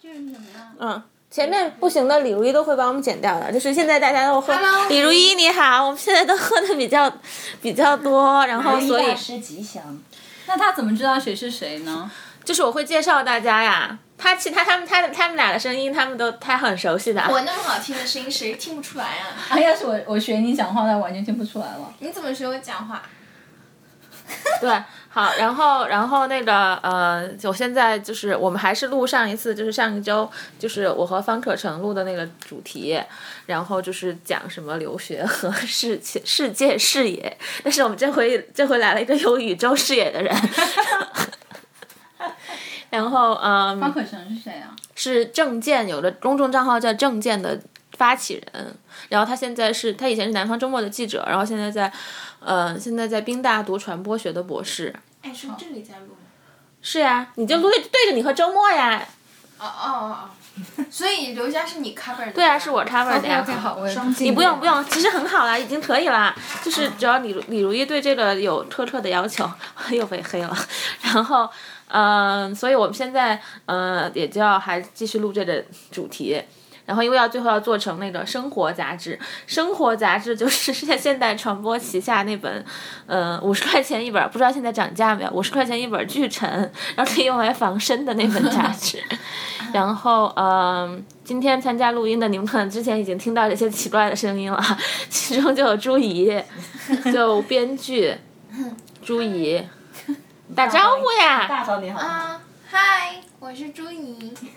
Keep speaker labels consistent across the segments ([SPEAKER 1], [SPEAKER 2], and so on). [SPEAKER 1] 这是什么呀？
[SPEAKER 2] 嗯， 前面不行的李如一都会帮我们剪掉的，就是现在大家都喝。
[SPEAKER 1] Hello
[SPEAKER 2] 李如一你好，我们现在都喝的比较 比较多，然后所以
[SPEAKER 3] 大师吉祥。那他怎么知道谁是谁呢？
[SPEAKER 2] 就是我会介绍大家呀。他其他他们他的他们俩的声音，他们都他很熟悉的。
[SPEAKER 1] 我那么好听的声音，谁听不出来啊？
[SPEAKER 3] 啊，要是我我学你讲话，那完全听不出来了。
[SPEAKER 1] 你怎么学我讲话？
[SPEAKER 2] 对，好，然后然后那个呃，我现在就是我们还是录上一次，就是上一周就是我和方可成录的那个主题，然后就是讲什么留学和世界世界视野，但是我们这回这回来了一个有宇宙视野的人，然后嗯、
[SPEAKER 3] 方可成是谁啊？
[SPEAKER 2] 是证件有的公众账号叫证件的发起人，然后他现在是他以前是南方周末的记者，然后现在在呃现在在宾大读传播学的博士。
[SPEAKER 1] 哎，是这里在录吗？
[SPEAKER 2] 是呀，你就对对着你和周末呀。
[SPEAKER 1] 哦哦哦 哦，所以刘佳是你 cover 的。
[SPEAKER 2] 对啊，是我 cover 的
[SPEAKER 3] OK
[SPEAKER 2] 呀。
[SPEAKER 3] 哎 OK，好，我也
[SPEAKER 1] 双
[SPEAKER 2] 你不用不用，其实很好啦，已经可以啦。就是主要李如李如一对这个有特特的要求， 又被黑了。 然后，嗯、所以我们现在嗯、呃也就要还继续录这个主题。然后因为要最后要做成那个生活杂志，生活杂志就是现现代传播旗下那本，呃五十块钱一本儿，不知道现在涨价没有？五十块钱一本儿巨沉，然后可以用来防身的那本杂志。然后嗯、今天参加录音的你们可能之前已经听到这些奇怪的声音了， 其中就有朱怡，就编剧朱怡，打招呼呀！
[SPEAKER 4] 大早你好，
[SPEAKER 1] 啊，嗨，我是 朱怡。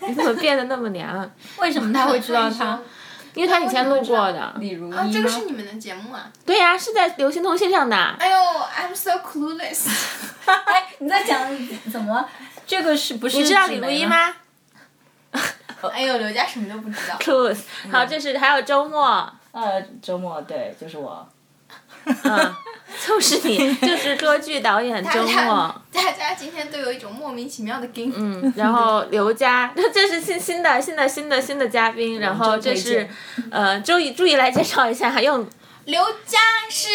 [SPEAKER 2] 你怎么变得那么娘？
[SPEAKER 3] 为什么他会知道他
[SPEAKER 1] 啊？，
[SPEAKER 2] 因为他以前录过的，
[SPEAKER 3] 李
[SPEAKER 4] 啊
[SPEAKER 3] 如一
[SPEAKER 1] 哦这个
[SPEAKER 3] 吗
[SPEAKER 1] 是你们的节目啊？
[SPEAKER 2] 对呀、是在流行通信上的。
[SPEAKER 1] 哎呦，I'm so clueless。
[SPEAKER 3] 哎，你在讲怎么？这个是不是
[SPEAKER 2] 你 知道
[SPEAKER 3] 纸
[SPEAKER 2] 李
[SPEAKER 3] 媒
[SPEAKER 2] 如一
[SPEAKER 3] 呢？
[SPEAKER 2] 吗
[SPEAKER 1] 哎呦，刘佳什么都不知 道。
[SPEAKER 2] ？Clues，好，这是还有周末，
[SPEAKER 4] 呃，周末对，就是我。
[SPEAKER 2] 嗯， 就是你，就是歌剧导演周末。
[SPEAKER 1] 大家今天都有一种莫名其妙的 g
[SPEAKER 2] 啊嗯，然后刘佳， 嗯这是新新的新的新的新的嘉宾，然后这是呃周怡，注意来介绍一下，用
[SPEAKER 1] 刘佳是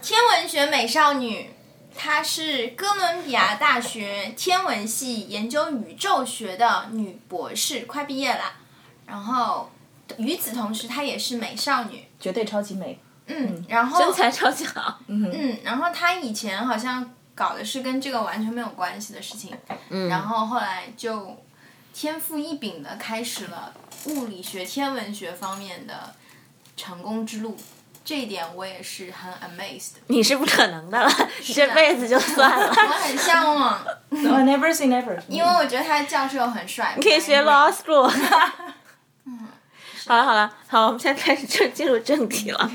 [SPEAKER 1] 天文学美少女，她是哥伦比亚大学天文系研究宇宙学的女博士，快毕业啦。然后与此同时，她也是美少女。
[SPEAKER 4] 绝对超级美，
[SPEAKER 1] 嗯，然后
[SPEAKER 2] 身材超级好，
[SPEAKER 1] 嗯，然后她以前好像搞的是跟这个完全没有关系的事情，嗯然后后来就天赋异禀的开始了物理学、天文学方面的成功之路。这一点我也是很 amazed 的。
[SPEAKER 2] 你是不可能的了，你这辈子就算 了。
[SPEAKER 1] 我很向往，
[SPEAKER 4] No, I Oh, never say never。因
[SPEAKER 1] 因为我觉得他的教授很帅。你
[SPEAKER 2] 可以学 law school。好了嗯 好了，好，我们现在开始正进入正 题了。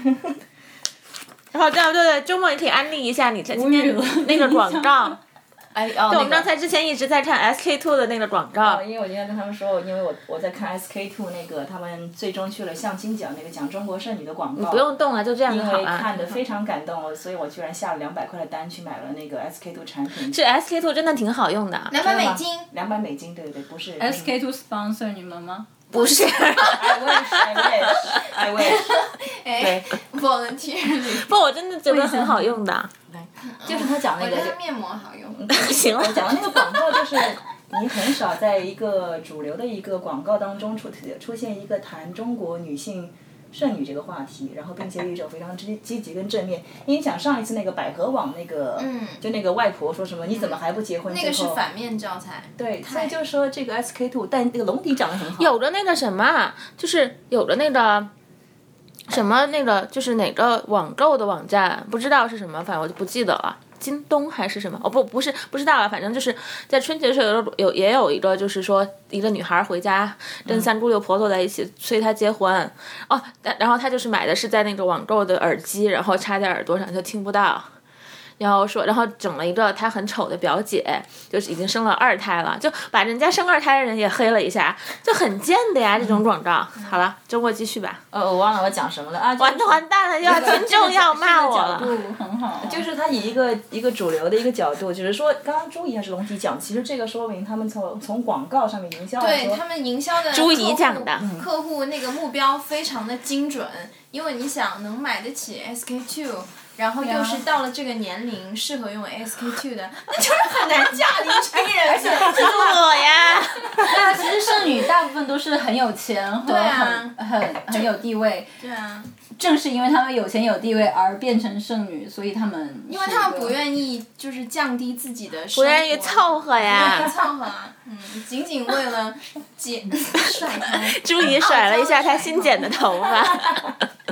[SPEAKER 2] 然后对对对，周末你可以安利一下你这今天
[SPEAKER 3] 无语了
[SPEAKER 2] 那个广告。
[SPEAKER 4] 哎哦，
[SPEAKER 2] 对，我
[SPEAKER 4] 我
[SPEAKER 2] 们刚才之前一直在看 SK two 的那个广告。
[SPEAKER 4] 因为我今天跟他们说，因为我我在看 SK two 那个他们最终去了相亲角那个讲中国剩女的广告，
[SPEAKER 2] 不用动了，就这样就
[SPEAKER 4] 因
[SPEAKER 2] 好啊
[SPEAKER 4] 为
[SPEAKER 2] 了。
[SPEAKER 4] 看的非常感动，我所以我居然下了两百块的单去买了那个 SK two 产品，
[SPEAKER 2] 这哎 SK two 真的挺好用的，
[SPEAKER 1] 两百美金，
[SPEAKER 4] 两百美金，对对对，不是
[SPEAKER 3] SK two sponsor 你们吗？
[SPEAKER 2] 不是
[SPEAKER 4] I wish, I wish, I wish。
[SPEAKER 1] 哎
[SPEAKER 4] 对，
[SPEAKER 1] ，volunteer，
[SPEAKER 2] 不，我真的觉得很好用的。
[SPEAKER 4] 就是他讲那
[SPEAKER 1] 我
[SPEAKER 4] 个
[SPEAKER 1] 觉得
[SPEAKER 4] 就
[SPEAKER 1] 他面膜好用。
[SPEAKER 2] 行了
[SPEAKER 4] 我，讲的那个广告就是，你很少在一个主流的一个广告当中出出现一个谈中国女性剩女这个话题，然后并且有一种非常积积极跟正面。因为讲上一次那个百合网那个，
[SPEAKER 1] 嗯
[SPEAKER 4] 就那个外婆说什么你怎么还不结婚？
[SPEAKER 2] 嗯
[SPEAKER 1] 那个是
[SPEAKER 4] 最后
[SPEAKER 1] 反面教材。
[SPEAKER 4] 对，所
[SPEAKER 1] 太
[SPEAKER 4] 以就说这个 SK two，但那个龙迪长得很好。
[SPEAKER 2] 有的那个什么，就是有的那个什么那个，就是哪个网购的网站，不知道是什么，反正我就不记得了。京东还是什么？哦不，不是，不知道了。反正就是在春节的时候有有也有一个，就是说一个女孩回家跟三姑六婆坐在一起催她结婚。哦，但然后她就是买的是在那个网购的耳机，然后插在耳朵上就听不到。然后说，然后整了一个她很丑的表姐，就是已经生了二胎了，就把人家生二胎的人也黑了一下，就很贱的呀，这种广告。好了，周末继续吧。
[SPEAKER 4] 呃，我忘了我讲什么了啊。
[SPEAKER 2] 完
[SPEAKER 4] 就是
[SPEAKER 2] 完蛋了，又要听众要骂我
[SPEAKER 3] 这
[SPEAKER 2] 了。
[SPEAKER 3] 个角度很好啊，就
[SPEAKER 4] 就是他以一个一个主流的一个角度，就是说，刚刚朱怡还是龙迪讲，其实这个说明他们从从广告上面营销来
[SPEAKER 1] 对
[SPEAKER 4] 说，
[SPEAKER 1] 他们营销的
[SPEAKER 2] 朱怡
[SPEAKER 1] 客户
[SPEAKER 2] 讲的
[SPEAKER 1] 客户那个目标非常的精准，因为你想能买得起 SK two，然后又
[SPEAKER 3] 啊
[SPEAKER 1] 是到了这个年龄适合用 SK two 的， 那就是很难驾驭这个人的。
[SPEAKER 2] 就是我呀，
[SPEAKER 3] 那其实剩女大部分都是很有钱和很、
[SPEAKER 1] 啊
[SPEAKER 3] 很很有地位，
[SPEAKER 1] 对啊，
[SPEAKER 3] 正是因为他们有钱有地位而变成剩女，所以他们因为
[SPEAKER 1] 那他们不愿意就是降低自己的，不
[SPEAKER 2] 不愿意凑合 呀。
[SPEAKER 1] 凑合啊，嗯，仅仅为了减甩开。
[SPEAKER 2] 朱怡甩了一下她新剪的头发，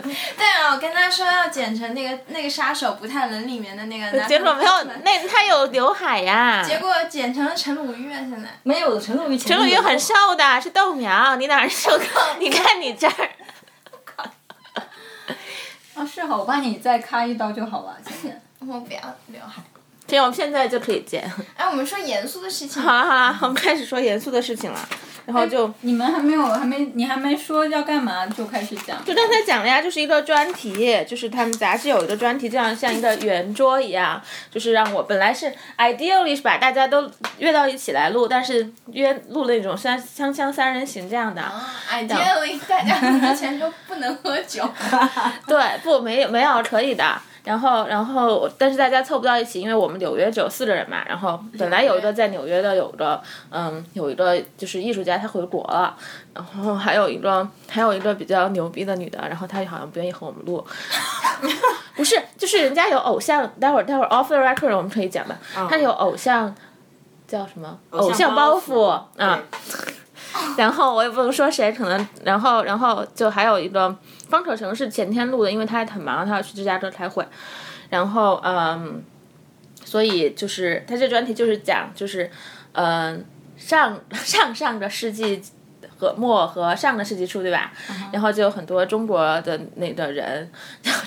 [SPEAKER 1] 对啊，我跟他说要剪成那个那个杀手不太冷里面的那个男主角，
[SPEAKER 2] 结果没有，那她有刘海呀。
[SPEAKER 1] 结果剪成了陈鲁豫啊，现在。
[SPEAKER 4] 没有陈鲁豫，陈
[SPEAKER 2] 陆羽很瘦的，是豆苗，你哪儿瘦的？你看你这儿，
[SPEAKER 3] 啊是好，我帮你再咔一刀就好了，今天。
[SPEAKER 1] 我不要刘海。
[SPEAKER 2] 这样我们现在就可以剪。啊
[SPEAKER 1] 哎，我们说严肃的事情。
[SPEAKER 2] 好了好了，我们开始说严肃的事情了，然后就。
[SPEAKER 3] 你们还没有，还没，你还没说要干嘛就开始讲。
[SPEAKER 2] 就刚才讲了呀，就是一个专题，就是他们杂志有一个专题，这样像一个圆桌一样，就是让我本来是 ideally 是把大家都约到一起来录，但是约录了那种像锵锵三人行这样的，
[SPEAKER 1] 啊哎 Ideally，大家之前都不能喝 酒。
[SPEAKER 2] 对，不，没有没有可以的。然后，然后，但是大家凑不到一起，因为我们纽约只有四个人嘛。然后本来有一个在纽约的，有个嗯，有一个就是艺术家，他回国了。然后还有一个，还有一个比较牛逼的女的，然后她好像不愿意和我们录。不是，就是人家有偶像，待会儿待会儿 off the record 我们可以讲吧。她有偶像，叫什么？偶像包袱啊。然后我也不能说谁，可能然后然后就还有一个方可成是前天录的，因为他很忙，他要去芝加哥开会，然后嗯，所以就是他这专题就是讲就是嗯上 上上个世纪。和末和上个世纪初，对吧？然后就有很多中国的那个人，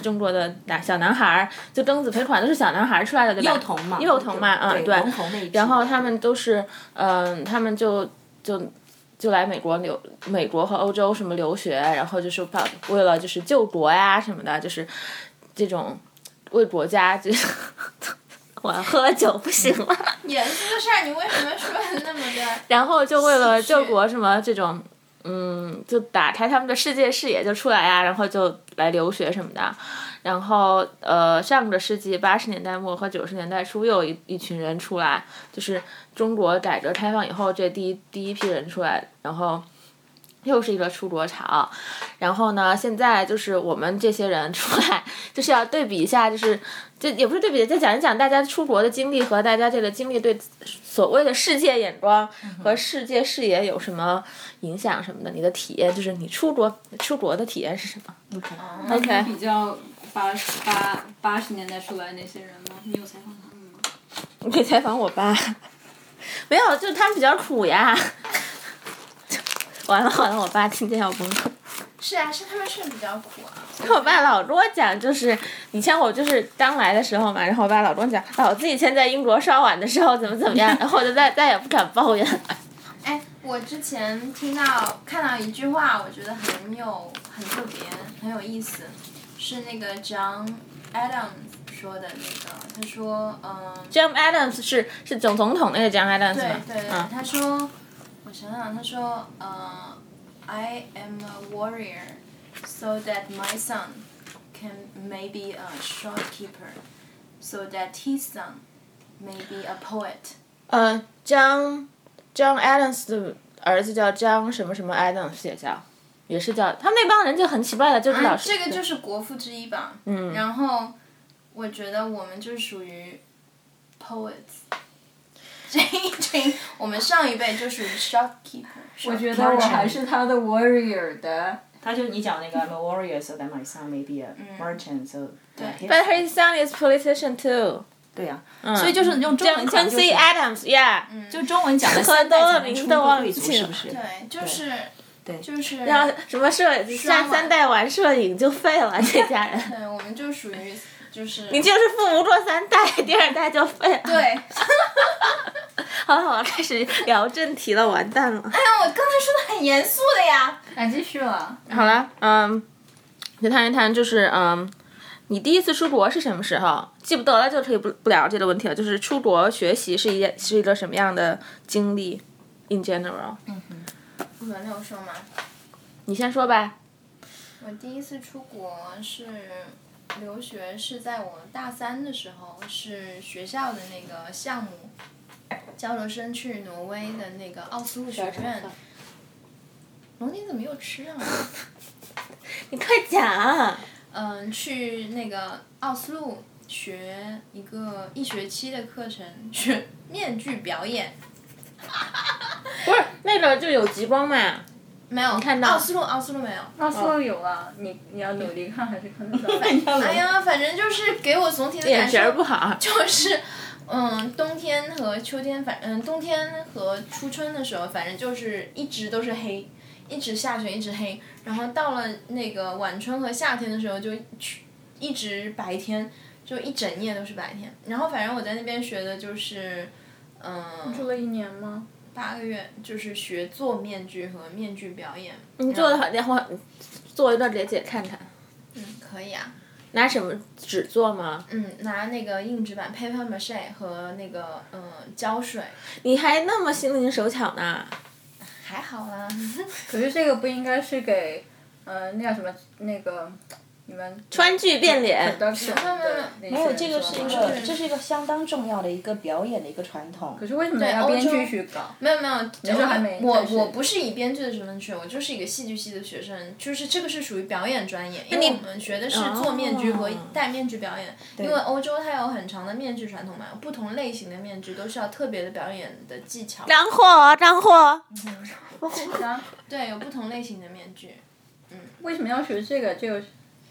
[SPEAKER 2] 中国的男小男孩儿，就庚子赔款都是小男孩儿出来的，对吧？幼
[SPEAKER 5] 童嘛，
[SPEAKER 2] 幼童嘛，嗯，对。
[SPEAKER 5] 龙头那一然
[SPEAKER 2] 然后他们都是，嗯、他们就就就来美国留美国和欧洲什么留学，然后就是把为了就是救国呀什么的，就是这种为国家就是 我要喝酒不行了，
[SPEAKER 1] 严肃的事儿，你为什么说的那么的？
[SPEAKER 2] 然后就为了救国什么这种，嗯，就打开他们的世界视野就出来啊，然后就来留学什么的。然后呃，上个世纪八十年代末和九十年代初又有一一群人出来，就是中国改革开放以后这第一第一批人出来，然后。又是一个出国潮，然后呢，现在就是我们这些人出来，就是要对比一下，就是这也不是对比，再讲一讲大家出国的经历和大家这个经历对所谓的世界眼光和世界视野有什么影响什么的，你的体验就是你出国出国的体验是什么？
[SPEAKER 3] OK。比较八八八十年代出来那些人吗？你有采访他们吗？
[SPEAKER 2] 你可以采访我爸，没有，就是他们比较苦呀。完了完了，我爸今天要崩溃。
[SPEAKER 1] 是啊，是他们是比较苦啊。
[SPEAKER 2] 我爸老跟我讲，就是以前我就是刚来的时候嘛，然后我爸老跟我讲，老子以前在英国刷碗的时候怎么怎么样，然后我就再再也不敢抱怨了。
[SPEAKER 1] 哎，我之前听到看到一句话，我觉得很有很特别，很有意思，是那个 John Adams 说的那个，他说，嗯，
[SPEAKER 2] John Adams 是是总总统那个 John Adams
[SPEAKER 1] 对
[SPEAKER 2] 吗？
[SPEAKER 1] 对对，
[SPEAKER 2] 嗯
[SPEAKER 1] 他说，我想想，他说，呃，I am a warrior, so that my son can maybe a shopkeeper, so that his son may be a poet。
[SPEAKER 2] 呃，John John Adams 的儿子叫 John 什么什么 Adams 也叫，也是叫他们那帮人就很奇怪的，就是老
[SPEAKER 1] 嗯，
[SPEAKER 2] 是、
[SPEAKER 1] 这个就是国父之一吧。嗯。然后，我觉得我们就是属于 poets。这一群，我们上一辈就属于 shopkeeper。
[SPEAKER 3] 我觉得我还是他的 warrior 的。
[SPEAKER 4] 他就你讲那
[SPEAKER 2] 嗯
[SPEAKER 4] 个 I'm a warrior, so that my son may be a merchant, so 对
[SPEAKER 2] But his son is politician too.
[SPEAKER 4] 对呀，
[SPEAKER 2] 嗯
[SPEAKER 5] 后所以就是用中
[SPEAKER 2] John
[SPEAKER 5] 文讲就是
[SPEAKER 2] Quincy Adams, yeah.
[SPEAKER 1] 嗯
[SPEAKER 5] 就中文讲的三
[SPEAKER 2] 嗯多了
[SPEAKER 5] 代才能
[SPEAKER 2] 名
[SPEAKER 5] 出
[SPEAKER 2] 字
[SPEAKER 5] 一
[SPEAKER 2] 都忘
[SPEAKER 5] 个贵
[SPEAKER 2] 记
[SPEAKER 5] 族，
[SPEAKER 2] 了
[SPEAKER 5] 是不是？
[SPEAKER 1] 对，就是。对。就是。
[SPEAKER 2] 然后什么摄下三代玩摄影就废了，这家人。
[SPEAKER 1] 对，我们就属于就是。
[SPEAKER 2] 你就是父母做三代，第二代就废了。
[SPEAKER 1] 对，哎，
[SPEAKER 2] 好了好了，开始聊正题了，完蛋了。
[SPEAKER 1] 我刚才说的很严肃的呀。
[SPEAKER 3] 哎，继续了。
[SPEAKER 2] 好了，嗯，就谈一谈，就是嗯，你第一次出国是什么时候？记不得了就可以不不聊这个问题了。就是出国学习是一件是一个什么样的经历？In general，
[SPEAKER 1] 轮流说嘛。
[SPEAKER 2] 你先说吧。
[SPEAKER 1] 我第一次出国是留学，是在我大三的时候，是学校的那个项目，交流生去挪威的那个奥斯陆学院。龙姐怎么又吃啊？
[SPEAKER 2] 你快讲，
[SPEAKER 1] 嗯，去那个奥斯陆学一个一学期的课程，学面具表演。
[SPEAKER 2] 不是那个就有极光嘛？
[SPEAKER 1] 没有
[SPEAKER 2] 看到哦
[SPEAKER 1] 奥斯陆，奥斯陆没有。
[SPEAKER 3] 奥斯陆有啊，你你要努力看还是看得 到。
[SPEAKER 1] 哎呀，反正就是给我总体的
[SPEAKER 2] 眼
[SPEAKER 1] 感
[SPEAKER 2] 神
[SPEAKER 1] 受
[SPEAKER 2] 儿不好，
[SPEAKER 1] 就是，嗯，冬天和秋天，反嗯，冬天和初春的时候，反正就是一直都是黑，一直下雪，一直黑。然后到了那个晚春和夏天的时候，就去一直白天，就一整夜都是白天。然后反正我在那边学的就是，嗯，
[SPEAKER 3] 住了一年吗？
[SPEAKER 1] 八个月就是学做面具和面具表演。
[SPEAKER 2] 你做的好，然后做一段给姐看看，
[SPEAKER 1] 嗯，可以啊。
[SPEAKER 2] 拿什么纸做吗？
[SPEAKER 1] 嗯，拿那个硬纸板 paper mache 和那个嗯胶水，
[SPEAKER 2] 你还那么心灵手巧呢？
[SPEAKER 1] 还好啦。
[SPEAKER 3] 可是这个不应该是给，呃，那叫什么那个，你们
[SPEAKER 2] 川剧变脸，
[SPEAKER 3] production 的那些人做吗
[SPEAKER 1] 没
[SPEAKER 4] 没有，这个是一
[SPEAKER 1] 是
[SPEAKER 4] 个，这是一个相当重要的一个表演的一个传统。
[SPEAKER 3] 可是为什么要
[SPEAKER 1] 欧
[SPEAKER 3] 编
[SPEAKER 1] 洲
[SPEAKER 3] 剧去搞？
[SPEAKER 1] 没有没有，
[SPEAKER 3] 说
[SPEAKER 1] 我
[SPEAKER 3] 还没
[SPEAKER 1] 我
[SPEAKER 3] 开始
[SPEAKER 1] 我不是以编剧的身份去，我就是一个戏剧系的学生，就是这个是属于表演专业，因为我们学的是做面具和
[SPEAKER 2] 哦
[SPEAKER 1] 戴面具表演，因为欧洲它有很长的面具传统嘛，不同类型的面具都需要特别的表演的技巧，
[SPEAKER 2] 张货，张货，
[SPEAKER 3] 啊
[SPEAKER 1] 对，有不同类型的面具。
[SPEAKER 3] 为什么要学这个？这个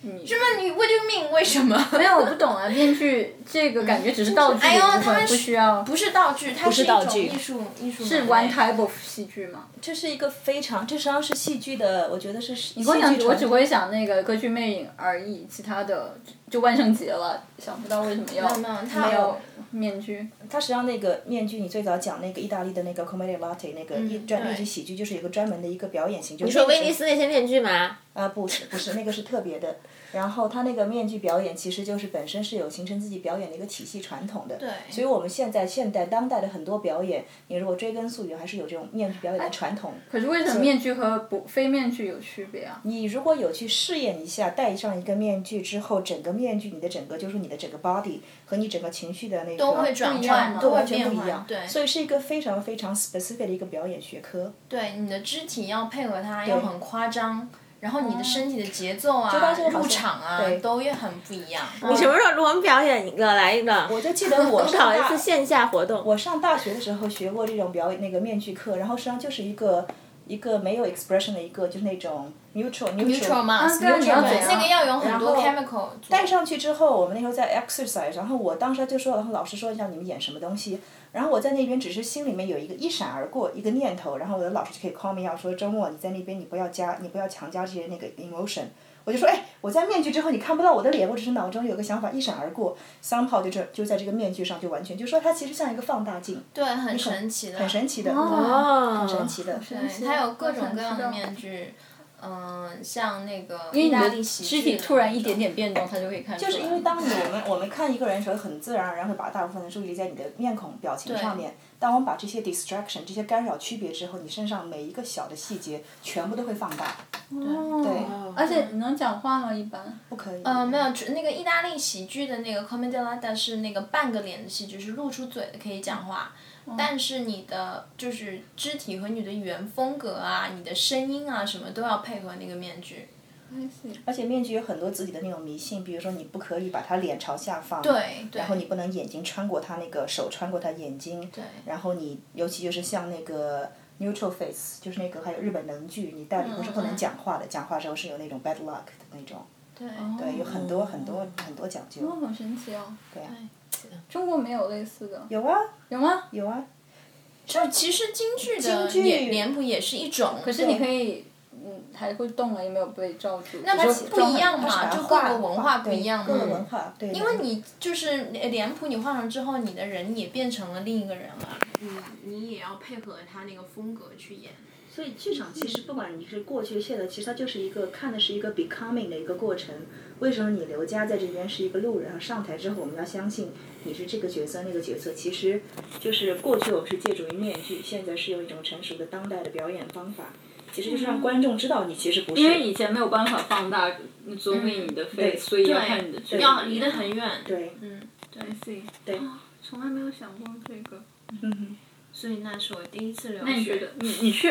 [SPEAKER 3] 你
[SPEAKER 1] 那么你 what do you mean？为什么？
[SPEAKER 3] 没有，我不懂啊。编剧这个感觉只是道具
[SPEAKER 1] 哎呦
[SPEAKER 3] 的部
[SPEAKER 1] 他
[SPEAKER 3] 分，
[SPEAKER 1] 们
[SPEAKER 3] 不需要。
[SPEAKER 1] 不是道具，它
[SPEAKER 4] 是
[SPEAKER 1] 一
[SPEAKER 4] 道
[SPEAKER 1] 种
[SPEAKER 4] 具
[SPEAKER 1] 艺术艺术
[SPEAKER 3] 是
[SPEAKER 1] 门
[SPEAKER 3] one
[SPEAKER 1] 类
[SPEAKER 3] type of 戏剧吗？
[SPEAKER 4] 这是一个非常，这实际上是戏剧的，我觉得是戏剧
[SPEAKER 3] 我想
[SPEAKER 4] 传统
[SPEAKER 3] 我只会想那个歌剧魅影而已，其他的就就万圣节了，想不到为什么要
[SPEAKER 1] 没有没嗯有他
[SPEAKER 3] 没有面具。
[SPEAKER 4] 它实际上那个面具，你最早讲那个意大利的那个 commedia latte 那个一专
[SPEAKER 1] 对
[SPEAKER 4] 面具喜剧，就是有个专门的一个表演形式。你
[SPEAKER 2] 说威尼斯那些面具吗？
[SPEAKER 4] 啊，不是不是，那个是特别的。然后他那个面具表演，其实就是本身是有形成自己表演的一个体系传统的。对所以我们现在现代当代的很多表演，你如果追根溯源，还是有这种面具表演的传统。
[SPEAKER 3] 可是为什么面具和不非面具有区别啊？
[SPEAKER 4] 你如果有去试验一下，戴上一个面具之后，整个面具，你的整个就是你的整个 body 和你整个情绪的那个都
[SPEAKER 1] 会转
[SPEAKER 3] 一样
[SPEAKER 1] 换，
[SPEAKER 3] 吗
[SPEAKER 1] 都会
[SPEAKER 4] 完全
[SPEAKER 1] 变
[SPEAKER 4] 不一
[SPEAKER 1] 换
[SPEAKER 4] 样。
[SPEAKER 1] 对，
[SPEAKER 4] 所以是一个非常非常 specific 的一个表演学科。
[SPEAKER 1] 对，你的肢体要配合它，要很夸张，然后你的身体的节奏啊、
[SPEAKER 4] 当时好像
[SPEAKER 1] 入场啊
[SPEAKER 4] 对，
[SPEAKER 1] 都也很不一样。
[SPEAKER 2] 你什么时候给我们表演一个来一个？
[SPEAKER 4] 我就记得我上
[SPEAKER 2] 搞一
[SPEAKER 4] 大
[SPEAKER 2] 次线下活动。
[SPEAKER 4] 我上大学的时候学过这种表演那个面具课，然后实际上就是一个一个没有 expression 的一个就是那种 neutral neutral
[SPEAKER 1] 嘛，
[SPEAKER 3] 对啊你要怎
[SPEAKER 1] 对，
[SPEAKER 3] 样
[SPEAKER 1] 那个要有很多
[SPEAKER 4] 然
[SPEAKER 1] chemical 组。
[SPEAKER 4] 戴上去之后，我们那时候在 exercise，然后我当时就说，然后老师说让你们演什么东西，然后我在那边只是心里面有一个一闪而过一个念头，然后我的老师就可以 call me 要说周末你在那边你不要加你不要强加这些那个 emotion，我就说哎我在面具之后你看不到我的脸，我只是脑中有个想法一闪而过，somehow 就这就在这个面具上就完全就说它其实像一个放大镜，
[SPEAKER 1] 对，很神奇的，
[SPEAKER 4] 很神奇的，嗯
[SPEAKER 2] 哦，
[SPEAKER 4] 神奇的，
[SPEAKER 1] 对。它有各种各样的面
[SPEAKER 3] 具。
[SPEAKER 1] 具，嗯，像那个
[SPEAKER 3] 因
[SPEAKER 1] 意大
[SPEAKER 3] 为
[SPEAKER 1] 利
[SPEAKER 3] 你的
[SPEAKER 1] 喜
[SPEAKER 3] 肢
[SPEAKER 1] 剧
[SPEAKER 3] 体
[SPEAKER 1] 的
[SPEAKER 3] 突然
[SPEAKER 1] 那
[SPEAKER 3] 一点
[SPEAKER 1] 种
[SPEAKER 3] 点变动，它就可以看出来。
[SPEAKER 4] 就是因为当你我们我们看一个人的时候，很自然而然会把大部分的注意力在你的面孔表情上面。当我们把这些 distraction 这些干扰区别之后，你身上每一个小的细节全部都会放大，
[SPEAKER 1] 嗯
[SPEAKER 3] 哦而且你能讲话吗？一般
[SPEAKER 4] 不可以。
[SPEAKER 1] 呃，没有，只那个意大利喜剧的那个 commedia dell'arte 是那个半个脸的戏剧，是露出嘴的可以讲话，
[SPEAKER 4] 嗯
[SPEAKER 1] 但是你的就是肢体和你的语言风格啊，你的声音啊什么都要配合那个面具。
[SPEAKER 4] 而且面具有很多自己的那种迷信，比如说你不可以把它脸朝下放，
[SPEAKER 1] 对对
[SPEAKER 4] 然后你不能眼睛穿过他那个手穿过他眼睛，对然后你尤其就是像那个 neutral face，就是那个还有日本能剧，你到底不
[SPEAKER 1] 嗯
[SPEAKER 4] 是不能讲话的，讲话之后是有那种 bad luck 的那种，
[SPEAKER 1] 对嗯
[SPEAKER 4] 对，有很多很多很多讲究，
[SPEAKER 3] 哦，好神奇哦。对
[SPEAKER 4] 啊
[SPEAKER 3] 中国没有类似的，
[SPEAKER 4] 有啊
[SPEAKER 3] 有吗？
[SPEAKER 4] 有啊，
[SPEAKER 1] 就其实京剧的
[SPEAKER 4] 京剧
[SPEAKER 1] 脸脸谱也是一种，可
[SPEAKER 3] 可是你可以，嗯，还会动了，也没有被罩住。那
[SPEAKER 1] 它不一样
[SPEAKER 4] 它是把
[SPEAKER 1] 嘛，
[SPEAKER 4] 它
[SPEAKER 1] 就各
[SPEAKER 4] 画
[SPEAKER 1] 个文化
[SPEAKER 4] 画
[SPEAKER 1] 不一样嘛。
[SPEAKER 4] 对各个文化对。因为
[SPEAKER 1] 你就是呃脸谱，你换上之后，你的人也变成了另一个人了。嗯，你也要配合他那个风格去演。
[SPEAKER 4] 所以剧场其实不管你是过去现在，其实它就是一个看的是一个 becoming 的一个过程。为什么你刘佳在这边是一个路人，而上台之后我们要相信你是这个角色那个角色？其实就是过去我们是借助于面具，现在是用一种成熟的当代的表演方法。其实就是让观众知道你其实不是。
[SPEAKER 3] 因为以前没有办法放大 zoom in 你的 face，、所以要看你的距离啊
[SPEAKER 1] 要啊离得很远。
[SPEAKER 4] 对，
[SPEAKER 1] 嗯，对，
[SPEAKER 3] I see
[SPEAKER 4] 对
[SPEAKER 3] 啊从来没有想过这个。
[SPEAKER 4] 嗯
[SPEAKER 1] 所以那是我第一次留
[SPEAKER 3] 那你觉
[SPEAKER 1] 学
[SPEAKER 3] 得。你你去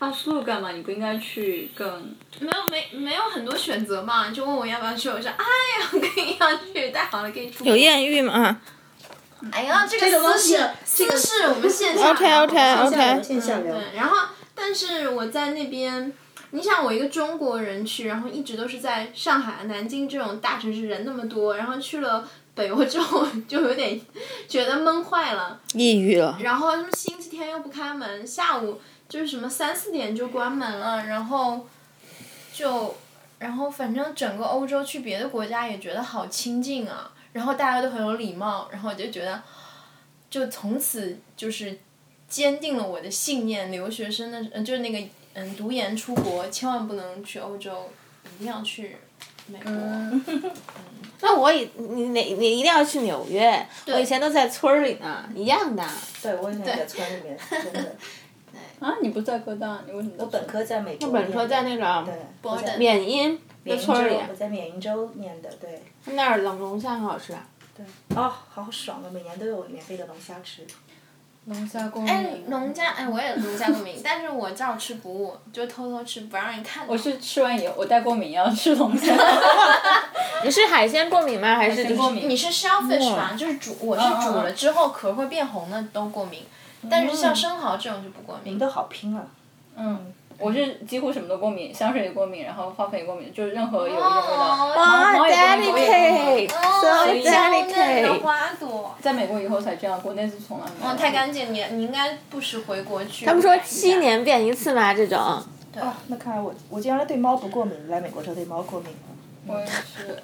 [SPEAKER 3] 奥斯陆干嘛？你不应该去更
[SPEAKER 1] 没有没没有很多选择嘛，就问我要不要去，我说哎呀，我跟你要去，太好了，可以出国。
[SPEAKER 6] 有艳遇吗
[SPEAKER 1] 哎呀，这
[SPEAKER 4] 这个
[SPEAKER 1] 个
[SPEAKER 4] 东
[SPEAKER 1] 私
[SPEAKER 4] 西
[SPEAKER 1] 事，
[SPEAKER 4] 这个
[SPEAKER 1] 私事我们线下
[SPEAKER 2] 哦
[SPEAKER 6] ？OK OK
[SPEAKER 4] 哼，线下
[SPEAKER 1] 聊
[SPEAKER 6] OK，
[SPEAKER 4] 聊，线下聊，
[SPEAKER 1] 对，然后但是我在那边，你想我一个中国人去，然后一直都是在上海、南京这种大城市人那么多，然后去了北欧之后 就有点觉得闷坏了。
[SPEAKER 6] 抑郁了。
[SPEAKER 1] 然后什么星期天又不开门，下午就是什么三四点就关门了，然后就然后反正整个欧洲去别的国家也觉得好亲近啊，然后大家都很有礼貌，然后我就觉得就从此就是坚定了我的信念，留学生的呃就是那个嗯读研出国千万不能去欧洲，一定要去美国。
[SPEAKER 2] 那我以你你你一定要去纽约，我以前都在村儿里呢，一样的。
[SPEAKER 4] 对我以前在村里面，真的，
[SPEAKER 3] 啊？你不在哥大，你为什么？我
[SPEAKER 4] 本科在美国念的，
[SPEAKER 2] 本科在那个
[SPEAKER 4] 对，我在
[SPEAKER 1] 缅
[SPEAKER 2] 缅因那村儿里，嗯
[SPEAKER 4] 我在缅因州念的，对，
[SPEAKER 2] 那儿冷龙虾很好吃啊。
[SPEAKER 4] 哦，好爽啊，每年都有免费的龙虾吃。
[SPEAKER 2] 龙虾公
[SPEAKER 1] 哎， 农家哎，我也农家过敏，但是我照吃不误，就偷偷吃，不让人看到。我
[SPEAKER 3] 是吃完以后我带过敏药吃 龙虾，
[SPEAKER 2] 你是海鲜过敏吗？还是就是
[SPEAKER 3] 过敏
[SPEAKER 1] 你是 shellfish 吧？就是煮，我
[SPEAKER 4] 嗯
[SPEAKER 1] 是煮了之后壳会变红的都过敏，但是像生蚝这种就不过敏
[SPEAKER 4] 你。都好拼啊！
[SPEAKER 3] 嗯我是几乎什么都过敏，香水也过敏，然后化粉也过敏，就是任何有一点味道。
[SPEAKER 1] 哦，
[SPEAKER 2] 啊
[SPEAKER 3] 猫也不会
[SPEAKER 2] ，delicate，so
[SPEAKER 1] 哦娇嫩的
[SPEAKER 2] delicate。
[SPEAKER 1] 花朵。
[SPEAKER 3] 在美国以后才这样，国内是从来没有。
[SPEAKER 1] 哦，太干净，你你应该不时回国去。
[SPEAKER 2] 他们说七。年变一次吗？这种。
[SPEAKER 4] 啊，那看来我我竟然对猫不过敏，来美国之后对猫过敏了。
[SPEAKER 3] 我也是。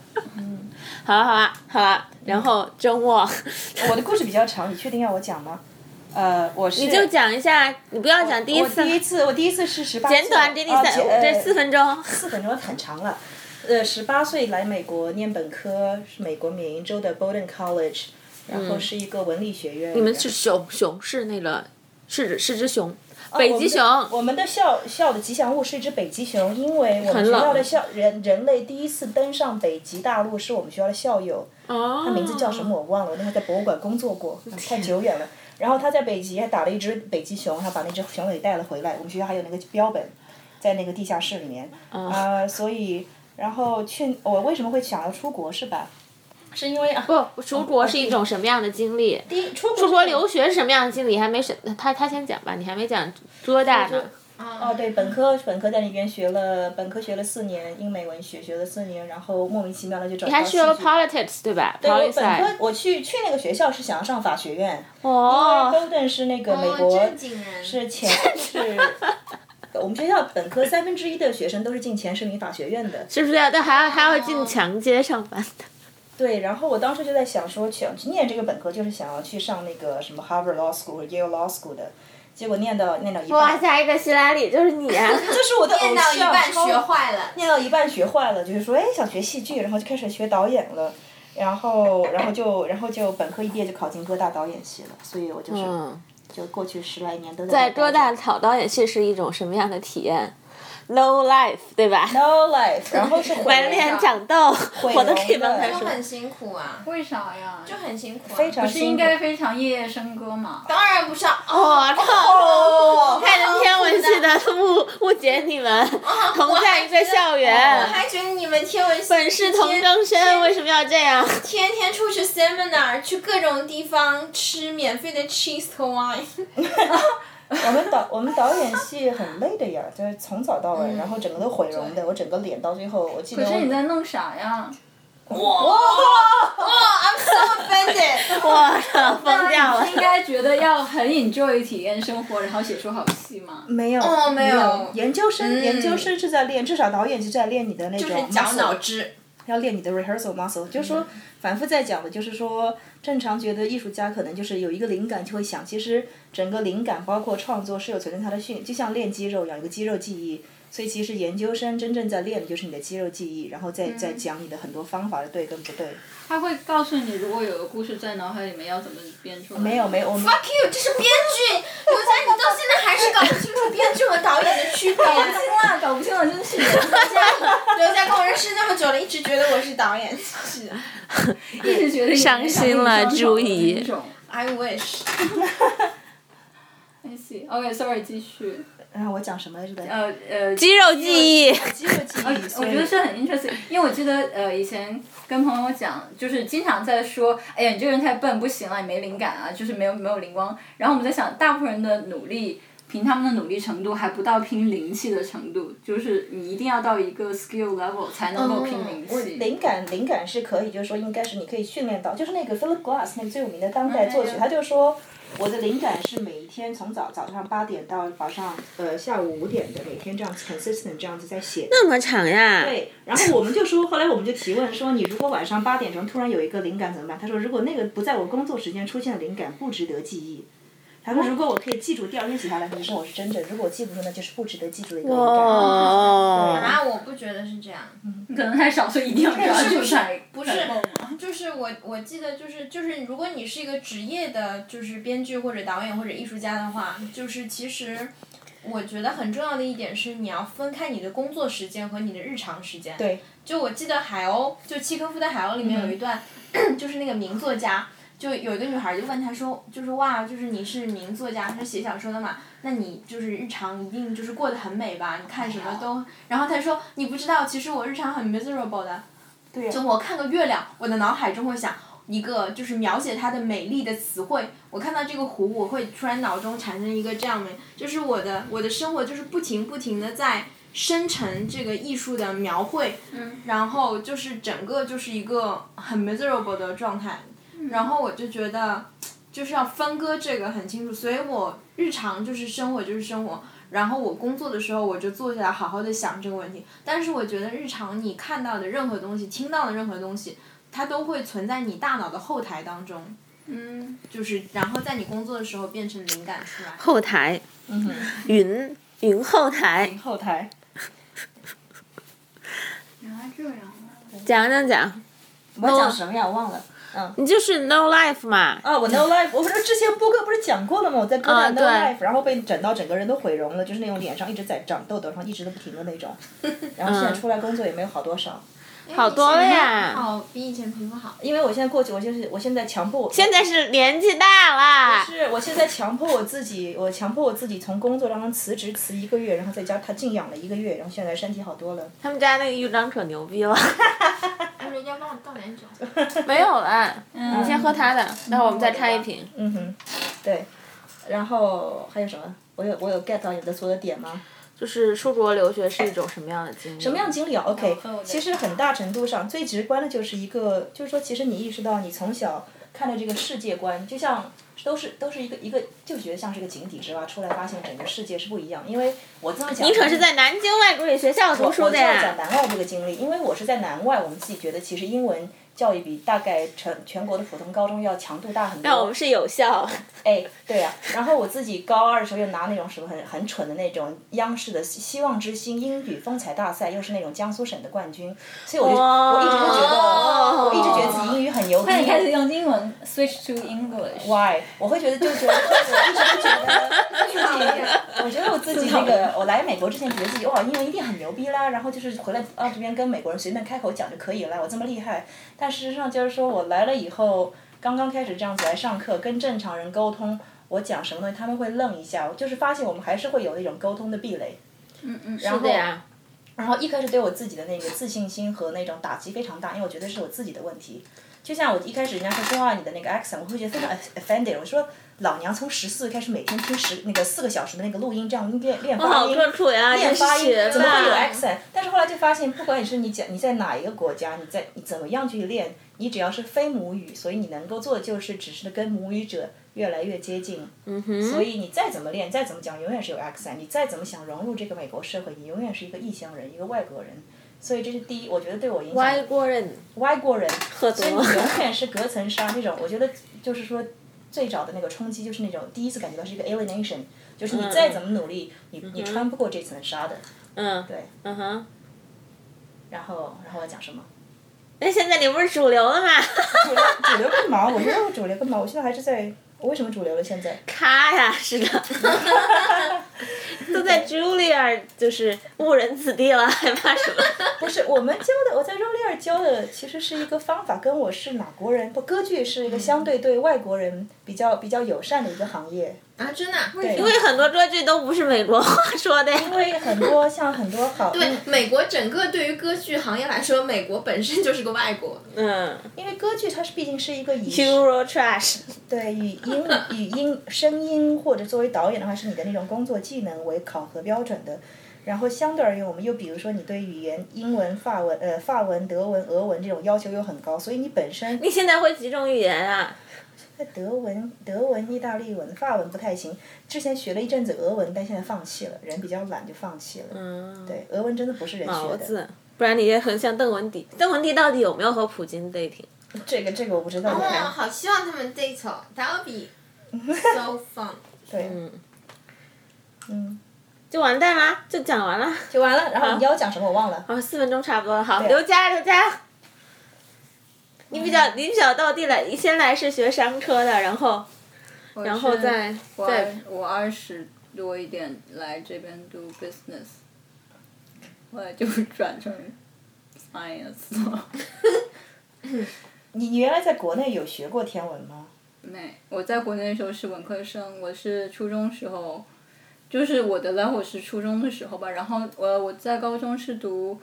[SPEAKER 2] 好了好了好了，然后周末
[SPEAKER 4] 我的故事比较长，你确定要我讲吗？呃，我是
[SPEAKER 2] 你就讲一下，你不要讲第一次
[SPEAKER 4] 我，第一次，我第一次是十八，
[SPEAKER 2] 简短给你三
[SPEAKER 4] 哦简
[SPEAKER 2] 这四分钟。
[SPEAKER 4] 四分钟很长了。呃，十八岁来美国念本科，是美国缅因州的 Bowdoin College，然后是一个文理学院。你
[SPEAKER 2] 嗯你们是熊熊是那个是是只熊，
[SPEAKER 4] 我
[SPEAKER 2] 北
[SPEAKER 4] 们
[SPEAKER 2] 极
[SPEAKER 4] 的
[SPEAKER 2] 熊。
[SPEAKER 4] 我们的校校的吉祥物是一只北极熊，因为我们学
[SPEAKER 2] 冷
[SPEAKER 4] 校的校人人类第一次登上北极大陆是我们学校的校友，
[SPEAKER 2] 哦，
[SPEAKER 4] 名字叫什么我忘了，我那时候在博物馆工作过，太久远了。然后他在北极还打了一只北极熊，还把那只熊给带了回来。我们学校还有那个标本，在那个地下室里面。
[SPEAKER 2] 嗯
[SPEAKER 4] 啊、
[SPEAKER 2] 呃
[SPEAKER 4] 所以然后去我为什么会想要出国是吧？是因为啊
[SPEAKER 2] 不，出国是一种什么样的经历？
[SPEAKER 4] 哦第 一出国
[SPEAKER 2] 出国留学是什么样的经历？还没审，他他先讲吧，你还没讲哥大呢。
[SPEAKER 1] 嗯
[SPEAKER 4] 哦，对，本科本科在那边学了，本科学了四年英美文学，学了四年，然后莫名其妙的就转到
[SPEAKER 2] 还学了
[SPEAKER 4] 戏剧
[SPEAKER 2] politics 对吧
[SPEAKER 4] 我本
[SPEAKER 2] p o
[SPEAKER 4] 科我去去那个学校是想要上法学院，因为
[SPEAKER 2] 哦，
[SPEAKER 4] Golden 是那个美
[SPEAKER 1] 哦，
[SPEAKER 4] 国
[SPEAKER 1] 正经人。
[SPEAKER 4] 是前是，我们学校本科三分之一的学生都是进前十名法学院的。
[SPEAKER 2] 是不是要？啊但还要还要
[SPEAKER 4] 哦
[SPEAKER 2] 进强街上 班的？
[SPEAKER 4] 对，然后我当时就在想说，想去念这个本科就是想要去上那个什么 Harvard Law School 或者 Yale Law School 的，结果念到念到一
[SPEAKER 2] 哇，
[SPEAKER 4] 半，
[SPEAKER 2] 下一个希拉里就是你 啊！
[SPEAKER 4] 这是我的偶像，
[SPEAKER 1] 念到一半
[SPEAKER 4] 超
[SPEAKER 1] 学坏了，
[SPEAKER 4] 念到一半学坏了，就是说，哎，想学戏剧，然后就开始学导演了，然后，然后就，然后就本科一毕业就考进哥大导演系了，所以我就是，
[SPEAKER 2] 嗯，
[SPEAKER 4] 就过去十来年都
[SPEAKER 2] 在
[SPEAKER 4] 在
[SPEAKER 2] 哥大考导演系是一种什么样的体验？Low life 对吧？
[SPEAKER 4] No life，然 后是毁
[SPEAKER 2] 满脸长痘，我都可以帮他
[SPEAKER 4] 毁容
[SPEAKER 1] 就
[SPEAKER 2] 说。
[SPEAKER 1] 很辛苦啊，
[SPEAKER 3] 为啥呀？就
[SPEAKER 1] 就很辛苦啊。
[SPEAKER 4] 非常
[SPEAKER 3] 是
[SPEAKER 4] 辛苦
[SPEAKER 3] 应该非常夜夜笙歌嘛。
[SPEAKER 1] 当然不是啊
[SPEAKER 2] 我
[SPEAKER 1] 哦，
[SPEAKER 2] 靠！
[SPEAKER 4] 哦
[SPEAKER 2] 害人天文系的误误解你们，同在一个校
[SPEAKER 1] 我
[SPEAKER 2] 园，
[SPEAKER 1] 还觉得你们天文系
[SPEAKER 2] 本是同根生，为什么要这样？
[SPEAKER 1] 天天出去 seminar，去各种地方吃免费的 cheese 和 wine。
[SPEAKER 4] 我们导我们导演系很累的呀，就是从早到晚，然后整个都毁容的，我整个脸到最后，我记得
[SPEAKER 3] 嗯可是你
[SPEAKER 4] 我
[SPEAKER 3] 在弄啥呀？
[SPEAKER 1] 哇、i m so offended。
[SPEAKER 2] 我操，疯掉了
[SPEAKER 3] 应！该觉得要很 enjoy 体验生活，然后写出好戏嘛。
[SPEAKER 4] 没有，
[SPEAKER 1] 哦没有
[SPEAKER 3] 嗯
[SPEAKER 4] 研究生研究生是在练，至少导演是在练你的那
[SPEAKER 1] 就是
[SPEAKER 4] 种
[SPEAKER 1] 绞
[SPEAKER 4] muscle
[SPEAKER 1] 脑汁，
[SPEAKER 4] 要练你的 rehearsal muscle，就是
[SPEAKER 3] 嗯
[SPEAKER 4] 说反复在讲的，就是说正常觉得艺术家可能就是有一个灵感就会想，其实整个灵感包括创作是有存在它的训，就像练肌肉一样，有个肌肉记忆。所以其实研究生真正在练的就是你的肌肉记忆，然后再、
[SPEAKER 3] 嗯
[SPEAKER 4] 再讲你的很多方法的对跟不对。
[SPEAKER 3] 他会告诉你，如果有个故事在脑海里面要怎么编出来。
[SPEAKER 4] 没有没有，我们
[SPEAKER 1] Fuck you，这是编剧，刘佳，你到现在还是搞不清楚编剧和导演的区别。
[SPEAKER 4] 啊，搞不清了，真的是。
[SPEAKER 1] 刘佳跟我认识那么久了，一直觉得我是导演，是的。
[SPEAKER 3] 一直觉得
[SPEAKER 2] 伤心了朱怡
[SPEAKER 1] I wish。
[SPEAKER 3] I see. OK，sorry，、继续。
[SPEAKER 4] 然后我讲什么来着？
[SPEAKER 3] 呃呃，
[SPEAKER 2] 肌肉记忆，
[SPEAKER 4] 肌肉记忆，
[SPEAKER 3] 我
[SPEAKER 4] 所以
[SPEAKER 3] 觉得是很 interesting，因为我记得呃以前跟朋友讲，就是经常在说，哎呀你这个人太笨，不行了，你没灵感啊，就是没有没有灵光。然后我们在想，大部分人的努力，凭他们的努力程度还不到拼灵气的程度，就是你一定要到一个 skill level 才能够拼灵气。
[SPEAKER 4] 灵感灵感是可以，就是说应该是你可以训练到，就是那个 Philip Glass 那个最有名的当代作曲，
[SPEAKER 3] 嗯
[SPEAKER 4] 他就说我的灵感是每一天从早早上八点到早上呃下午五点的，每天这样 consistent 这样子在写。
[SPEAKER 2] 这么长啊呀？
[SPEAKER 4] 对，然后我们就说，后来我们就提问说，你如果晚上八点钟突然有一个灵感怎么办？他说，如果那个不在我工作时间出现的灵感不值得记忆。他说，如果我可以记住第二天写下来，你说我是真的；如果我记不住，那就是不值得记住的一个灵感。
[SPEAKER 2] 哦，
[SPEAKER 1] 啊，我不觉得是这样。
[SPEAKER 3] 你可能太少，所以一定要抓
[SPEAKER 1] 是
[SPEAKER 3] 住嗯
[SPEAKER 1] 不是
[SPEAKER 3] 才
[SPEAKER 1] 不
[SPEAKER 3] 才
[SPEAKER 1] 是
[SPEAKER 3] 够嘛
[SPEAKER 1] 就是我我记得就是就是，如果你是一个职业的，就是编剧或者导演或者艺术家的话，就是其实我觉得很重要的一点是，你要分开你的工作时间和你的日常时间。
[SPEAKER 4] 对，
[SPEAKER 1] 就我记得海鸥，就契诃夫的海鸥里面有一段， 就是那个名作家。就有一个女孩就问他说，就是哇，就是你是名作家，他是写小说的嘛，那你就是日常一定就是过得很美吧？你看什么都，然后他说你不知道，其实我日常很 miserable 的，
[SPEAKER 4] 对呀
[SPEAKER 1] 就我看个月亮，我的脑海中会想一个就是描写它的美丽的词汇。我看到这个湖，我会突然脑中产生一个这样的，就是我的我的生活就是不停不停的在生成这个艺术的描绘，然后就是整个就是一个很 miserable 的状态。然后我就觉得就是要分割这个很清楚，所以我日常就是生活就是生活，然后我工作的时候我就坐下来好好的想这个问题。但是我觉得日常你看到的任何东西，听到的任何东西，它都会存在你大脑的后台当中，
[SPEAKER 3] 嗯，
[SPEAKER 1] 就是然后在你工作的时候变成灵感出来。
[SPEAKER 2] 后台，云云后台，
[SPEAKER 4] 嗯后台。
[SPEAKER 3] 原来这样啊。
[SPEAKER 2] 讲讲讲，
[SPEAKER 4] 我讲什么呀？我忘了。嗯。
[SPEAKER 2] 你就是 no life 嘛？
[SPEAKER 4] 啊，我 No Life，我不是之前播客不是讲过了吗？我在歌
[SPEAKER 2] 啊
[SPEAKER 4] 坛 No
[SPEAKER 2] 对
[SPEAKER 4] Life，、然后被整到整个人都毁容了，就是那种脸上一直在长痘痘，然后一直都不停的那 种。然后现
[SPEAKER 2] 嗯
[SPEAKER 4] 在出来工作也没有好多少，
[SPEAKER 1] 好
[SPEAKER 2] 多了呀
[SPEAKER 1] 好比以前皮肤好。
[SPEAKER 4] 因为我现在过去，我就是我现在强迫我，
[SPEAKER 2] 现在是年纪大了，
[SPEAKER 4] 是我现在强迫我自己，我强迫我自己从工作当中辞职辞一个月，然后在家他静养了一个月，然后现在身体好多了。
[SPEAKER 2] 他们家那个豫章可牛 逼了，
[SPEAKER 1] 人家帮我倒 点酒。
[SPEAKER 2] 没有了，你先喝他的，待会儿我们再开一瓶。
[SPEAKER 4] 嗯哼，对。然后还有什么？我有我有 get 到你的所有的点吗？
[SPEAKER 2] 就是出国留学是一种什么样的经历？什
[SPEAKER 4] 什么样的经历啊？OK，
[SPEAKER 3] 我的
[SPEAKER 4] 其实很大程度上最直观的就是一个，就是说，其实你意识到你从小看的这个世界观，就像都是都是一个一个，就觉得像是一个井底之蛙，出来发现整个世界是不一样。因为我这么讲，
[SPEAKER 2] 你可是在南京外国语学校读书
[SPEAKER 4] 我
[SPEAKER 2] 的
[SPEAKER 4] 就要讲
[SPEAKER 2] 呀，
[SPEAKER 4] 南外这个经历，因为我是在南外，我们自己觉得其实英文教育比大概全全国的普通高中要强度大很多。
[SPEAKER 2] 我们是有效。
[SPEAKER 4] 哎，对呀、然后我自己高二的时候又拿那种什么很很蠢的那种央视的希《希望之星》英语风采大赛，又是那种江苏省的冠军，所以我就我一直就觉得，
[SPEAKER 2] 哇
[SPEAKER 4] 我一直觉得自己英语很牛逼。
[SPEAKER 3] 那你 开始用英文 switch to English。
[SPEAKER 4] why？我会觉得就觉得，我一直就觉得自己，我觉得我自己那个，我来美国之前觉得自己哇，英文一定很牛逼啦，然后就是回来到这边跟美国人随便开口讲就可以了，我这么厉害。但事实上就是说我来了以后，刚刚开始这样子来上课，跟正常人沟通，我讲什么东西他们会愣一下，我就是发现我们还是会有一种沟通的壁垒。嗯嗯，然后
[SPEAKER 2] 对呀，
[SPEAKER 4] 然后一开始对我自己的那个自信心和那种打击非常大，因为我觉得是我自己的问题。就像我一开始人家会说啊你的那个 accent，我会觉得非常 offended。我说老娘从十四岁开始每天听十那个四个小时的那个录音，这样练练发
[SPEAKER 2] 好
[SPEAKER 4] 音，
[SPEAKER 2] 刻苦呀，
[SPEAKER 4] 练
[SPEAKER 2] 真是
[SPEAKER 4] 发音
[SPEAKER 2] 学
[SPEAKER 4] 怎么会有
[SPEAKER 2] 霸。嗯
[SPEAKER 4] accent？但是后来就发现，不管你是你讲你在哪一个国家，你在你怎么样去练，你只要是非母语，所以你能够做的就是只是跟母语者越来越接近。嗯哼。所以你再怎么练，再怎么讲，永远是有 accent。你再怎么想融入这个美国社会，你永远是一个异乡人，一个外国人。所以这是第一，我觉得对我影响。
[SPEAKER 2] 外国人
[SPEAKER 4] 外国人，所
[SPEAKER 2] 多
[SPEAKER 4] 以你永
[SPEAKER 2] 嗯
[SPEAKER 4] 远是隔层纱那种。我觉得就是说，最早的那个冲击就是那种第一次感觉到是一个 alienation，就是你再怎么努力，你你穿不过这层纱的。
[SPEAKER 2] 嗯，
[SPEAKER 4] 对，
[SPEAKER 2] 嗯哼。
[SPEAKER 4] 然后然后我要讲什么？
[SPEAKER 2] 那现在你不是主流 了吗？
[SPEAKER 4] 主流主流干嘛？我觉得我主流干嘛？我现在还是在，我为什么主流了？现在？
[SPEAKER 2] 咔呀，是的， 都在 Julia 就是误人子弟了，还怕什么？
[SPEAKER 4] 不是我们教的，我在 r o l i e r 教的其实是一个方法，跟我是哪国人不，歌剧是一个相对对外国人比较比较友善的一个行业。
[SPEAKER 7] 啊，真的啊、
[SPEAKER 4] 因
[SPEAKER 2] 因为很多歌剧都不是美国话说的呀。因
[SPEAKER 4] 因为很多像很多好，对
[SPEAKER 7] 美国整个对于歌剧行业来说，美国本身就是个外国。
[SPEAKER 2] 嗯
[SPEAKER 4] 因为歌剧它是毕竟是一个以
[SPEAKER 2] ，Euro Trash，
[SPEAKER 4] 对以音 以音声音或者作为导演的话，是你的那种工作技能为考核标准的。然后相对而言，我们又比如说你对语言英文、法文、呃法文、德文、俄文这种要求又很高，所以你本身
[SPEAKER 2] 你现在会几种语言啊？
[SPEAKER 4] 德文、德文、意大利文、法文不太行。之前学了一阵子俄文，但现在放弃了，人比较懒就放弃了。
[SPEAKER 2] 嗯，
[SPEAKER 4] 对，俄文真的不是人
[SPEAKER 2] 毛
[SPEAKER 4] 学
[SPEAKER 2] 子
[SPEAKER 4] 的。，
[SPEAKER 2] 不然你也很像邓文迪。邓文迪到底有没有和普京 dating？
[SPEAKER 4] 这个这个我不知道。
[SPEAKER 7] 哦，好希望他们 date 哦，That would be so fun。
[SPEAKER 4] 对，
[SPEAKER 2] 嗯，
[SPEAKER 4] 嗯，
[SPEAKER 2] 就完蛋啦，就讲完了。
[SPEAKER 4] 就完了。然后你要讲什么我忘了。
[SPEAKER 2] 啊，四分钟差不多了，好，
[SPEAKER 4] 对嗯
[SPEAKER 2] 刘佳，刘佳，你比较你比较到地了，你先来是学商科的，然后然后再
[SPEAKER 4] 嗯
[SPEAKER 3] 我
[SPEAKER 2] 再
[SPEAKER 3] 我二十多一点来这边读 business，后来就转成 science 了。
[SPEAKER 4] 你你原来在国内有学过天文吗？
[SPEAKER 3] 没，我在国内的时候是文科生，我是初中时候，就是我的 level 是初中的时候吧，然后我我在高中是读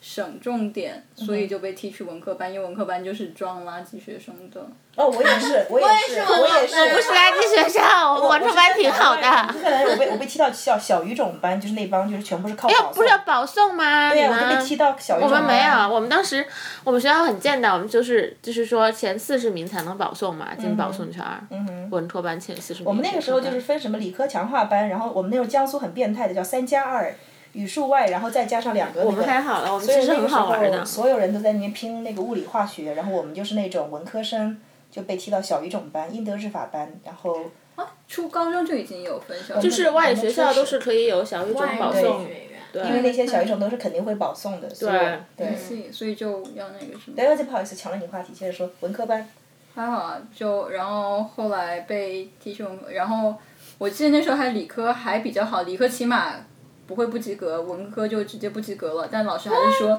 [SPEAKER 3] 省重点，所以就被踢去文科班，因为文科班就是装垃圾学生的。
[SPEAKER 4] 哦，我也 是，我也是，我也是。
[SPEAKER 2] 不是垃圾学生，我这班挺好
[SPEAKER 4] 我是
[SPEAKER 2] 的。
[SPEAKER 4] 在哎海外我被我被踢到小小语种班，就是那帮就是全部是靠
[SPEAKER 2] 哎
[SPEAKER 4] 保
[SPEAKER 2] 呦
[SPEAKER 4] 送。，
[SPEAKER 2] 不是要保送吗？
[SPEAKER 4] 对
[SPEAKER 2] 你
[SPEAKER 4] 啊，我就
[SPEAKER 2] 们
[SPEAKER 4] 被踢到小语
[SPEAKER 2] 我
[SPEAKER 4] 种班。
[SPEAKER 2] 们没有，我们当时我们学校很贱的，我们就是就是说前四十名才能保送嘛，进保送圈儿，
[SPEAKER 4] 嗯
[SPEAKER 2] 文科班前四十名。我
[SPEAKER 4] 我们那个时候就是分什么理科强化班，然后我们那时候江苏很变态的叫三加二，语数外，然后再加上两个、那个。我
[SPEAKER 2] 我们还好了，我们
[SPEAKER 4] 所以
[SPEAKER 2] 其实
[SPEAKER 4] 那个
[SPEAKER 2] 很
[SPEAKER 4] 时
[SPEAKER 2] 好
[SPEAKER 4] 候
[SPEAKER 2] 玩的。
[SPEAKER 4] 所有人都在那边拼那个物理化学，然后我们就是那种文科生，就被踢到小语种班、英德日法班，然后
[SPEAKER 3] 初高中就已经有分校，
[SPEAKER 2] 就
[SPEAKER 3] 就是
[SPEAKER 2] 外语学校都
[SPEAKER 4] 我们确
[SPEAKER 2] 是
[SPEAKER 4] 实
[SPEAKER 2] 可以有小语种 保送，
[SPEAKER 7] 学员
[SPEAKER 4] 因为那些小语种都是肯定会保送的，对对。
[SPEAKER 3] 所以就要那个什么。
[SPEAKER 4] 哎，而且不好意思，抢了你话题，接着说文科班。
[SPEAKER 3] 还好啊，就然后后来被踢去文科，然后我记得那时候还理科还比较好，理科起码不会不及格，文科就直接不及格了。但老师还是说，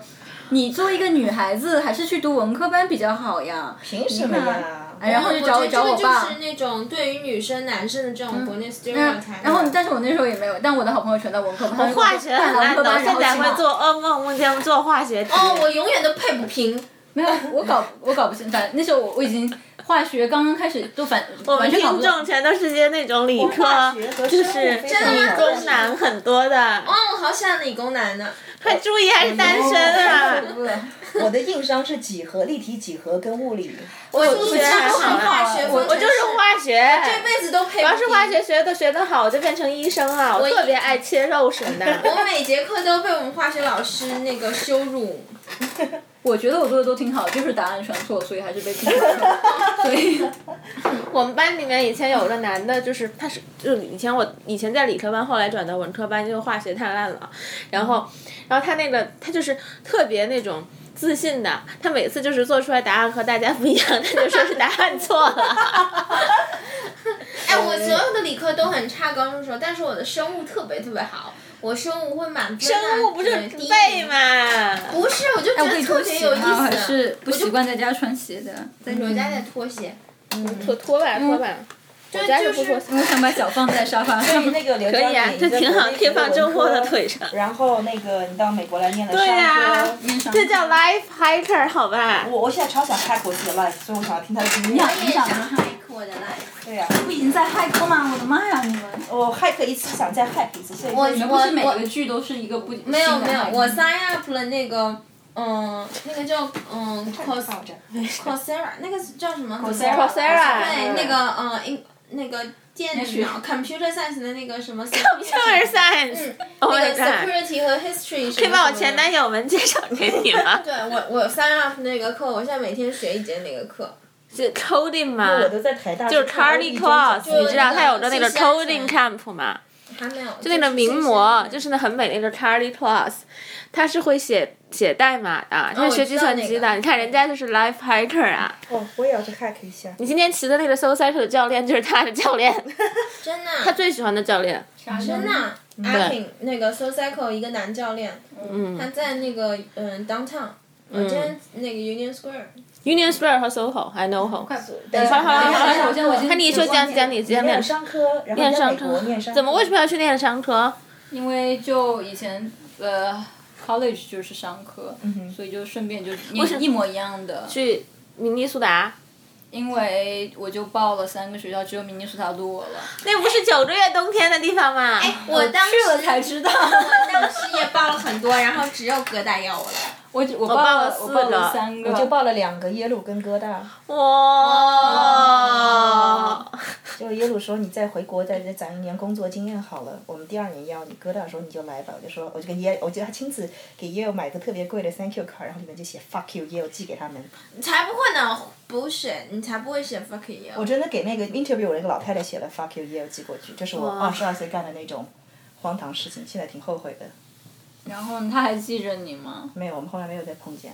[SPEAKER 3] 你作为一个女孩子，还是去读文科班比较好呀。凭
[SPEAKER 4] 什么呀
[SPEAKER 3] 哎，然后就
[SPEAKER 7] 我
[SPEAKER 3] 找
[SPEAKER 7] 觉得
[SPEAKER 3] 找
[SPEAKER 7] 这
[SPEAKER 3] 我
[SPEAKER 7] 个
[SPEAKER 3] 爸
[SPEAKER 7] 就是。那种对于女生、男生的这种国内 stereotype。
[SPEAKER 3] 然后，但是我那时候也没有，但我的好朋友全在文科班，我啊
[SPEAKER 2] 化学很烂的，我现在会做
[SPEAKER 3] 做。
[SPEAKER 2] 噩梦，梦见做化学题。
[SPEAKER 7] 哦，我永远都配不平。
[SPEAKER 3] 没有，我搞我搞不清，反正那时候我我已经化学刚刚开始，就反完全搞不
[SPEAKER 2] 听
[SPEAKER 3] 懂
[SPEAKER 2] 众。全都是些那种理科
[SPEAKER 4] 化学和，
[SPEAKER 2] 就
[SPEAKER 4] 生物
[SPEAKER 2] 是
[SPEAKER 4] 非常
[SPEAKER 2] 理工男很多的。
[SPEAKER 7] 哦，我好喜欢理工男呢。
[SPEAKER 2] 快注意，还是单身啊！
[SPEAKER 4] 我的硬伤是几何、立体几何跟物理。
[SPEAKER 7] 我
[SPEAKER 1] 哦
[SPEAKER 2] 数学还好
[SPEAKER 7] 化
[SPEAKER 2] 啊
[SPEAKER 7] 学，
[SPEAKER 2] 我就是化学，
[SPEAKER 7] 这辈子都配不平。
[SPEAKER 2] 我要是化学学的学得好，我就变成医生了。我特别爱切肉什么的。
[SPEAKER 7] 我每节课都被我们化学老师那个羞辱。
[SPEAKER 3] 我觉得我做的都挺好，就是答案选错，所以还是被批评 了。所以
[SPEAKER 2] 我们班里面以前有个男的，就是他是就是以前我以前在理科班，后来转到文科班，因为化学太烂了。然后，然后他那个他就是特别那种。自信的，他每次就是做出来答案和大家不一样，他就说是答案错 了。
[SPEAKER 7] 哎，我所有的理科都很差，高中的时候，但是我的生物特别特别好，我生物会满分啊。
[SPEAKER 2] 生物不就
[SPEAKER 4] 嗯
[SPEAKER 7] 对第一
[SPEAKER 2] 背
[SPEAKER 7] 名
[SPEAKER 2] 吗？
[SPEAKER 7] 不是，我就觉得特别
[SPEAKER 3] 我
[SPEAKER 7] 有意思。
[SPEAKER 3] 还啊是不习惯在家穿鞋的，嗯在
[SPEAKER 7] 我家在拖鞋，
[SPEAKER 2] 拖拖吧，
[SPEAKER 4] 嗯
[SPEAKER 2] 拖吧。我家就不拖
[SPEAKER 7] 就
[SPEAKER 3] 我
[SPEAKER 2] 鞋。
[SPEAKER 3] 想把脚放在沙发
[SPEAKER 4] 所
[SPEAKER 3] 上
[SPEAKER 4] 以。那个刘
[SPEAKER 2] 可
[SPEAKER 4] 佳
[SPEAKER 2] 以啊
[SPEAKER 4] 你
[SPEAKER 2] 这
[SPEAKER 4] 在
[SPEAKER 2] 挺
[SPEAKER 4] 国
[SPEAKER 2] 好
[SPEAKER 4] 内
[SPEAKER 2] 贴
[SPEAKER 4] 读了
[SPEAKER 2] 放周
[SPEAKER 4] 文
[SPEAKER 2] 末的
[SPEAKER 4] 科
[SPEAKER 2] 腿上
[SPEAKER 4] 然后那个你到美国来念了
[SPEAKER 2] 对
[SPEAKER 4] 商
[SPEAKER 2] 呀
[SPEAKER 4] 科。，
[SPEAKER 2] 这叫 life hacker 好吧？
[SPEAKER 4] 我我现在超想 hack 我自己的 life，所以我想要听他的经验。
[SPEAKER 7] 我也想 hack 我的 life。
[SPEAKER 4] 对呀、
[SPEAKER 3] 不已经在害哭吗？我的妈呀，你们！
[SPEAKER 4] 我 hack 一次想再 hack 一次，所以
[SPEAKER 7] 我
[SPEAKER 4] 你们
[SPEAKER 3] 不是每个剧都是一个不没
[SPEAKER 7] 没有没有，我 sign up 了那个，嗯，那个叫嗯 cos
[SPEAKER 4] 放着。
[SPEAKER 7] Coursera，那个叫什么哎
[SPEAKER 4] Coursera
[SPEAKER 2] 哎 Coursera
[SPEAKER 7] 对，那个嗯英那个
[SPEAKER 1] 电脑 computer science 的那个什么
[SPEAKER 2] Computer science，Oh
[SPEAKER 1] 那
[SPEAKER 2] my
[SPEAKER 1] 个
[SPEAKER 2] god！
[SPEAKER 1] security 和 history
[SPEAKER 2] 可以
[SPEAKER 1] 可
[SPEAKER 2] 把我前男友们介绍给你 吗？
[SPEAKER 1] 对我我 sign up 那个课，我现在每天学一节那个课。
[SPEAKER 2] 是 coding 吗？
[SPEAKER 4] 我都在台大，
[SPEAKER 2] 就是
[SPEAKER 4] 看到
[SPEAKER 2] Carly
[SPEAKER 4] 一
[SPEAKER 2] c o
[SPEAKER 4] 张
[SPEAKER 2] s 你知道他有个那个
[SPEAKER 1] 信息安
[SPEAKER 2] coding
[SPEAKER 1] 全
[SPEAKER 2] camp 吗？
[SPEAKER 1] 还没有，就
[SPEAKER 2] 那个名模，就是是那很美那个 Carly Plus，她是会写写代码的，她是学计算机的。
[SPEAKER 1] 那个
[SPEAKER 2] 哦你看人家就是 life hacker 啊！
[SPEAKER 4] 哦，我也要去 hack 一下。
[SPEAKER 2] 你今天骑的那个 Soul Cycle 的教练就是她的教 练，
[SPEAKER 1] 真的，
[SPEAKER 2] 她最喜嗯欢的教练。
[SPEAKER 1] 真的。阿挺那个 So Cycle 一个男教练，他在那个嗯 downtown，我今天那个 Union Square，
[SPEAKER 2] Union Square 和 SOHO，I know her。
[SPEAKER 3] 等一
[SPEAKER 4] 下
[SPEAKER 2] 好了好了好了，
[SPEAKER 3] 我先我先
[SPEAKER 2] 看你一说讲讲你讲
[SPEAKER 4] 念
[SPEAKER 2] 讲
[SPEAKER 4] 商科，然后在
[SPEAKER 2] 商
[SPEAKER 4] 美国
[SPEAKER 2] 科
[SPEAKER 4] 念商，科，
[SPEAKER 2] 怎么为什么要去念商科？
[SPEAKER 3] 因为就以前呃 college 就是商科，
[SPEAKER 2] 嗯
[SPEAKER 3] 所以就顺便就念一模一样的。
[SPEAKER 2] 去明尼苏达？
[SPEAKER 3] 因为我就报了三个学校，只有明尼苏达录我了。
[SPEAKER 2] 那不是九个月冬天的地方吗？
[SPEAKER 1] 我当时
[SPEAKER 3] 去了才知 道，
[SPEAKER 1] 当时也报了很多，然后只有哥大要我了。
[SPEAKER 3] 我我报
[SPEAKER 2] 报了
[SPEAKER 3] 了
[SPEAKER 2] 四
[SPEAKER 3] 我
[SPEAKER 2] 个
[SPEAKER 3] 报了三个，
[SPEAKER 4] 我就报了两个耶鲁跟哥大。
[SPEAKER 2] 哇！
[SPEAKER 4] 就耶鲁说你再回国再再攒一年工作经验好了，我们第二年要你。哥大说你就来吧，我就说我就给耶，我就他亲自给耶鲁买个特别贵的 thank you card，然后里面就写 fuck you 耶鲁寄给他们。
[SPEAKER 1] 才不会呢，bullshit，你才不会写 fuck you。
[SPEAKER 4] 我真的给那个 interview 我那个老太太写了 fuck you 耶鲁寄过去，这是我
[SPEAKER 2] 哇
[SPEAKER 4] 二十二岁干的那种荒唐事情，现在挺后悔的。
[SPEAKER 3] 然后他还记着你吗
[SPEAKER 4] 没有，我们后来没有再碰见。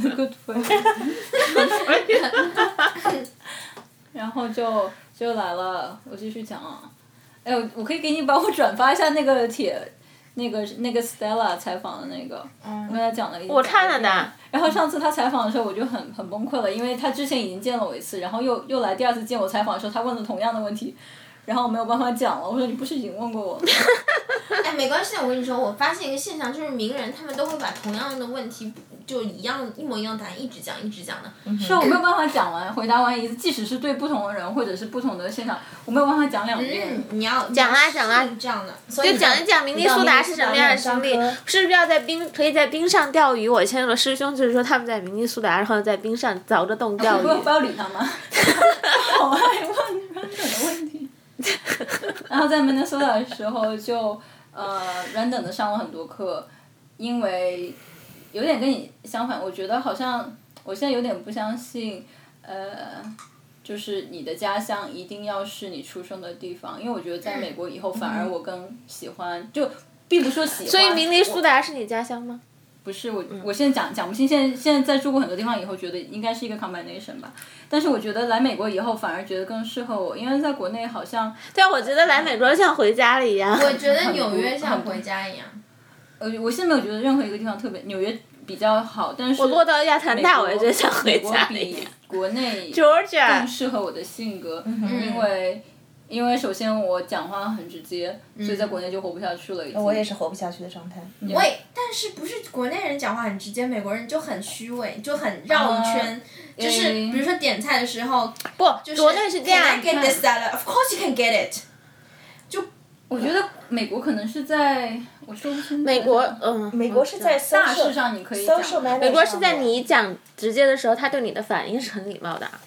[SPEAKER 3] ？Good for you。然 后就就来了，我继续讲啊。哎，我我可以给你帮我转发一下那个帖，那个那个 Stella 采访的那个，我跟他讲了一。我
[SPEAKER 2] 看了的。
[SPEAKER 3] 然后上次他采访的时候，我就很很崩溃了，因为他之前已经见了我一次，然后又又来第二次见我采访的时候，他问了同样的问题，然后我没有办法讲了。我说你不是已经问过我吗？
[SPEAKER 1] 哎，没关系，我跟你说，我发现一个现象，就是名人他们都会把同样的问题，就一样一模一样的答案一直讲一直讲的。
[SPEAKER 2] 嗯
[SPEAKER 3] 是我没有办法讲完回答完一次，即使是对不同的人或者是不同的现场，我没有办法讲两遍。
[SPEAKER 1] 嗯，你要
[SPEAKER 2] 讲啦讲啦
[SPEAKER 1] 这样的，所以
[SPEAKER 2] 就讲一讲明尼苏达是什么样的经历
[SPEAKER 4] 明尼苏达念商，
[SPEAKER 2] 是不是要在冰可以在冰上钓鱼？我以前有个师兄就是说他们在明尼苏达，然后在冰上凿着洞钓
[SPEAKER 3] 不要
[SPEAKER 2] 鱼
[SPEAKER 3] 不。要理他们，好爱问人的问题。然后在 Minnesota 的时候就呃 random 的上了很多课，因为有点跟你相反，我觉得好像我现在有点不相信，呃，就是你的家乡一定要是你出生的地方，因为我觉得在美国以后，反而我更喜欢，就并不说喜欢，
[SPEAKER 2] 嗯所以明尼苏
[SPEAKER 3] 我
[SPEAKER 2] 达是你家乡吗？
[SPEAKER 3] 不是我，
[SPEAKER 2] 嗯
[SPEAKER 3] 我现在讲讲不清。现在现在在住过很多地方以后，觉得应该是一个 combination 吧。但是我觉得来美国以后，反而觉得更适合我，因为在国内好像，
[SPEAKER 2] 对啊，我觉得来美国像回家了一样。
[SPEAKER 1] 我觉得纽约像回家一样。
[SPEAKER 3] 呃，我现在没有觉得任何一个地方特别，纽约比较好，但是
[SPEAKER 2] 我落到亚特兰
[SPEAKER 3] 美
[SPEAKER 2] 大，
[SPEAKER 3] 国
[SPEAKER 2] 我也觉得像回家了
[SPEAKER 3] 美
[SPEAKER 2] 一
[SPEAKER 3] 国比
[SPEAKER 2] 样。啊嗯
[SPEAKER 3] 国内更
[SPEAKER 2] Georgia，
[SPEAKER 3] 适合我的性格，因为因为首先我讲话很直接，所以
[SPEAKER 2] 嗯
[SPEAKER 3] 在国内就活不下去了。已经
[SPEAKER 4] 我也是活不下去的状态。嗯
[SPEAKER 1] 喂，哎但是不是国内人讲话很直接，美国人就很虚伪，就很绕一圈。就是
[SPEAKER 3] 嗯
[SPEAKER 1] 比如说点菜的时候，
[SPEAKER 2] 不，国内是这样
[SPEAKER 1] Can I。get this salad? Of course you can get it.
[SPEAKER 3] 我觉得美国可能是在我说不清楚
[SPEAKER 2] 美国，嗯，
[SPEAKER 4] 美国是在 social,
[SPEAKER 3] 啊大事上你可以讲
[SPEAKER 4] social manner
[SPEAKER 2] 美国是在
[SPEAKER 4] 上的
[SPEAKER 2] 你讲直接的时候，他对你的反应是很礼貌的。啊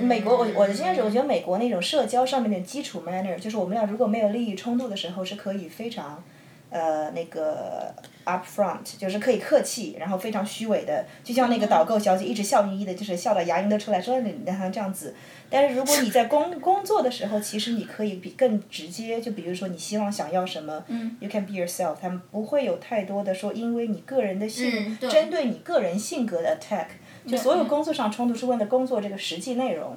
[SPEAKER 4] 美国，我我的经验是，我觉得美国那种社交上面的基础 manner，就是我们俩如果没有利益冲突的时候，是可以非常，呃，那个 upfront，就是可以客气，然后非常虚伪的，就像那个导购小姐一直笑眯眯的，就是笑到牙龈都出来，说你你像这样子。但是如果你在工工作的时候，其实你可以比更直接，就比如说你希望想要什么、y
[SPEAKER 1] 嗯
[SPEAKER 4] o u can be yourself，他们不会有太多的说因为你个人的性、
[SPEAKER 1] 嗯对
[SPEAKER 4] 针对你个人性格的 attack。就所有工作上冲突是为了工作这个实际内容。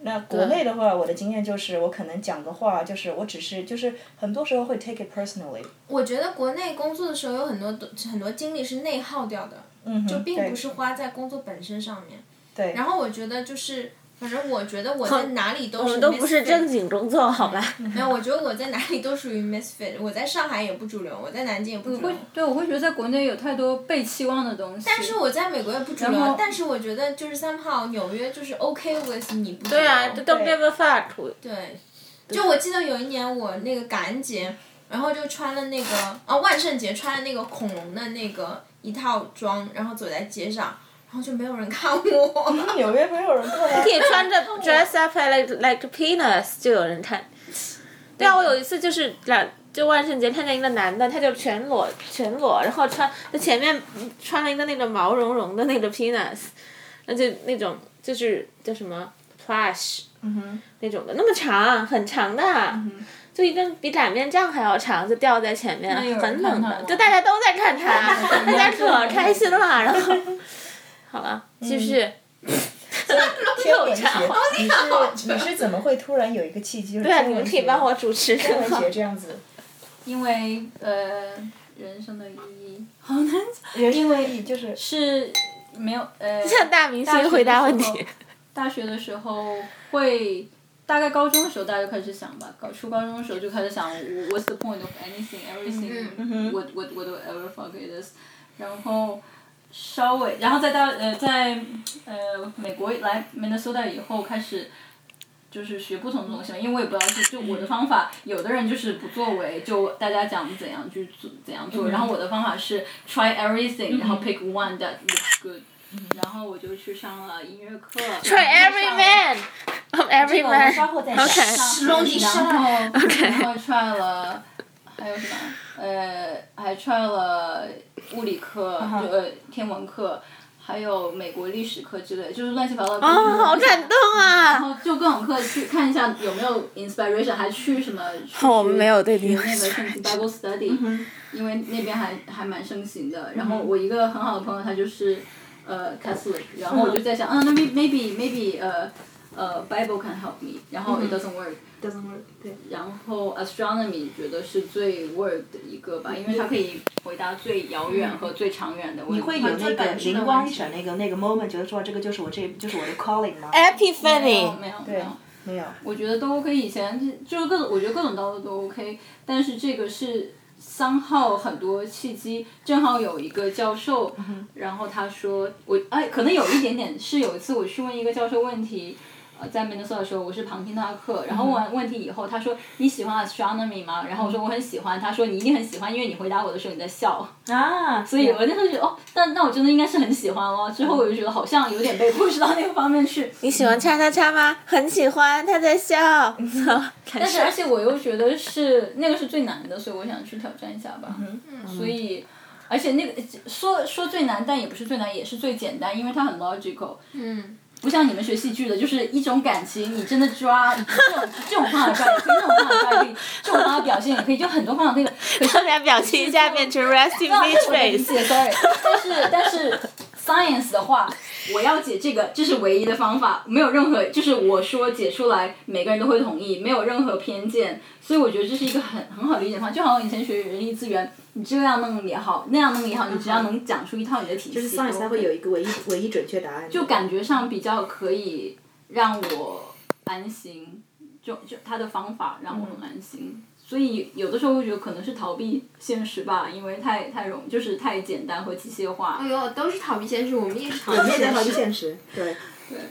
[SPEAKER 4] 那国内的话，我的经验就是，我可能讲个话，就是我只是就是很多时候会 take it personally。
[SPEAKER 1] 我觉得国内工作的时候有很多很多精力是内耗掉的，
[SPEAKER 4] 嗯哼，
[SPEAKER 1] 就并
[SPEAKER 4] 对
[SPEAKER 1] 不是花在工作本身上面。
[SPEAKER 4] 对
[SPEAKER 1] 然后我觉得就是，反正我觉得我在哪里都
[SPEAKER 2] 我
[SPEAKER 1] 是
[SPEAKER 2] 们都不是
[SPEAKER 1] misfit
[SPEAKER 2] 正。经工作，好吧？
[SPEAKER 1] 没有，我觉得我在哪里都属于 misfit。我在上海也不主流，我在南京也不主
[SPEAKER 3] 会
[SPEAKER 1] 流。
[SPEAKER 3] 对，我会觉得在国内有太多被期望的东西。
[SPEAKER 1] 但是我在美国也不主
[SPEAKER 3] 然后
[SPEAKER 1] 流，但是我觉得就是 somehow 纽约就是 OK with 你不主流。
[SPEAKER 2] 对啊，don't give a fuck。
[SPEAKER 1] 对，就我记得有一年我那个感恩节，然后就穿了那个哦啊万圣节穿了那个恐龙的那个一套装，然后走在街上，然后就没有人看 我。
[SPEAKER 4] 纽约没有人看啊。
[SPEAKER 2] 你穿着 dress up like like penis 就有人看。对啊，我有一次就是两。就万圣节看见一个男的，他就全裸全裸，然后穿他前面嗯穿了一个那个毛茸茸的那个 penis，那就那种就是叫什么 plush，嗯
[SPEAKER 7] 哼
[SPEAKER 2] 那种的，那么长，很长的，
[SPEAKER 8] 嗯
[SPEAKER 2] 就一根比擀面杖还要长，就吊在前面，
[SPEAKER 8] 有人
[SPEAKER 2] 很
[SPEAKER 8] 看
[SPEAKER 2] 冷
[SPEAKER 8] 他
[SPEAKER 2] 的
[SPEAKER 8] 吗，
[SPEAKER 2] 就大家都在 看他，大家可开心了，然后好了，
[SPEAKER 8] 嗯
[SPEAKER 2] 继续。
[SPEAKER 4] 天文学，你是你是怎么会突然有一个契机？就是
[SPEAKER 2] 对啊，
[SPEAKER 4] 中
[SPEAKER 2] 你们
[SPEAKER 4] 文
[SPEAKER 2] 可以
[SPEAKER 4] 学
[SPEAKER 2] 帮我主持这
[SPEAKER 4] 中文
[SPEAKER 2] 个。
[SPEAKER 4] 学这样子，
[SPEAKER 3] 因为呃，人生的意义
[SPEAKER 4] 因为就是
[SPEAKER 3] 是没有呃。
[SPEAKER 2] 向大明星回答问题。
[SPEAKER 3] 大学的时候会，大概高中的时候大家就开始想吧，高初高中的时候就开始想我 What's the point of anything, everything,
[SPEAKER 1] 嗯
[SPEAKER 4] 哼
[SPEAKER 3] 嗯 what what what ever fuck it is，然后稍微，然后在大呃在呃美国来 Minnesota 以后开始。就是学不同的东西嘛，因为我也不知道是就我的方法，有的人就是不作为，就大家讲怎样去做怎样做，然后我的方法是 try everything，、然后 pick one that looks good，、然后我就去上了音乐课
[SPEAKER 2] Try every man, I'm every
[SPEAKER 4] 我们
[SPEAKER 2] man.
[SPEAKER 4] 稍后再
[SPEAKER 2] OK，
[SPEAKER 3] 然后然后 try 了，还有什么？呃，还 try 了物理课，就呃天文课，还有美国历史课之类，就是乱七八糟。
[SPEAKER 2] 啊、好感动！
[SPEAKER 3] 然
[SPEAKER 2] 啊！
[SPEAKER 3] 后就各种课去看一下有没有 inspiration，还去什么？
[SPEAKER 4] 哦
[SPEAKER 2] 我们没有对
[SPEAKER 3] 去
[SPEAKER 2] 你有
[SPEAKER 3] 那个圣经
[SPEAKER 4] 嗯
[SPEAKER 3] Bible study，、因为那边还还蛮盛行的。然后我一个很好的朋友，他就是呃 Catholic，然后我就在想，嗯，那 may- maybe maybe 呃呃 Bible can help me，然后 it doesn't work。
[SPEAKER 4] 嗯 doesn't work，对，
[SPEAKER 3] 然后 astronomy 觉得是最 word 的一个
[SPEAKER 4] 嗯
[SPEAKER 3] 吧，因为它可以回答最遥远和最长远的问题。你
[SPEAKER 4] 会有那个灵光一闪那个那个 moment，觉得说这个就是我这就是我的 calling 吗？
[SPEAKER 2] Epiphany，
[SPEAKER 3] 没哦有没有没
[SPEAKER 4] 对
[SPEAKER 3] 有，
[SPEAKER 4] 没有，
[SPEAKER 3] 我觉得都 OK。以前就是各种，我觉得各种道路都 OK，但是这个是商号很多契机，正好有一个教授，然后他说我哎，可能有一点点是有一次我去问一个教授问题。呃，在 Minnesota 的时候，我是旁听他的课，然后问完问题以后，他说你喜欢 astronomy 吗？然后我说我很喜欢，他说你一定很喜欢，因为你回答我的时候你在笑。
[SPEAKER 4] 啊，所以
[SPEAKER 3] 我那时候觉得哦，那那我真的应该是很喜欢哦。之后我就觉得好像有点被 push 到那个方面去。
[SPEAKER 2] 你喜欢叉叉叉吗？很喜欢，他在笑。但
[SPEAKER 3] 但是而且我又觉得是那个是最难的，所以我想去挑战一下吧。所以，而且那个说说最难，但也不是最难，也是最简单，因为它很 logical。
[SPEAKER 7] 嗯，
[SPEAKER 3] 不像你们学戏剧的，就是一种感情，你真的抓这种这种方法抓也可以，那种方法抓也可以，这种方法表现也可以，就很多方法可以。可是
[SPEAKER 2] 突然表情一下变成 resting
[SPEAKER 3] 那这
[SPEAKER 2] bitch
[SPEAKER 3] 是我的理
[SPEAKER 2] face。
[SPEAKER 3] 解，sorry。但是但是 science 的话，我要解这个，这是唯一的方法，没有任何，就是我说解出来，每个人都会同意，没有任何偏见。所以我觉得这是一个很很好的理解方法，就好像以前学人力资源，你这样弄也好，那样弄也好，你只要能讲出一套你的体系，
[SPEAKER 4] 就是上一次它会有一个唯一唯一准确答案，就
[SPEAKER 3] 就感觉上比较可以让我安心，就就他的方法让我很安心。所以有的时候会觉得可能是逃避现实吧，因为太太容就是太简单和机械化。
[SPEAKER 7] 哎呦，都是逃避现实，我们也是逃避
[SPEAKER 4] 现在
[SPEAKER 7] 现
[SPEAKER 4] 逃避
[SPEAKER 7] 实。
[SPEAKER 4] 现 实，对，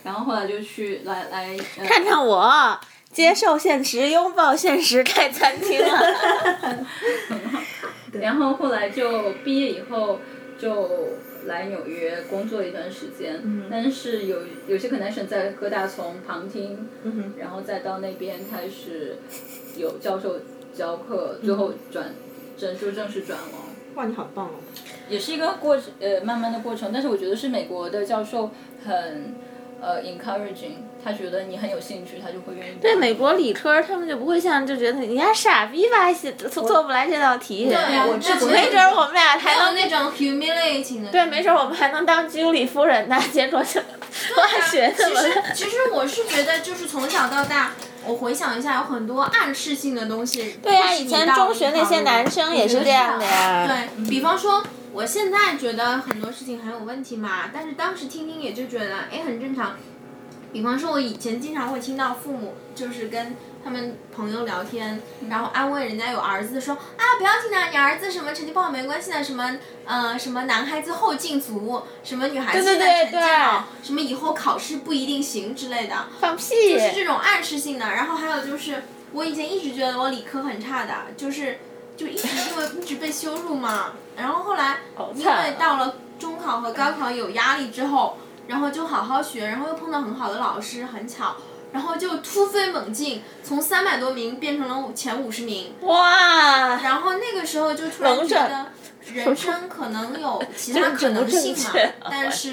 [SPEAKER 3] 然后后来就去来来、呃、
[SPEAKER 2] 看看我，接受现实，拥抱现实，开餐厅了。
[SPEAKER 3] 然后后来就毕业以后就来纽约工作一段时间，
[SPEAKER 1] 嗯
[SPEAKER 3] 但是有有些 connection 在哥大从旁听，
[SPEAKER 1] 嗯
[SPEAKER 3] 然后再到那边开始有教授教
[SPEAKER 1] 嗯
[SPEAKER 3] 课，最后转正就正式转了。
[SPEAKER 4] 哇，你好棒哦！
[SPEAKER 3] 也是一个过呃慢慢的过程，但是我觉得是美国的教授很呃 encouraging，他觉得你很有兴趣，他就会愿意。
[SPEAKER 2] 对美国理科，他们就不会像就觉得你呀傻逼吧，写做做不来这道题。
[SPEAKER 7] 对
[SPEAKER 3] 啊我
[SPEAKER 7] 这
[SPEAKER 3] 这
[SPEAKER 7] 不
[SPEAKER 2] 没准儿我们俩还
[SPEAKER 7] 还有
[SPEAKER 2] 能
[SPEAKER 7] 那种 humiliating 的。
[SPEAKER 2] 对，没准儿我们还能当居里夫人呢。结果就大学怎么了？
[SPEAKER 7] 啊其实其实我是觉得，就是从小到大，我回想一下，有很多暗示性的东西。对
[SPEAKER 2] 对呀，啊以前中学那些男生也是这样的呀。
[SPEAKER 7] 对比方说，我现在觉得很多事情很有问题嘛，但是当时听听也就觉得，哎，很正常。比方说，我以前经常会听到父母就是跟他们朋友聊天，
[SPEAKER 2] 嗯
[SPEAKER 7] 然后安慰人家有儿子说啊，不要紧的，你儿子什么成绩不好没关系的，什么呃什么男孩子后进足，什么女孩子
[SPEAKER 2] 对对
[SPEAKER 7] 现在成绩
[SPEAKER 2] 对
[SPEAKER 7] 好
[SPEAKER 2] 对，
[SPEAKER 7] 什么以后考试不一定行之类的。
[SPEAKER 2] 放屁！
[SPEAKER 7] 是这种暗示性的。然后还有就是，我以前一直觉得我理科很差的，就是就一直因为一直被羞辱嘛。然后后来因
[SPEAKER 2] 惨啊
[SPEAKER 7] 为到了中考
[SPEAKER 1] 考和高考有压力之后，然后就好好学，然后又碰到很好的老师，很巧，然后就突飞猛进，从三百多名变成了前五十名。
[SPEAKER 2] 哇，然
[SPEAKER 1] 然后那个时候就突然觉
[SPEAKER 2] 冷
[SPEAKER 1] 得人生可能有 其他可能性嘛
[SPEAKER 2] 这个不正确，啊
[SPEAKER 1] 但是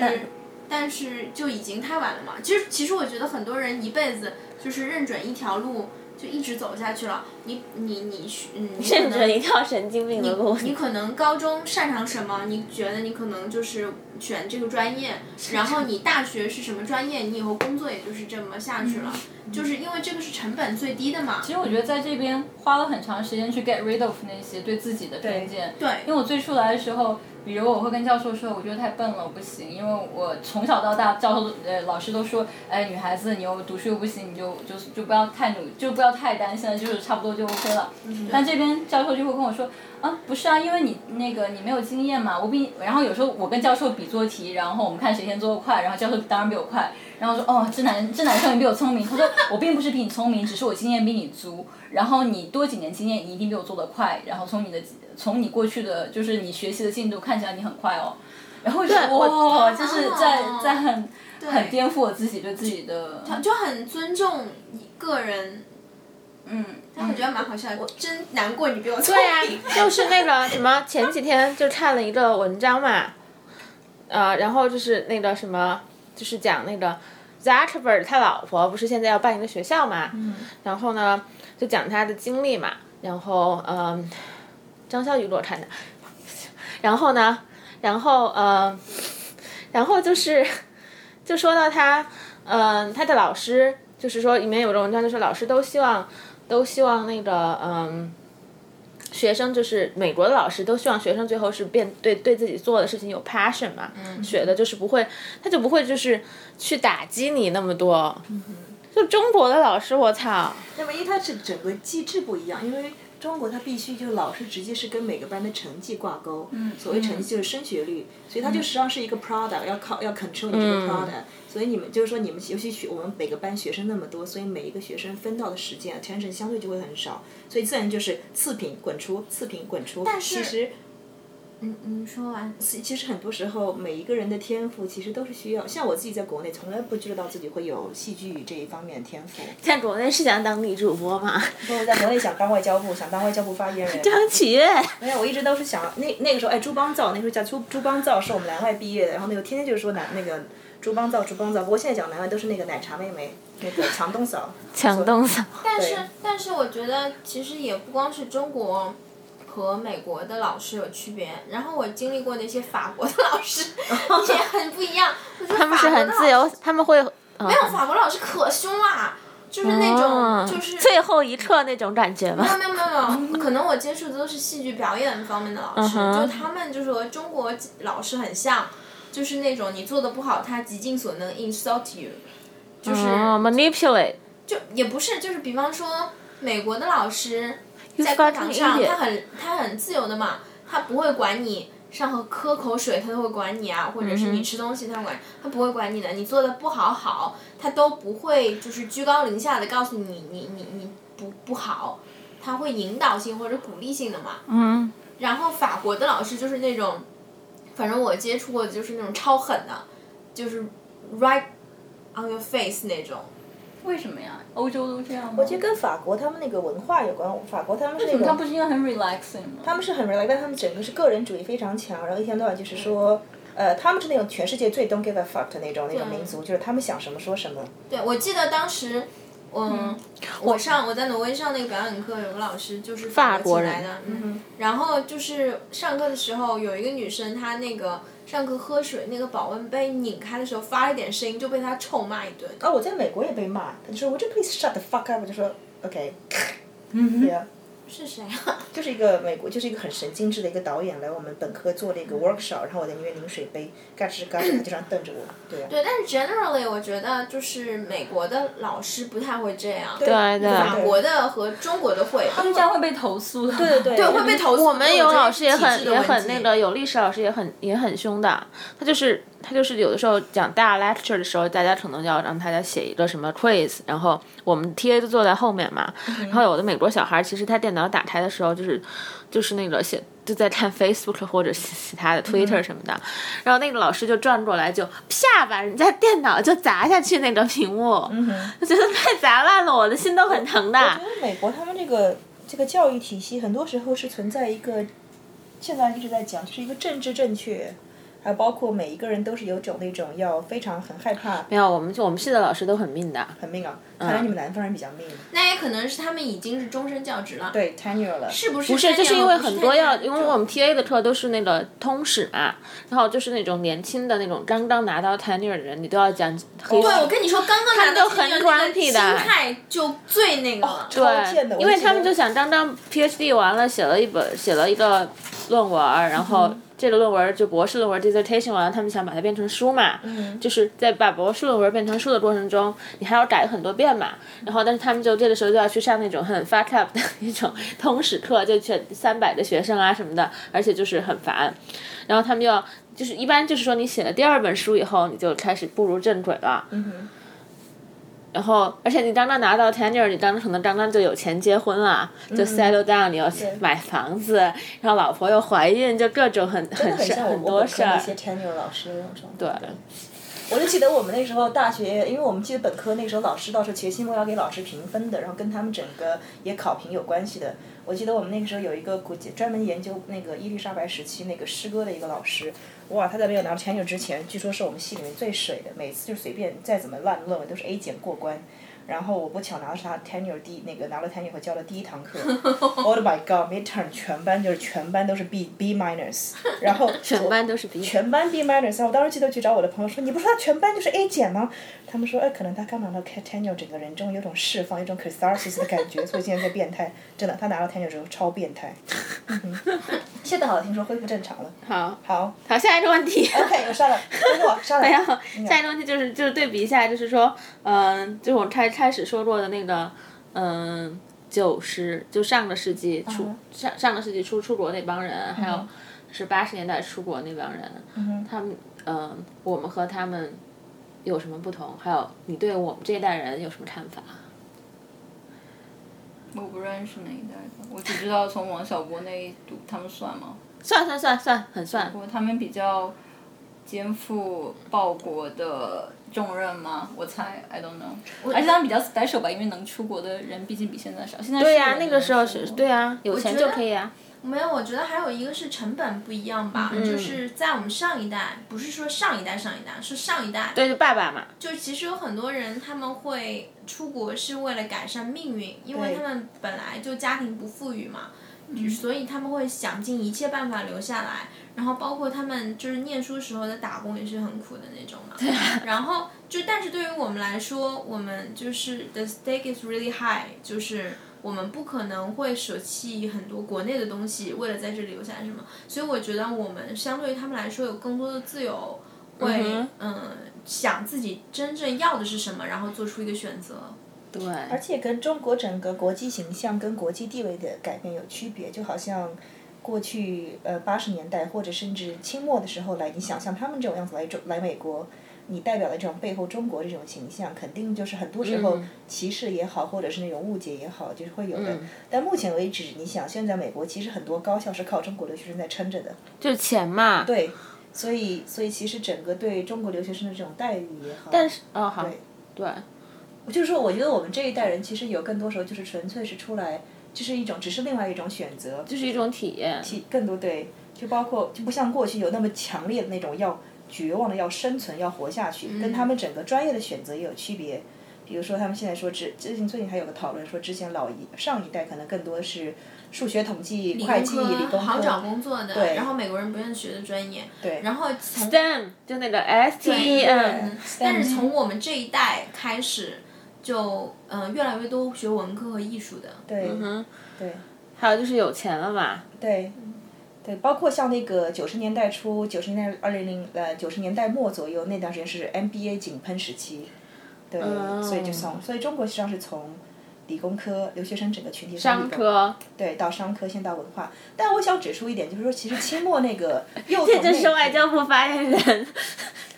[SPEAKER 1] 但是就已经太晚了嘛。其实其实我觉得很多人一辈子就是认准一条路就一直走下去了。你你你去嗯，你可
[SPEAKER 2] 甚
[SPEAKER 1] 能
[SPEAKER 2] 至一条神经病的路，
[SPEAKER 1] 你可能高中擅长什么，你觉得你可能就是选这个专业，然后你大学是什么专业，你以后工作也就是这么下去了，
[SPEAKER 2] 嗯
[SPEAKER 1] 就是因为这个是成本最低的嘛。
[SPEAKER 3] 其实我觉得在这边花了很长时间去 get rid of 那些对自己的偏见。
[SPEAKER 1] 对
[SPEAKER 3] 因为我最初来的时候，比如我会跟教授说，我觉得太笨了，我不行。因为我从小到大，教授呃老师都说，哎，女孩子你又读书又不行，你就就就不要太努，就不要太担心了，就是差不多就 OK 了。但这边教授就会跟我说，啊，不是啊，因为你那个你没有经验嘛，我比你，然后有时候我跟教授比做题，然后我们看谁先做得快，然后教授当然比我快，然后我说哦，这男这男生也比我聪明，他说我并不是比你聪明，只是我经验比你足，然后你多几年经验，你一定比我做得快，然后从你的从你过去的就是你学习的进度看起来你很快哦，然后我就觉得
[SPEAKER 2] 对我
[SPEAKER 3] 哇，就是在
[SPEAKER 1] 哦
[SPEAKER 3] 在很很颠覆我自己对自己的，
[SPEAKER 1] 就很尊重你个人，
[SPEAKER 3] 嗯，
[SPEAKER 1] 但我觉得蛮好笑的。我真难过你比我聪
[SPEAKER 2] 嗯对 啊呀、
[SPEAKER 1] 明。
[SPEAKER 2] 就是那个什么，前几天就看了一个文章嘛，呃，然后就是那个什么，就是讲那个 Zuckerberg 他老婆不是现在要办一个学校嘛，然后呢就讲他的经历嘛，然后嗯、张小雨给我看的，然后呢，然后呃，然后就是就说到他，嗯、他的老师就是说里面有个文章就说老师都希望都希望那个嗯。学生就是美国的老师都希望学生最后是变对对自己做的事情有 passion 嘛，学的就是不会，他就不会就是去打击你那么多。就中国的老师，我操，
[SPEAKER 4] 那么因为它是整个机制不一样，因为中国它必须就老师直接是跟每个班的成绩挂钩，所谓成绩就是升学率，所以它就实际上是一个 product，要靠要 control 你这个 product，、所以你们就是说你们尤其学我们每个班学生那么多，所以每一个学生分到的时间 attention 相对就会很少，所以自然就是次品滚出，次品滚出。但
[SPEAKER 1] 是
[SPEAKER 4] 其实
[SPEAKER 1] 嗯，你说完。
[SPEAKER 4] 其实很多时候，每一个人的天赋其实都是需要。像我自己在国内，从来不知道自己会有戏剧这一方面的天赋。
[SPEAKER 2] 在国内是想当女主播 吗？
[SPEAKER 4] 我在国内想当外交部，想当外交部发言人。
[SPEAKER 2] 张启月，
[SPEAKER 4] 没有，我一直都是想那那个时候，哎，朱邦造，那时候叫朱朱邦造，是我们南外毕业的，然后那个天天就是说南那个朱邦造，朱邦造。不过现在讲南外都是那个奶茶妹妹，那个强东嫂。
[SPEAKER 2] 强东嫂，
[SPEAKER 1] 但是
[SPEAKER 4] 对，
[SPEAKER 1] 但是我觉得其实也不光是中国和美国的老师有区别。然后我经历过那些法国的 老师也很不一样，我觉得
[SPEAKER 2] 他们是很自由，他们会没
[SPEAKER 1] 法国的老师。法国老师可凶啦、就是那种、就是
[SPEAKER 2] 哦最后一刻那种感觉吗？
[SPEAKER 1] 没有没有没有，可能我接触的都是戏剧表演方面的老师，
[SPEAKER 2] 嗯哼
[SPEAKER 1] 就他们就是和中国老师很像，就是那种你做的不好，他极尽所能 insult you，就是、
[SPEAKER 2] 哦，manipulate，
[SPEAKER 1] 就也不是，就是比方说美国的老师在
[SPEAKER 2] got
[SPEAKER 1] 课
[SPEAKER 2] an
[SPEAKER 1] 堂上，
[SPEAKER 2] idiot
[SPEAKER 1] 他很他很自由的嘛，他不会管你上课喝口水，他都会管你啊，或者是你吃东西，他管他不会管你的，你做的不好好，他都不会就是居高临下的告诉你你你你不不好，他会引导性或者鼓励性的嘛。
[SPEAKER 2] 嗯，
[SPEAKER 1] 然后法国的老师就是那种，反正我接触过的就是那种超狠的，就是 right on your face 那种。
[SPEAKER 3] 为什么呀？欧洲都这样吗？
[SPEAKER 4] 我觉得跟法国他们那个文化有关，法国他们是那
[SPEAKER 3] 他不
[SPEAKER 4] 种
[SPEAKER 3] 是应该很 relaxing 吗？
[SPEAKER 4] 他们是很 relax，但他们整个是个人主义非常强，然后一天到晚就是说。呃，他们是那种全世界最 don't give a fuck 的那种那种民族，就是他们想什么说什么。
[SPEAKER 1] 对，我记得当时，嗯，我上我在挪威上那个表演课，有个老师就是
[SPEAKER 2] 法
[SPEAKER 1] 法
[SPEAKER 2] 国
[SPEAKER 1] 国请
[SPEAKER 2] 人
[SPEAKER 1] 来的，嗯，然后就是上课的时候，有一个女生，她那个上课喝水那个保温杯拧开的时候发了一点声音，就被她臭骂一顿。
[SPEAKER 2] 哦
[SPEAKER 4] 啊，我在美国也被骂，他就说 Would you please shut the fuck up？我就说 OK。对
[SPEAKER 3] 嗯
[SPEAKER 4] 呀、
[SPEAKER 1] 是谁 啊？
[SPEAKER 4] 就是一个美国，就是一个很神经质的一个导演来我们本科做了一个 workshop，然后我在那边拧水杯，嘎吱嘎吱，他就这样瞪着我，对呀、
[SPEAKER 1] 对，但是 generally 我觉得就是美国的老师不太会这样，
[SPEAKER 4] 对
[SPEAKER 2] 对对
[SPEAKER 1] 法国的和中国的会，
[SPEAKER 3] 他们这样会被投诉的。
[SPEAKER 4] 对
[SPEAKER 3] 对
[SPEAKER 4] 对，对
[SPEAKER 1] 会被投诉。
[SPEAKER 2] 我们有老师也很也很那
[SPEAKER 1] 个。
[SPEAKER 2] 个，有历史老师也很也很凶的，他就是他就是有的时候讲大 lecture 的时候，大家可能要让大家写一个什么 quiz，然后我们 TA 就坐在后面嘛。
[SPEAKER 4] 嗯
[SPEAKER 2] 然后有的美国小孩，其实他电脑打开的时候，就是就是那个写就在看 Facebook 或者是其
[SPEAKER 4] 嗯
[SPEAKER 2] 他的 Twitter 什么的。然后那个老师就转过来就啪把人家电脑就砸下去那个屏幕， 我觉得太砸烂了，我的心都很疼的。
[SPEAKER 4] 嗯我觉得美国他们这个这个教育体系，很多时候是存在一个，现在一直在讲，就是一个政治正确，还有包括每一个人都是有种那种要非常很害怕，
[SPEAKER 2] 没有，我嗯们就我们系的老师都很命的。
[SPEAKER 4] 很命啊。看来你们南方人比较命，
[SPEAKER 1] 那也可能是他们已经是终身教职了，
[SPEAKER 4] 对 tenure 了，
[SPEAKER 1] 是不是？不
[SPEAKER 2] 是，就是因为很多要，因为我们 TA 的课都是那个通史嘛，然后就是那种年轻的那种刚刚拿到 tenure 的人，你都要讲黑
[SPEAKER 1] 对，我跟你说，刚刚拿
[SPEAKER 2] 都
[SPEAKER 1] 到
[SPEAKER 2] 很
[SPEAKER 1] 签证那个
[SPEAKER 2] grumpy
[SPEAKER 1] 心
[SPEAKER 2] 的
[SPEAKER 1] 态就最那个了。
[SPEAKER 4] 对抱歉的
[SPEAKER 2] 对，
[SPEAKER 4] 我
[SPEAKER 2] 因为
[SPEAKER 4] 觉
[SPEAKER 2] 他们
[SPEAKER 4] 得
[SPEAKER 2] 就想当当 PhD 完了，写了一本，写了一个论文儿，然后
[SPEAKER 4] 嗯
[SPEAKER 2] 这个论文儿就博士论文 dissertation 完了，他们想把它变成书嘛，
[SPEAKER 4] 嗯
[SPEAKER 2] 就是在把博士论文变成书的过程中，你还要改很多遍嘛，然后但是他们就这个时候就要去上那种很 fuck up 的那种通识课，就全三百的学生啊什么的，而且就是很烦，然后他们就要。就是一般就是说，你写了第二本书以后，你就开始步入正轨了。
[SPEAKER 4] 嗯
[SPEAKER 2] 然后，哦而且你刚刚拿到 tenure，你刚刚可能刚刚就有钱结婚了，
[SPEAKER 4] 嗯
[SPEAKER 2] 就 settle down，你要买房子，然后老婆又怀孕，就各种很很
[SPEAKER 4] 很
[SPEAKER 2] 事
[SPEAKER 4] 像我
[SPEAKER 2] 很
[SPEAKER 4] 我
[SPEAKER 2] 多
[SPEAKER 4] 本科
[SPEAKER 2] 事
[SPEAKER 4] 那
[SPEAKER 2] 儿。
[SPEAKER 4] 些 tenure 老师那种状态。
[SPEAKER 2] 对，
[SPEAKER 4] 我就记得我们那时候大学，因为我们记得本科那时候老师到时候学期末要给老师评分的，然后跟他们整个也考评有关系的。我记得我们那个时候有一个国际专门研究那个伊丽莎白时期那个诗歌的一个老师，哇，他在没有拿到 tenure 之前，据说是我们系里面最水的，每次就随便再怎么烂论文都是 A 减过关。然后我不巧拿到是他 tenure 第一那个拿了 tenure 以后教的第一堂课，Oh my god，midterm 全班就是全班都是 B B minus，然后
[SPEAKER 2] 全班都是比
[SPEAKER 4] 全班 B minus，我当啊时记得去找我的朋友说，你不是说他全班就是 A 减吗？他们说，哎，可能他刚拿到 tenure，整个人中有种释放，有种 catharsis 的感觉，所以现在在变态。真的，他拿到 tenure 之后超变态。嗯哼、 现在好像听说恢复正常了。
[SPEAKER 2] 好。
[SPEAKER 4] 好
[SPEAKER 2] 好，下一个问哎题。
[SPEAKER 4] ，OK，我删了，等我删 了。
[SPEAKER 2] 然后 下一个问题就是就是对比一下，就是说，嗯、就是我们开开始说过的那个，嗯、九十就上个世纪出、
[SPEAKER 4] 嗯
[SPEAKER 2] 上上个世纪初出国那帮人，还有是八十年代出国那帮人，他们嗯、呃我们和他们有什么不同？还有你对我们这一代人有什么看法？
[SPEAKER 3] 我不认识那一代的，我只知道从王小波那一组，他们算吗？
[SPEAKER 2] 算啊算算算，很算。
[SPEAKER 3] 不过他们比较肩负报国的重任吗？我猜，I don't know。而且他们比较 special 吧，因为能出国的人毕竟比现在少。现在对
[SPEAKER 2] 对呀、啊那个时候是对呀、有钱
[SPEAKER 1] 觉
[SPEAKER 2] 就
[SPEAKER 1] 得
[SPEAKER 2] 可以啊。
[SPEAKER 1] 没有，我觉得还有一个是成本不一样
[SPEAKER 2] 嗯
[SPEAKER 1] 吧，就是在我们上一代，不是说上一代上一代，是上一代，
[SPEAKER 2] 对，就爸爸嘛，
[SPEAKER 1] 就其实有很多人他们会出国是为了改善命运，因为
[SPEAKER 4] 对
[SPEAKER 1] 他们本来就家庭不富裕嘛，就所以他们会想尽一切办法留下来。然后包括他们就是念书时候的打工也是很苦的那种嘛。然后就但是对于我们来说，我们就是 the stake is really high，就是。我们不可能会舍弃很多国内的东西，为了在这里留下什么，所以我觉得我们相对于他们来说有更多的自由，会
[SPEAKER 2] 哼
[SPEAKER 1] 嗯想自己真正要的是什么，然后做出一个选择。
[SPEAKER 2] 对，
[SPEAKER 4] 而且跟中国整个国际形象跟国际地位的改变有区别，就好像过去呃八十年代或者甚至清末的时候来，你想象他们这种样子来中来美国，你代表了这种背后中国这种形象，肯定就是很多时候
[SPEAKER 2] 嗯
[SPEAKER 4] 歧视也好，或者是那种误解也好，就是会有的。但目前为止，你想现在美国其实很多高校是靠中国留学生在撑着的，
[SPEAKER 2] 就是钱嘛。对，
[SPEAKER 4] 对，所以所以其实整个对中国留学生的这种待遇也好，
[SPEAKER 2] 但是哦好，对，
[SPEAKER 4] 就是说，我觉得我们这一代人其实有更多时候就是纯粹是出来，就是一种只是另外一种选择，就
[SPEAKER 2] 这是一种体验。
[SPEAKER 4] 更多对，就包括就不像过去有那么强烈的那种要绝望的要生存要活下
[SPEAKER 1] 嗯
[SPEAKER 4] 去，跟他们整个专业的选择也有区别。比如说，他们现在说之最近最近还有个讨论说，之前老一上一代可能更多是数学、统计、会计、理工
[SPEAKER 1] 好
[SPEAKER 4] 科，
[SPEAKER 1] 找工作的，然后美国人不愿意学的专业，对然后从
[SPEAKER 2] STEM 就那个 S T E
[SPEAKER 1] 嗯
[SPEAKER 2] M，，
[SPEAKER 1] 但是从我们这一代开始，就嗯、呃越来越多学文科和艺术的。对，
[SPEAKER 4] 对，
[SPEAKER 2] 嗯还有就是有钱了嘛，
[SPEAKER 4] 对，对，包括像那个九十年代初、九十年代二零零呃九十年代末左右那段时间是 MBA 井喷时期，对，
[SPEAKER 2] 嗯
[SPEAKER 4] 所以就从所以中国实际上是从理工科留学生整个群体
[SPEAKER 2] 商科，
[SPEAKER 4] 对到商科，先到文化。但 我想指出一点，就是说其实清末那个幼童
[SPEAKER 2] 这是
[SPEAKER 4] 那
[SPEAKER 2] 外交部发言人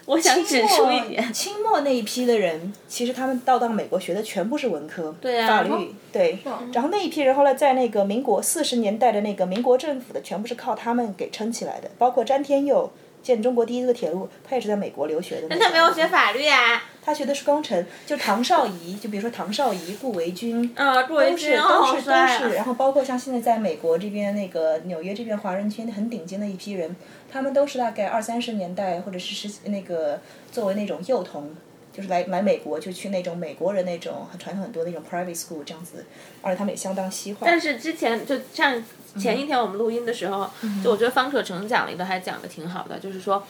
[SPEAKER 2] 我想指出一点，
[SPEAKER 4] 清末那一批的人，其实他们到到美国学的全部是文科，对
[SPEAKER 2] 啊
[SPEAKER 4] 法律，对。然后那一批人后来在那个民国四十年代的那个民国政府的，全部是靠他们给撑起来的，包括詹天佑。建中国第一个铁路，他也是在美国留学的那个。
[SPEAKER 2] 他没有学法律啊。
[SPEAKER 4] 他学的是工程，就唐绍仪，就比如说唐绍仪、顾维钧，
[SPEAKER 2] 啊，作为
[SPEAKER 4] 都是
[SPEAKER 2] 军
[SPEAKER 4] 都
[SPEAKER 2] 好
[SPEAKER 4] 是
[SPEAKER 2] 帅
[SPEAKER 4] 都
[SPEAKER 2] 啊
[SPEAKER 4] 哦是，然后包括像现在在美国这边那个纽约这边华人圈很顶尖的一批人，他们都是大概二三十年代或者是十几那个作为那种幼童，就是来来美国就去那种美国人那种很传统很多那种 private school 这样子，而且他们也相当西化。
[SPEAKER 2] 但是之前就像前一
[SPEAKER 4] 嗯
[SPEAKER 2] 天我们录音的时候，就我觉得方可成讲了一个还讲的挺好的，就是说，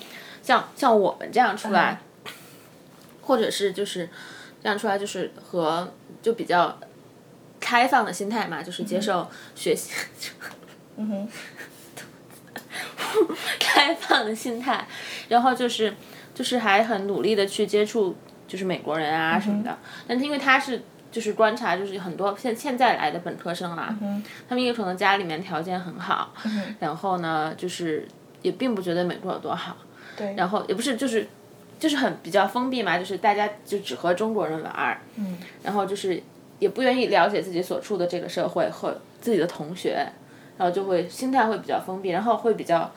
[SPEAKER 2] 像像我们这样出来，
[SPEAKER 4] 嗯
[SPEAKER 2] 或者是就是这样出来，就是和就比较开放的心态嘛，就是接受学习。
[SPEAKER 4] 嗯哼，
[SPEAKER 2] 开放的心态，然后就是就是还很努力的去接触就是美国人
[SPEAKER 4] 嗯
[SPEAKER 2] 啊什么的，但是因为他是就是观察就是很多现现在来的本科生啊，
[SPEAKER 4] 嗯
[SPEAKER 2] 他们也可能家里面条件很好，然后呢就是也并不觉得美国有多好，
[SPEAKER 4] 对，
[SPEAKER 2] 然后也不是就是就是很比较封闭嘛，就是大家就只和中国人玩儿，
[SPEAKER 4] 嗯
[SPEAKER 2] 然后就是也不愿意了解自己所处的这个社会和自己的同学，然后就会心态会比较封闭，然后会比较，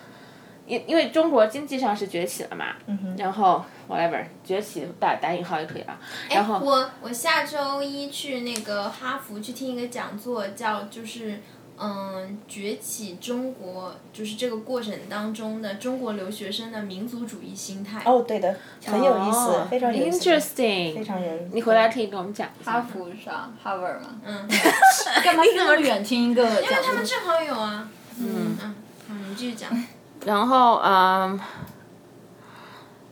[SPEAKER 2] 因因为中国经济上是崛起了嘛，
[SPEAKER 4] 嗯
[SPEAKER 2] 然后 whatever 崛起打打引号也可以啊，然后
[SPEAKER 1] 我我下周一去那个哈佛去听一个讲座，叫就是嗯崛起中国，就是这个过程当中的中国留学生的民族主义心态。
[SPEAKER 4] 哦，对的，很有意思，
[SPEAKER 2] 哦
[SPEAKER 4] 非常有意思，
[SPEAKER 2] interesting，
[SPEAKER 4] 非常有意思。
[SPEAKER 2] 你回来可以给我们讲一下
[SPEAKER 3] 哈
[SPEAKER 2] 吗。
[SPEAKER 3] 佛是吧？哈佛嘛，
[SPEAKER 1] 嗯，
[SPEAKER 3] 干嘛去那么远听一个讲座？因为
[SPEAKER 1] 他们正好有啊。嗯哎嗯，好，你继续讲。
[SPEAKER 2] 然后嗯，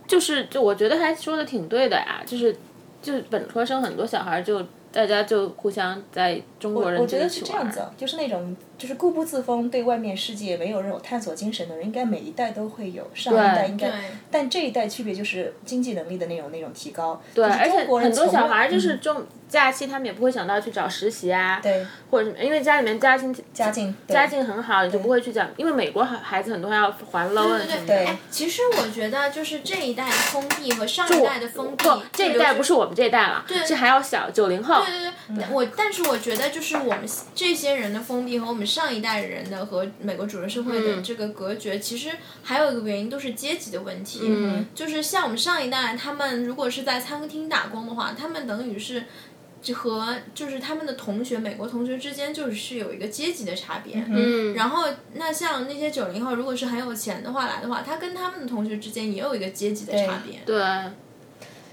[SPEAKER 2] 就是就我觉得还说的挺对的呀、就是就是本科生很多小孩儿就大家就互相在中国人
[SPEAKER 4] 我觉
[SPEAKER 2] 就
[SPEAKER 4] 得
[SPEAKER 2] 一
[SPEAKER 4] 是
[SPEAKER 2] 起
[SPEAKER 4] 这
[SPEAKER 2] 玩
[SPEAKER 4] 样
[SPEAKER 2] 儿
[SPEAKER 4] 子啊，就是那种就是固步自封、对外面世界没有任何探索精神的人，应该每一代都会有，上一代应该
[SPEAKER 1] 对，
[SPEAKER 4] 但这一代区别就是经济能力的那种那种提高。
[SPEAKER 2] 对，
[SPEAKER 4] 就是
[SPEAKER 2] 而且
[SPEAKER 4] 中国人
[SPEAKER 2] 很多
[SPEAKER 4] 从来
[SPEAKER 2] 小孩儿就是中假期，他们也不会想到去找实习啊，
[SPEAKER 4] 对
[SPEAKER 2] 或者什么，因为家里面家境
[SPEAKER 4] 家境对
[SPEAKER 2] 家境很好，你就不会去讲，因为美国孩孩子很多还要还 loan 什么
[SPEAKER 1] 对，
[SPEAKER 2] 的
[SPEAKER 1] 哎。其实我觉得就是这一代的封闭和上一
[SPEAKER 2] 我
[SPEAKER 1] 代的封闭
[SPEAKER 2] 不，，这一代不是我们这一代了，是还要小九零后。
[SPEAKER 1] 对对对，我但是我觉得就是我们这些人的封闭和我们上一代人的和美国主流社会的这个隔绝，其实还有一个原因都是阶级的问题。
[SPEAKER 2] 嗯
[SPEAKER 1] 就是像我们上一代，他们如果是在餐厅打工的话，他们等于是。和就是他们的同学，美国同学之间就是是有一个阶级的差别。
[SPEAKER 2] 嗯，
[SPEAKER 1] 然后，那像那些九零后，如果是很有钱的话来的话，他跟他们的同学之间也有一个阶级的差别。
[SPEAKER 2] 对，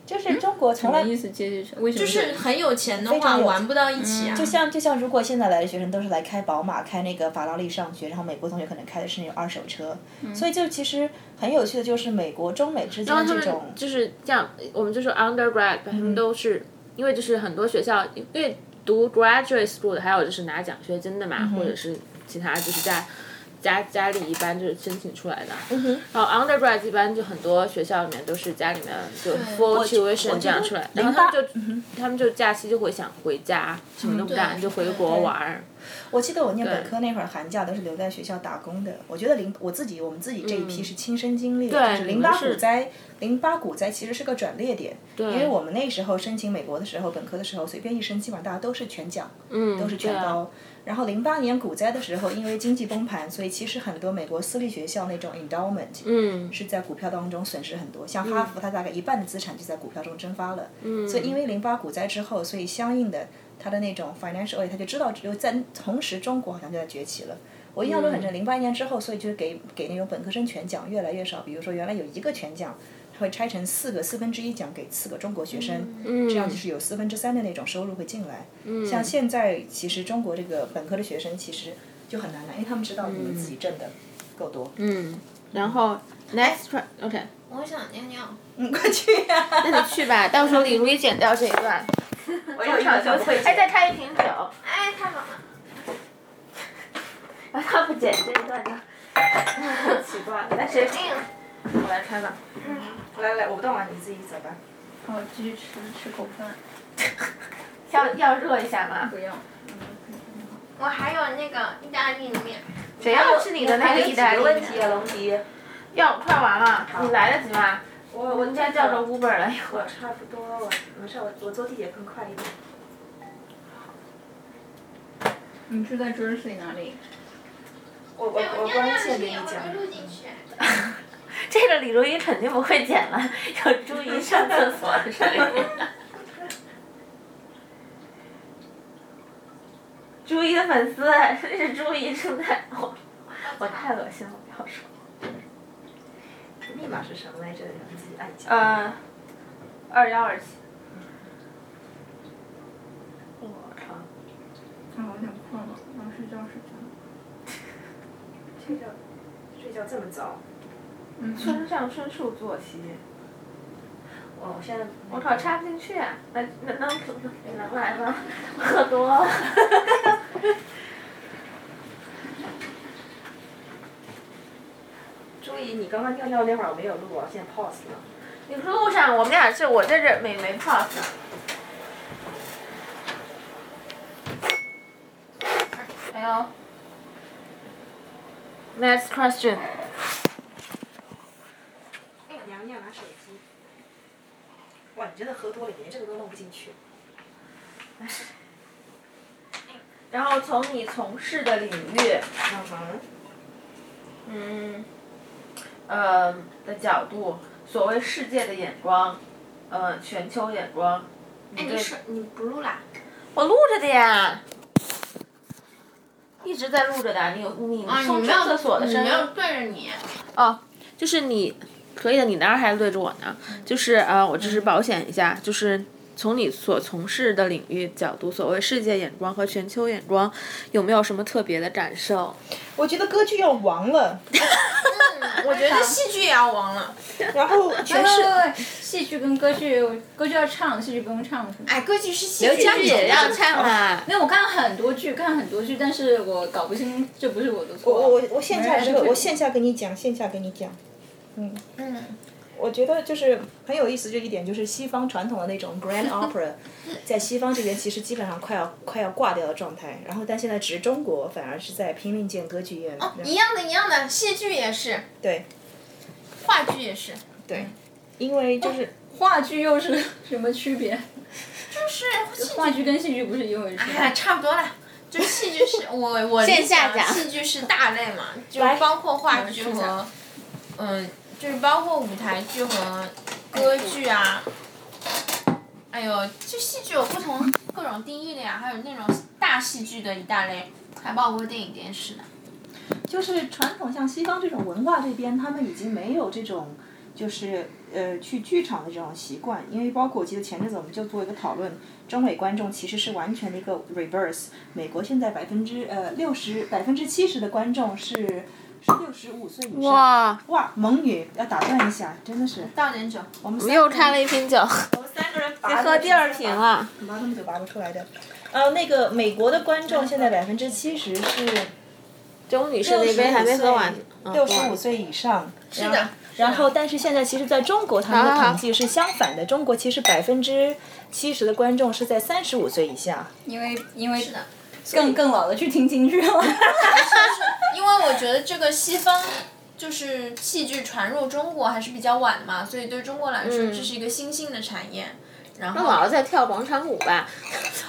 [SPEAKER 4] 就是中国从来
[SPEAKER 3] 意思接续嗯为什么？
[SPEAKER 1] 就是很有钱的
[SPEAKER 4] 非常
[SPEAKER 1] 话，
[SPEAKER 4] 有钱
[SPEAKER 1] 玩不到一起啊。
[SPEAKER 4] 就像就像如果现在来的学生都是来开宝马、开那个法拉利上学，然后美国同学可能开的是那种二手车，
[SPEAKER 3] 嗯
[SPEAKER 4] 所以就其实很有趣的就是美国中美之间
[SPEAKER 2] 他
[SPEAKER 4] 这
[SPEAKER 2] 们
[SPEAKER 4] 种
[SPEAKER 2] 就是这样，我们就说 undergrad，他
[SPEAKER 4] 嗯
[SPEAKER 2] 们都是因为就是很多学校，因为读 graduate school 的，还有就是拿奖学金的
[SPEAKER 4] 嗯
[SPEAKER 2] 嘛，或者是其他就是家家家里一般就是申请出来的。
[SPEAKER 4] 嗯
[SPEAKER 2] 然后 undergrad 一般就很多学校里面都是家里面就 full
[SPEAKER 4] 我觉得
[SPEAKER 2] tuition 这样出来，然后
[SPEAKER 4] 零
[SPEAKER 2] 他
[SPEAKER 4] 八嗯
[SPEAKER 2] 们就他们就假期就会想回家，什么都不干，
[SPEAKER 1] 对
[SPEAKER 2] 就回国玩儿。
[SPEAKER 4] 我记得我念本
[SPEAKER 2] 对
[SPEAKER 4] 科那会儿，寒假都是留在学校打工的。我觉得零我自己我们自己这一批是亲身经历的，
[SPEAKER 2] 嗯对
[SPEAKER 4] 就是
[SPEAKER 2] 你
[SPEAKER 4] 零
[SPEAKER 2] 们
[SPEAKER 4] 八
[SPEAKER 2] 是
[SPEAKER 4] 股灾，零八股灾其实是个转捩点，因为我们那时候申请美国的时候，本科的时候随便一申，基本上大家都是全奖，
[SPEAKER 2] 嗯，
[SPEAKER 4] 都是全
[SPEAKER 2] 对啊
[SPEAKER 4] 包。然后零八年股灾的时候，因为经济崩盘，所以其实很多美国私立学校那种 endowment，
[SPEAKER 2] 嗯，
[SPEAKER 4] 是在股票当中损失很多。像哈佛，它大概一半的资产就在股票中蒸发了。嗯，所以因为零八股灾之后，所以相应的它的那种 financial aid，它就知道，就在同时中国好像就在崛起了。我印象
[SPEAKER 2] 嗯
[SPEAKER 4] 中，反正零八年之后，所以就是给给那种本科生全奖越来越少。比如说，原来有一个全奖，它会拆成四个四分之一奖给四个中国学生，
[SPEAKER 2] 嗯
[SPEAKER 4] 这样就是有四分之三的那种收入会进来。像现在，其实中国这个本科的学生其实就很难拿，因为他们知道你们自己挣的够多。
[SPEAKER 2] 嗯，然后 next one OK。
[SPEAKER 1] 我想尿尿。
[SPEAKER 4] 嗯，快去呀、
[SPEAKER 2] 那你去吧，到时候李如一剪掉这一段。
[SPEAKER 4] 我有一场球会
[SPEAKER 2] 哎，再开一瓶酒，
[SPEAKER 1] 哎，太好了。
[SPEAKER 2] 然后啊他不剪这一段就
[SPEAKER 1] 哦
[SPEAKER 2] 很奇怪了。来，谁定？我来开吧。
[SPEAKER 9] 嗯
[SPEAKER 4] 来来，我不动了，你自己走吧。
[SPEAKER 3] 我继续吃吃口饭，
[SPEAKER 2] 要要热一下吗？
[SPEAKER 3] 不要。
[SPEAKER 1] 我还有那个意大利面，
[SPEAKER 2] 谁要吃你的那个意大利面？
[SPEAKER 4] 啊，龙迪？
[SPEAKER 2] 要快完了，你来得及吗？
[SPEAKER 9] 我我应该叫着 Uber 了一会儿。差不多，我没事，我我坐地铁更快一点。
[SPEAKER 3] 你住在 Jersey 哪里？
[SPEAKER 9] 我我我关切给你讲。
[SPEAKER 2] 这个李如一肯定不会剪了， 有注意上厕所的声音。 朱一的粉丝，这是朱一正在，我我太恶心了，不要说。
[SPEAKER 9] 密码是什么来着？你自己按一下。
[SPEAKER 2] 呃，二幺二七。
[SPEAKER 9] 我靠，
[SPEAKER 3] 啊，我有点困了，我要睡觉睡
[SPEAKER 9] 睡
[SPEAKER 3] 觉。
[SPEAKER 9] 觉睡觉这么早？
[SPEAKER 3] 嗯，
[SPEAKER 2] 村上春树作息，
[SPEAKER 9] 我我现在
[SPEAKER 2] 哦我靠，插不进去、啊，那那能能来吗？喝多了。
[SPEAKER 9] 注意，你刚刚尿尿那会儿我没有录，我现在 pause 了。
[SPEAKER 2] 你路上，我们俩是我在这儿没没 pause。还有，next question。
[SPEAKER 9] 哎，娘娘拿手机。哇，你真的喝多了，你连这个都弄不进去。
[SPEAKER 2] 然后从你从事的领域，
[SPEAKER 9] 嗯哼。
[SPEAKER 2] 嗯，呃的角度，所谓世界的眼光，呃，全球眼光，
[SPEAKER 10] 哎，
[SPEAKER 2] 对
[SPEAKER 10] 你是你不录啦？
[SPEAKER 2] 我录着的呀。一直在录着的，你有你
[SPEAKER 1] 啊，你
[SPEAKER 2] 冲
[SPEAKER 1] 没
[SPEAKER 2] 上
[SPEAKER 1] 有
[SPEAKER 2] 厕所的
[SPEAKER 1] 你
[SPEAKER 2] 声
[SPEAKER 1] 没
[SPEAKER 2] 音。
[SPEAKER 1] 有对着你，
[SPEAKER 2] 哦，就是你可以的，你当然还是对着我呢。
[SPEAKER 1] 嗯
[SPEAKER 2] 就是啊、呃我只是保险一下，就是从你所从事的领域角度，所谓世界眼光和全球眼光，有没有什么特别的感受？
[SPEAKER 11] 我觉得歌剧要亡了，
[SPEAKER 1] 我觉得戏剧也要亡了。
[SPEAKER 11] 然后全
[SPEAKER 3] 对
[SPEAKER 11] 是
[SPEAKER 3] 对对，戏剧跟歌剧，歌剧要唱，戏剧不用唱。
[SPEAKER 1] 哎，歌剧是戏
[SPEAKER 2] 刘
[SPEAKER 1] 剧，嗯
[SPEAKER 2] 江也要
[SPEAKER 1] 是
[SPEAKER 2] 唱啊！
[SPEAKER 3] 没有，我看了很多剧，看了很多剧，但是我搞不清这不是我的错。
[SPEAKER 11] 我我我线下
[SPEAKER 3] 没
[SPEAKER 11] 这
[SPEAKER 3] 人
[SPEAKER 11] 个，
[SPEAKER 3] 去
[SPEAKER 11] 我线下跟你讲，线下跟你讲。
[SPEAKER 1] 嗯，
[SPEAKER 11] 我
[SPEAKER 4] 觉得就是很有意思，这一点就是西方传统的那种 grand opera，在西方这边其实基本上快要快要挂掉的状态，然后但现在只是中国反而是在拼命建歌剧院，
[SPEAKER 1] 一样的，一样的，戏剧也是，
[SPEAKER 11] 对
[SPEAKER 1] 话剧也是，
[SPEAKER 11] 对，因为就是
[SPEAKER 3] 话剧又是什么区别？
[SPEAKER 1] 就是戏剧
[SPEAKER 3] 话剧跟戏剧不是一回事。
[SPEAKER 1] 哎，差不多了。就戏剧是我我
[SPEAKER 2] 线下
[SPEAKER 1] 理想
[SPEAKER 2] 讲
[SPEAKER 1] 戏剧是大类嘛，就包括话剧
[SPEAKER 3] 我们
[SPEAKER 1] 和
[SPEAKER 3] 试讲，
[SPEAKER 1] 嗯，就是包括舞台剧和歌剧啊。哎呦，就戏剧有不同各种定义的呀，还有那种大戏剧的一大类，还包括电影电视呢。
[SPEAKER 4] 就是传统像西方这种文化这边，他们已经没有这种就是呃去剧场的这种习惯，因为包括我记得前阵子我们就做一个讨论，中美观众其实是完全的一个 reverse，美国现在百分之呃六十百分之七十的观众是是六十五岁以上，
[SPEAKER 2] 哇，
[SPEAKER 4] 哇，猛女要打断一下，真的是
[SPEAKER 1] 倒点酒，
[SPEAKER 4] 我们
[SPEAKER 2] 我
[SPEAKER 4] 三
[SPEAKER 2] 们
[SPEAKER 4] 个
[SPEAKER 2] 又开了一瓶 酒，
[SPEAKER 9] 三个人
[SPEAKER 2] 再喝第二瓶。了。
[SPEAKER 11] 拿根本就拔不出来的。
[SPEAKER 4] 呃那个美国的观众现在百分之七十是
[SPEAKER 2] 周女士那杯还没喝完，
[SPEAKER 4] 六十五岁以上，是
[SPEAKER 1] 是的。
[SPEAKER 4] 然后，但是现在其实在中国，他们
[SPEAKER 2] 好
[SPEAKER 4] 的
[SPEAKER 2] 好好
[SPEAKER 4] 统计是相反的。中国其实百分之七十的观众是在三十五岁以下。
[SPEAKER 3] 因为因为
[SPEAKER 1] 是的，
[SPEAKER 3] 更更老了去听京剧了。
[SPEAKER 1] 因为我觉得这个西方就是戏剧传入中国还是比较晚嘛，所以对中国来说
[SPEAKER 2] 嗯
[SPEAKER 1] 这是一个新兴的产业。然
[SPEAKER 2] 那老
[SPEAKER 1] 后，
[SPEAKER 2] 是在跳广场舞吧？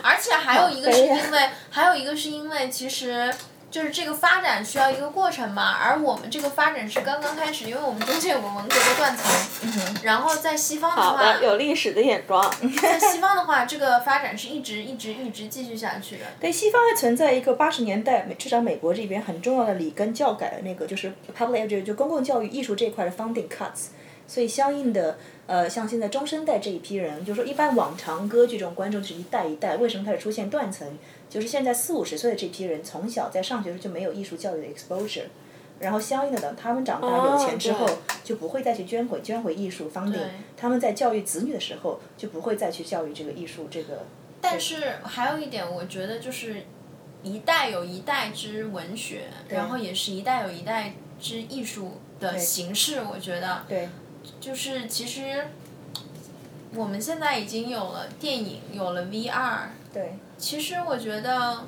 [SPEAKER 1] 而且还有一个是因为，还有一个是因为其实。就是这个发展需要一个过程嘛，而我们这个发展是刚刚开始，因为我们中间有个文革的断层，
[SPEAKER 4] 嗯
[SPEAKER 1] 然后在西方的
[SPEAKER 2] 好
[SPEAKER 1] 话，
[SPEAKER 2] 的，有历史的眼光。
[SPEAKER 1] 在西方的话，这个发展是一直一直一直继续下去的。
[SPEAKER 4] 对，西方还存在一个八十年代，美至少美国这边很重要的里根教改的那个，就是 public education，就公共教育艺术这一块的 funding cuts。所以相应的，呃，像现在中生代这一批人，就是说一般往常歌剧这种观众是一代一代，为什么开始出现断层？就是现在四五十岁的这批人，从小在上学时候就没有艺术教育的 exposure。然后相应的，等他们长大
[SPEAKER 2] 哦
[SPEAKER 4] 有钱之后
[SPEAKER 2] 对，
[SPEAKER 4] 就不会再去捐回捐回艺术 funding
[SPEAKER 1] 对。
[SPEAKER 4] 他们在教育子女的时候，就不会再去教育这个艺术这个。
[SPEAKER 1] 但是还有一点，我觉得就是一代有一代之文学，然后也是一代有一代之艺术的形式。我觉得，
[SPEAKER 4] 对，
[SPEAKER 1] 就是其实我们现在已经有了电影，有了 VR，
[SPEAKER 4] 对，
[SPEAKER 1] 其实我觉得，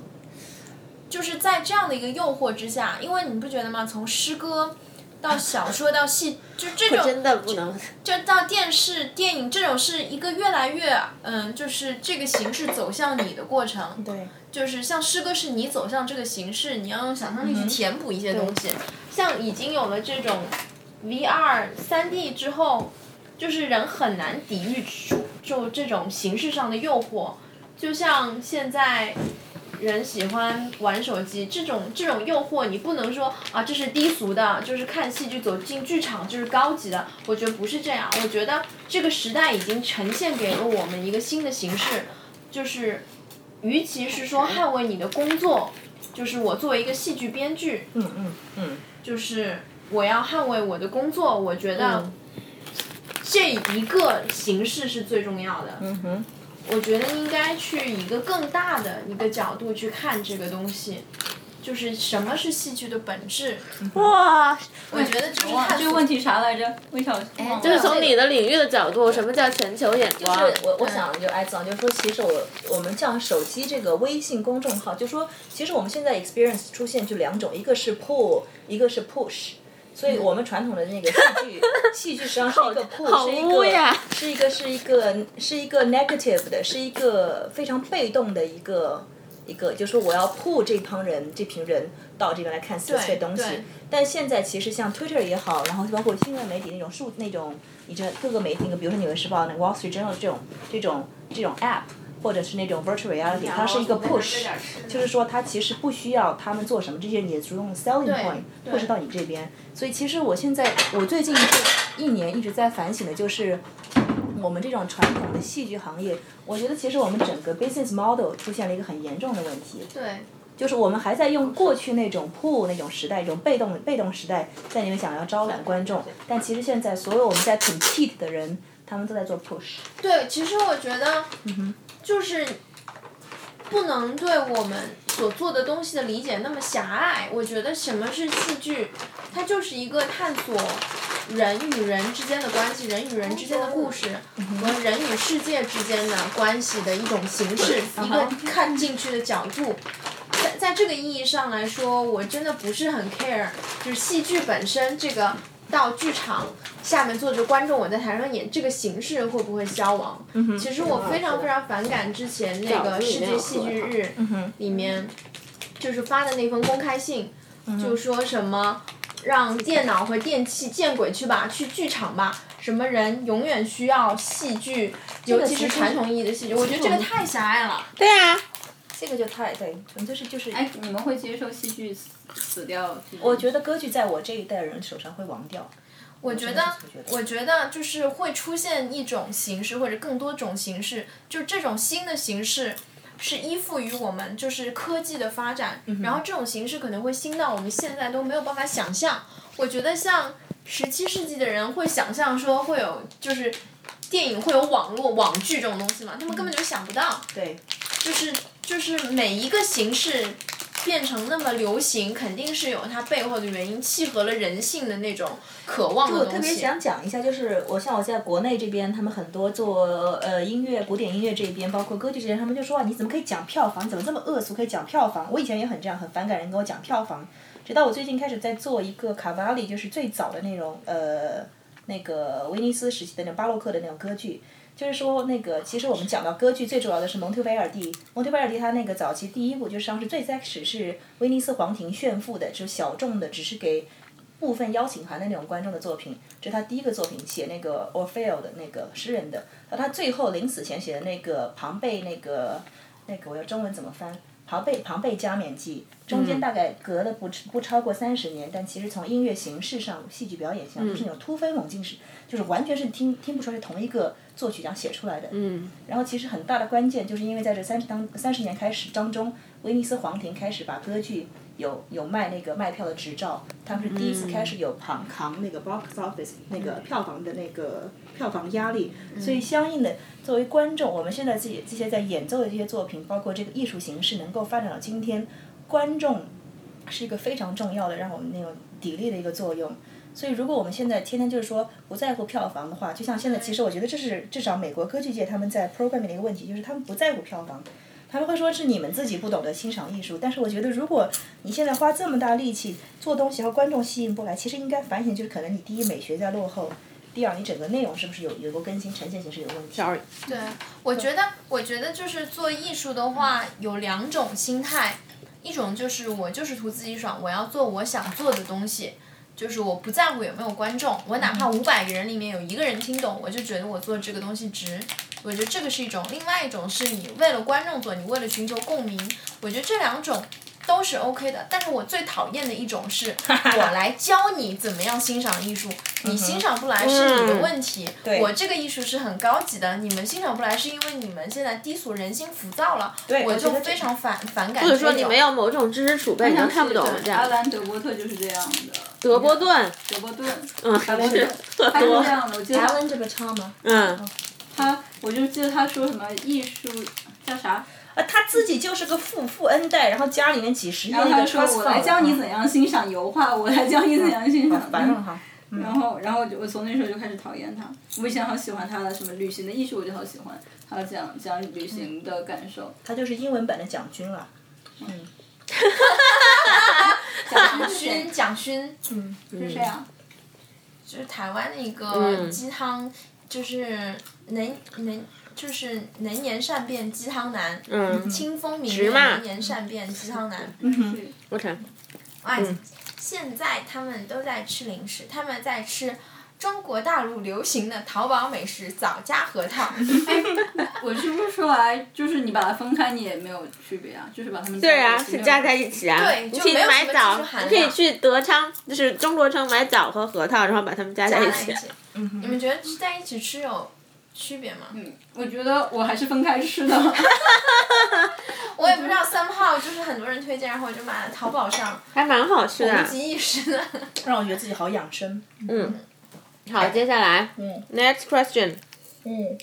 [SPEAKER 1] 就是在这样的一个诱惑之下，因为你不觉得吗？从诗歌到小说到戏，就这种
[SPEAKER 2] 真的不能。
[SPEAKER 1] 就到电视、电影这种是一个越来越，嗯，就是这个形式走向你的过程。
[SPEAKER 8] 对，
[SPEAKER 1] 就是像诗歌是你走向这个形式，你要用想象力去填补一些东西。像已经有了这种 VR、三 D 之后，就是人很难抵御住就这种形式上的诱惑。就像现在人喜欢玩手机，这种这种诱惑，你不能说啊，这是低俗的，就是看戏剧走进剧场就是高级的。我觉得不是这样，我觉得这个时代已经呈现给了我们一个新的形式，就是与其是说捍卫你的工作，就是我作为一个戏剧编剧，
[SPEAKER 4] 嗯嗯嗯，
[SPEAKER 1] 就是我要捍卫我的工作，我觉
[SPEAKER 4] 嗯
[SPEAKER 1] 得这一个形式是最重要的。
[SPEAKER 4] 嗯哼，
[SPEAKER 1] 我觉得应该去一个更大的一个角度去看这个东西，就是什么是戏剧的本质。
[SPEAKER 4] 嗯
[SPEAKER 2] 哇，
[SPEAKER 1] 我觉得就是
[SPEAKER 3] 哇，
[SPEAKER 1] 看
[SPEAKER 3] 这个问题啥来着？为啥我忘了？
[SPEAKER 2] 就是从你的领域的角度，什么叫全球眼光？
[SPEAKER 4] 就是我我
[SPEAKER 2] 嗯
[SPEAKER 4] 想就艾总就说，其实我我们像手机这个微信公众号，就说其实我们现在 experience 出现就两种，一个是 pull，一个是 push。所以
[SPEAKER 2] 嗯
[SPEAKER 4] 我们传统的那个戏 剧，戏剧实际上是一个 pull，
[SPEAKER 2] 好
[SPEAKER 4] 是一
[SPEAKER 2] 污呀
[SPEAKER 4] 个是一个是一个是一个 negative 的，是一个非常被动的一个一个，就说我要 pull 这帮人这群人到这边来看 specific 东西
[SPEAKER 1] 对。
[SPEAKER 4] 但现在其实像 Twitter 也好，然后包括新闻媒体那种数那种，你这各个媒体，比如说《纽约时报》、那《Wall Street Journal》这种这种这种 app，或者是那种 virtual reality，它
[SPEAKER 1] 啊
[SPEAKER 4] 是一个 push，就是说它其实不需要他们做什么，这些你主动 selling point
[SPEAKER 1] 对
[SPEAKER 4] push 到你这边。所以其实我现在我最近这一年一直在反省的就是。我们这种传统的戏剧行业，我觉得其实我们整个 business model 出现了一个很严重的问题，
[SPEAKER 1] 对
[SPEAKER 4] 就是我们还在用过去那种 pull 那种时代，一种被动被动时代，在里面想要招揽观众，但其实现在所有我们在 compete 的人，他们都在做 push。
[SPEAKER 1] 对，其实我觉得，就是不能对我们所做的东西的理解那么狭隘。我觉得什么是戏剧，它就是一个探索人与人之间的关系、人与人之间的故事和人与世界之间的关系的一种形式，一个看进去的角度。在在这个意义上来说，我真的不是很 care，就是戏剧本身这个到剧场下面坐着观众，我在台上演这个形式会不会消亡？其实我非常非常反感之前那个世界戏剧日里面，就是发的那封公开信，就说什么让电脑和电器见鬼去吧，去剧场吧。什么人永远需要戏剧，尤其是传统意义的戏剧，我觉得这个太狭隘了。
[SPEAKER 2] 对啊，
[SPEAKER 4] 这个就太对，嗯，就是就是，
[SPEAKER 3] 哎，你们会接受戏剧死死掉？
[SPEAKER 4] 我觉得歌剧在我这一代人手上会亡掉。
[SPEAKER 1] 我觉得
[SPEAKER 4] 是这么觉，得
[SPEAKER 1] 我觉得就是会出现一种形式或者更多种形式，就这种新的形式是依附于我们就是科技的发展，
[SPEAKER 4] 嗯
[SPEAKER 1] 然后这种形式可能会新到我们现在都没有办法想象。我觉得像十七世纪的人会想象说会有就是电影会有网络网剧这种东西嘛，他们根本就想不到。
[SPEAKER 4] 嗯对，
[SPEAKER 1] 就是就是每一个形式变成那么流行，肯定是有它背后的原因，契合了人性的那种渴望
[SPEAKER 4] 我
[SPEAKER 1] 的
[SPEAKER 4] 特
[SPEAKER 1] 东
[SPEAKER 4] 别
[SPEAKER 1] 西。
[SPEAKER 4] 想讲一下，就是我像我在国内这边，他们很多做呃音乐、古典音乐这边，包括歌剧这边，他们就说啊，你怎么可以讲票房？你怎么这么恶俗，可以讲票房？我以前也很这样，很反感人跟我讲票房。直到我最近开始在做一个卡瓦里，就是最早的那种呃那个威尼斯时期的那种巴洛克的那种歌剧。就是说，那个其实我们讲到歌剧，最主要的是蒙特威尔第。蒙特威尔第他那个早期第一部，就是实际上是最开始是威尼斯皇庭炫富的，就是小众的，只是给部分邀请函的那种观众的作品，这是他第一个作品，写那个 Orfeo 的那个诗人的。和他最后临死前写的那个庞贝那个那个，我要中文怎么翻？庞贝庞贝加冕记，中间大概隔了不不超过三十年，但其实从音乐形式上、戏剧表演上，就是那种突飞猛进式，就是完全是听听不出来是同一个作曲家写出来的。
[SPEAKER 2] 嗯，
[SPEAKER 4] 然后其实很大的关键就是因为在这三十当三十年开始当中，威尼斯皇庭开始把歌剧有有卖那个卖票的执照，他们是第一次开始有扛扛那个 box office 那个票房的那个票房压力，所以相应的作为观众，我们现在自己这些在演奏的这些作品，包括这个艺术形式能够发展到今天，观众是一个非常重要的让我们那种砥砺的一个作用。所以，如果我们现在天天就是说不在乎票房的话，就像现在，其实我觉得这是至少美国歌剧界他们在 programming 的一个问题，就是他们不在乎票房，他们会说是你们自己不懂得欣赏艺术，但是我觉得，如果你现在花这么大力气做东西和观众吸引不来，其实应该反省，就是可能你第一美学在落后，第二你整个内容是不是有有过更新，呈现形式有问题。
[SPEAKER 1] 对，我觉得，我觉得就是做艺术的话，有两种心态，一种就是我就是图自己爽，我要做我想做的东西，就是我不在乎有没有观众，我哪怕五百个人里面有一个人听懂，我就觉得我做这个东西值。我觉得这个是一种，另外一种是你为了观众做，你为了寻求共鸣。我觉得这两种都是 OK 的，但是我最讨厌的一种是，我来教你怎么样欣赏艺术，你欣赏不来是你的问题。我这个艺术是很高级的，你们欣赏不来是因为你们现在低俗人心浮躁了。我
[SPEAKER 4] 我觉
[SPEAKER 1] 就
[SPEAKER 4] 得这
[SPEAKER 1] 非常反反感。
[SPEAKER 2] 或
[SPEAKER 1] 或
[SPEAKER 2] 者说你没有某种知识储备，你都看不懂这
[SPEAKER 3] 阿
[SPEAKER 2] 样。
[SPEAKER 3] 兰德波特就是这样的，
[SPEAKER 2] 德波顿，
[SPEAKER 3] 德伯顿，
[SPEAKER 2] 嗯，
[SPEAKER 3] 德
[SPEAKER 2] 还
[SPEAKER 3] 伯
[SPEAKER 2] 是
[SPEAKER 3] 顿，
[SPEAKER 2] 特
[SPEAKER 3] 他是
[SPEAKER 2] 多
[SPEAKER 3] 这，样的，我记得
[SPEAKER 4] 台
[SPEAKER 3] 他
[SPEAKER 4] 湾这个差吗？
[SPEAKER 2] 嗯，
[SPEAKER 3] 他，我就记得他说什么艺术叫啥，
[SPEAKER 4] 啊，他自己就是个富富恩代，然后家里面几十亿
[SPEAKER 3] 然后他
[SPEAKER 4] 的
[SPEAKER 3] 说
[SPEAKER 4] trust
[SPEAKER 3] 我来
[SPEAKER 4] fund
[SPEAKER 3] 教你怎样欣赏油画，我来教你怎样欣赏。
[SPEAKER 4] 嗯
[SPEAKER 3] 嗯
[SPEAKER 4] 反正哈，
[SPEAKER 3] 然后，然后我就我从那时候就开始讨厌他。我以前好喜欢他的什么旅行的艺术，我就好喜欢他讲讲旅行的感受。
[SPEAKER 4] 他就是英文版的蒋军了。
[SPEAKER 3] 蒋
[SPEAKER 1] 熏蒋勋，
[SPEAKER 4] 嗯
[SPEAKER 3] 是谁啊？
[SPEAKER 1] 就是台湾的一个
[SPEAKER 2] 嗯
[SPEAKER 1] 鸡汤，就是能能就是能言善辩鸡汤男，
[SPEAKER 2] 嗯
[SPEAKER 1] 清风明
[SPEAKER 2] 直
[SPEAKER 1] 媚
[SPEAKER 2] 嘛
[SPEAKER 1] 能言善辩鸡汤男。
[SPEAKER 3] 嗯，
[SPEAKER 2] ，OK，
[SPEAKER 1] 哎，
[SPEAKER 2] 嗯
[SPEAKER 1] 现在他们都在吃零食，他们在吃中国大陆流行的淘宝美食枣夹核桃。
[SPEAKER 3] 我吃不出来，就是你把它分开，你也没有区别啊，就是把它们
[SPEAKER 2] 对啊，
[SPEAKER 3] 在一起
[SPEAKER 2] 是加在一起啊。
[SPEAKER 1] 对
[SPEAKER 2] 你
[SPEAKER 1] 就
[SPEAKER 2] 可以
[SPEAKER 1] 没有
[SPEAKER 2] 买
[SPEAKER 1] 什么
[SPEAKER 2] 枣
[SPEAKER 1] 技术，含
[SPEAKER 2] 你可以
[SPEAKER 1] 量
[SPEAKER 2] 去德昌，就是中国城买枣和核桃，然后把它们加在
[SPEAKER 1] 在
[SPEAKER 2] 一
[SPEAKER 1] 一嗯
[SPEAKER 2] 起。
[SPEAKER 1] 起。你们觉得在一起吃有区别吗？
[SPEAKER 3] 嗯我觉得我还是分 开吃的。
[SPEAKER 1] 我也不知道三炮就是很多人推荐，然后我就买了淘宝上，
[SPEAKER 2] 还蛮好吃的啊
[SPEAKER 1] 无。济一时的。
[SPEAKER 4] 让我觉得自己好养生。
[SPEAKER 2] 好，接下来
[SPEAKER 4] 嗯
[SPEAKER 2] next question，
[SPEAKER 4] 嗯，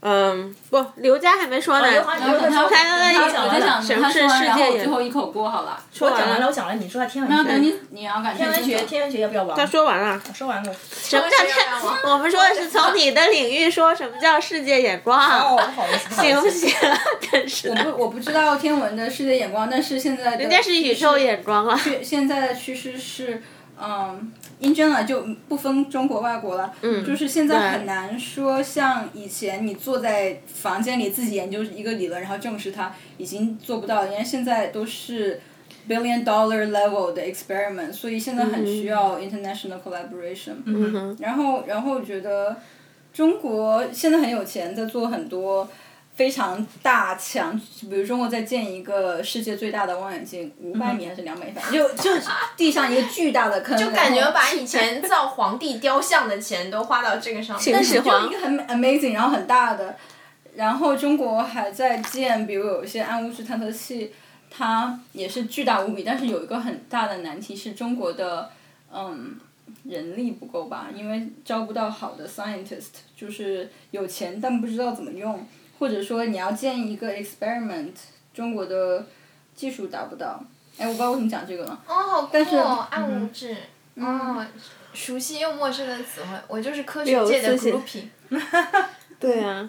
[SPEAKER 2] 嗯，不，刘佳还没说呢。
[SPEAKER 4] 刘华，你
[SPEAKER 3] 等
[SPEAKER 4] 说
[SPEAKER 3] 他，
[SPEAKER 2] 他刚刚已经
[SPEAKER 3] 我在想
[SPEAKER 2] 什
[SPEAKER 3] 等
[SPEAKER 2] 么
[SPEAKER 3] 他
[SPEAKER 2] 是
[SPEAKER 3] 说完，
[SPEAKER 2] 世
[SPEAKER 3] 然后
[SPEAKER 2] 界
[SPEAKER 3] 我
[SPEAKER 2] 也
[SPEAKER 3] 最后一口锅好了。
[SPEAKER 4] 我
[SPEAKER 2] 说完
[SPEAKER 4] 讲完了，
[SPEAKER 2] 了，
[SPEAKER 4] 我讲完了，你说下天
[SPEAKER 3] 那
[SPEAKER 4] 文
[SPEAKER 3] 等
[SPEAKER 4] 学。
[SPEAKER 3] 你你要感兴
[SPEAKER 4] 天文
[SPEAKER 3] 趣
[SPEAKER 4] 学，天文学要不要玩？
[SPEAKER 2] 他说完了。
[SPEAKER 4] 我说完了。
[SPEAKER 2] 什么叫天？我们说的是从你的领域说什么叫世界眼
[SPEAKER 4] 哦，
[SPEAKER 2] 光，
[SPEAKER 4] 不好意思，不好意
[SPEAKER 2] 行
[SPEAKER 4] 思
[SPEAKER 2] 不行？真是
[SPEAKER 3] 我
[SPEAKER 2] 的，
[SPEAKER 3] 不我不知道天文的世界眼光，但是现在人
[SPEAKER 2] 人家是宇宙眼光啊。
[SPEAKER 3] 现在的趋势是，嗯，in general 就不分中国外国了，嗯就是现在很难说像以前你坐在房间里自己研究一个理论，然后证实它，已经做不到了，因为现在都是 billion dollar level 的 experiment，所以现在很需要 international collaboration。嗯
[SPEAKER 2] 哼
[SPEAKER 3] 然后然后我觉得中国现在很有钱，在做很多。非常大强，比如中国在建一个世界最大的望远镜，五百米还是两百米，反正就就地上一个巨大的坑，就
[SPEAKER 1] 感觉把以前造皇帝雕像的钱都花到这个上面。
[SPEAKER 2] 秦始
[SPEAKER 3] 就
[SPEAKER 2] 皇
[SPEAKER 3] 一个很 amazing，然后很大的。然后中国还在建，比如有一些暗物质探测器，它也是巨大无比，但是有一个很大的难题是中国的，嗯，人力不够吧，因为招不到好的 scientist，就是有钱但不知道怎么用，或者说你要建一个 experiment，中国的技术达不到。哎，我不知道为什么讲这个了。
[SPEAKER 1] 哦，好酷
[SPEAKER 3] 但是
[SPEAKER 1] 哦！暗物质，哦，熟悉又陌生的词汇，我就是科学界的
[SPEAKER 2] 六四
[SPEAKER 1] groupie。
[SPEAKER 2] 对啊，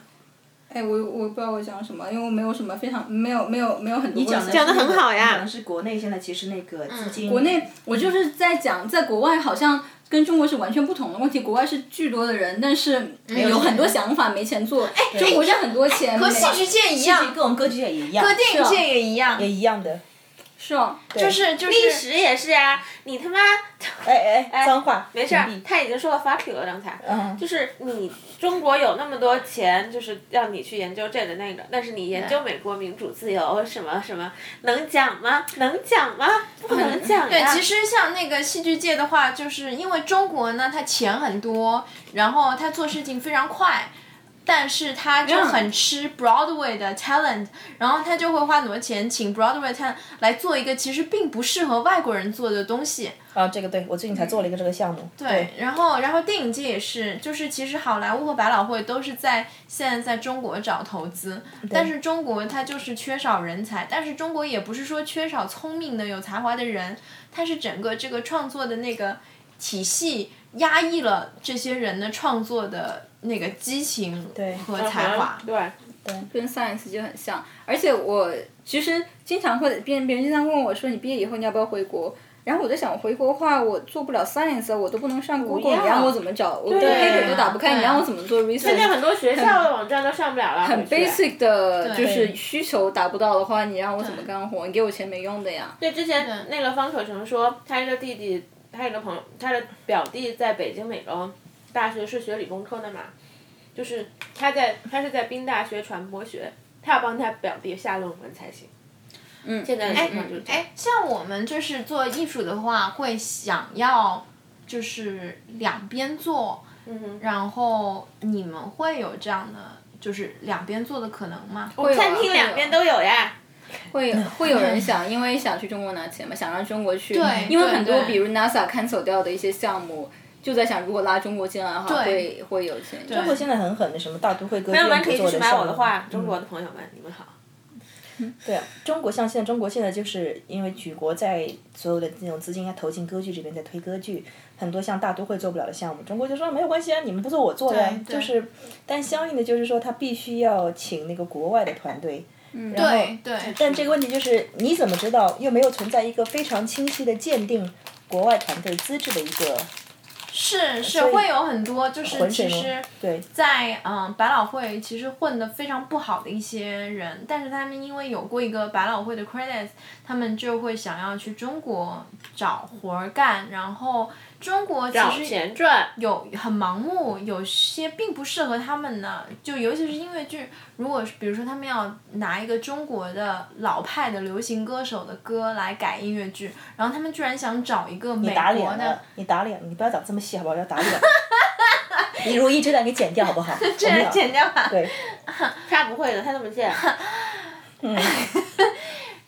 [SPEAKER 3] 哎，我我不知道我讲什么，因为我没有什么非常没有没有没有很多。你
[SPEAKER 4] 讲的
[SPEAKER 2] 讲得很好呀
[SPEAKER 4] 可能是国内现在其实那个资金，
[SPEAKER 3] 国内我就是在讲，在国外好像跟中国是完全不同的问题。国外是巨多的人，但是嗯有很多想法没钱做。哎中国是很多钱，
[SPEAKER 1] 和
[SPEAKER 3] 没
[SPEAKER 1] 戏剧界一样，
[SPEAKER 4] 跟我们歌剧也一样，
[SPEAKER 1] 和电影
[SPEAKER 3] 是啊
[SPEAKER 1] 界也一样，
[SPEAKER 4] 也一样的。
[SPEAKER 3] 是哦，
[SPEAKER 1] 就
[SPEAKER 3] 就是
[SPEAKER 1] 就是
[SPEAKER 2] 历史也是啊，你他妈
[SPEAKER 4] 哎哎，脏话，
[SPEAKER 2] 没事儿，他已经说了 fuck you 了，刚才。就是你中国有那么多钱，就是让你去研究这个那个，但是你研究美国民主自由什么什么，能讲吗？能讲吗？不能讲呀。
[SPEAKER 1] 嗯对，其实像那个戏剧界的话，就是因为中国呢，它钱很多，然后它做事情非常快，但是它就很吃 Broadway 的 talent，然后它就会花很多钱请 Broadway talent 来做一个其实并不适合外国人做的东西。
[SPEAKER 4] 啊，这个对我最近才做了一个这个项目。
[SPEAKER 1] 对，，然后然后电影界也是，就是其实好莱坞和百老汇都是在现在在中国找投资，但是中国它就是缺少人才，但是中国也不是说缺少聪明的有才华的人，它是整个这个创作的那个体系压抑了这些人的创作的那个激情和才华。
[SPEAKER 2] 对，
[SPEAKER 3] 跟 science 就很像。而且我其实经常会别人别人经常问我说，你毕业以后你要不要回国？然后我在想，我回国的话，我做不了 science，我都不能上 Google，
[SPEAKER 2] 要
[SPEAKER 3] 你让我怎么找？我
[SPEAKER 2] 对
[SPEAKER 3] Google 都打不
[SPEAKER 1] 对
[SPEAKER 3] 开，你让我怎么做 research？
[SPEAKER 2] 现在很多学校的网站都上不了了，很
[SPEAKER 3] basic 的就
[SPEAKER 1] 对
[SPEAKER 3] 是需求达不到的话，你让我怎么干活？你给我钱没用的呀。
[SPEAKER 2] 对，之前那个方可成说，他的弟弟，他有个朋友，他的表弟在北京美容大学是学理工科的嘛，就是他在他是在宾大学传播学，他要帮他表弟下论文才行。嗯，现在的情况就是这样。
[SPEAKER 1] 哎，像我们就是做艺术的话，会想要就是两边做，
[SPEAKER 2] 嗯
[SPEAKER 1] 哎然后你们会有这样的就是两边做的可能吗？
[SPEAKER 3] 会有啊
[SPEAKER 2] 餐厅两边都有呀，
[SPEAKER 3] 会 会有人想，因为想去中国拿钱嘛， 想让中国去，
[SPEAKER 1] 对
[SPEAKER 3] 因为很多
[SPEAKER 1] 对对
[SPEAKER 3] 比如 NASA cancel 掉的一些项目，就在想如果拉中国进来的
[SPEAKER 1] 对
[SPEAKER 3] 话，会会有钱。
[SPEAKER 1] 中
[SPEAKER 3] 中
[SPEAKER 1] 国
[SPEAKER 4] 我现在很狠的，什么大都会歌
[SPEAKER 2] 朋友们
[SPEAKER 4] 店
[SPEAKER 2] 可
[SPEAKER 4] 不
[SPEAKER 2] 以
[SPEAKER 4] 做
[SPEAKER 2] 去
[SPEAKER 4] 的
[SPEAKER 2] 买
[SPEAKER 4] 项
[SPEAKER 2] 我的
[SPEAKER 4] 目
[SPEAKER 2] 画，中
[SPEAKER 4] 嗯
[SPEAKER 2] 国的朋友们，你们好。
[SPEAKER 4] 对啊，中国像现在中国现在就是因为举国在所有的那种资金要投进歌剧这边，在推歌剧，很多像大都会做不了的项目，中国就说没有关系啊，你们不做我做呀，
[SPEAKER 1] 对
[SPEAKER 4] 就
[SPEAKER 1] 对
[SPEAKER 4] 是，但相应的就是说他必须要请那个国外的团队，嗯，然后
[SPEAKER 1] 对对，
[SPEAKER 4] 但这个问题就是你怎么知道？又没有存在一个非常清晰的鉴定国外团队资质的一个
[SPEAKER 1] 是是
[SPEAKER 4] 所以
[SPEAKER 1] 会有很多就是
[SPEAKER 4] 浑水
[SPEAKER 1] 其
[SPEAKER 4] 吗
[SPEAKER 1] 实。
[SPEAKER 4] 对
[SPEAKER 1] 在嗯百老汇其实混得非常不好的一些人，但是他们因为有过一个百老汇的 credits，他们就会想要去中国找活儿干，然后中国其
[SPEAKER 2] 找
[SPEAKER 1] 实
[SPEAKER 2] 钱赚，
[SPEAKER 1] 有很盲目，有些并不适合他们呢。就尤其是音乐剧，如果是比如说他们要拿一个中国的老派的流行歌手的歌来改音乐剧，然后他们居然想找一个美
[SPEAKER 4] 打
[SPEAKER 1] 国
[SPEAKER 4] 脸
[SPEAKER 1] 的
[SPEAKER 4] 了，，你打脸了，你不要打这么细好不好？要打 脸了，你如一这段给剪掉好不好？ 这
[SPEAKER 1] 这剪掉吧。
[SPEAKER 4] 对。
[SPEAKER 2] 他不会的，他那么贱。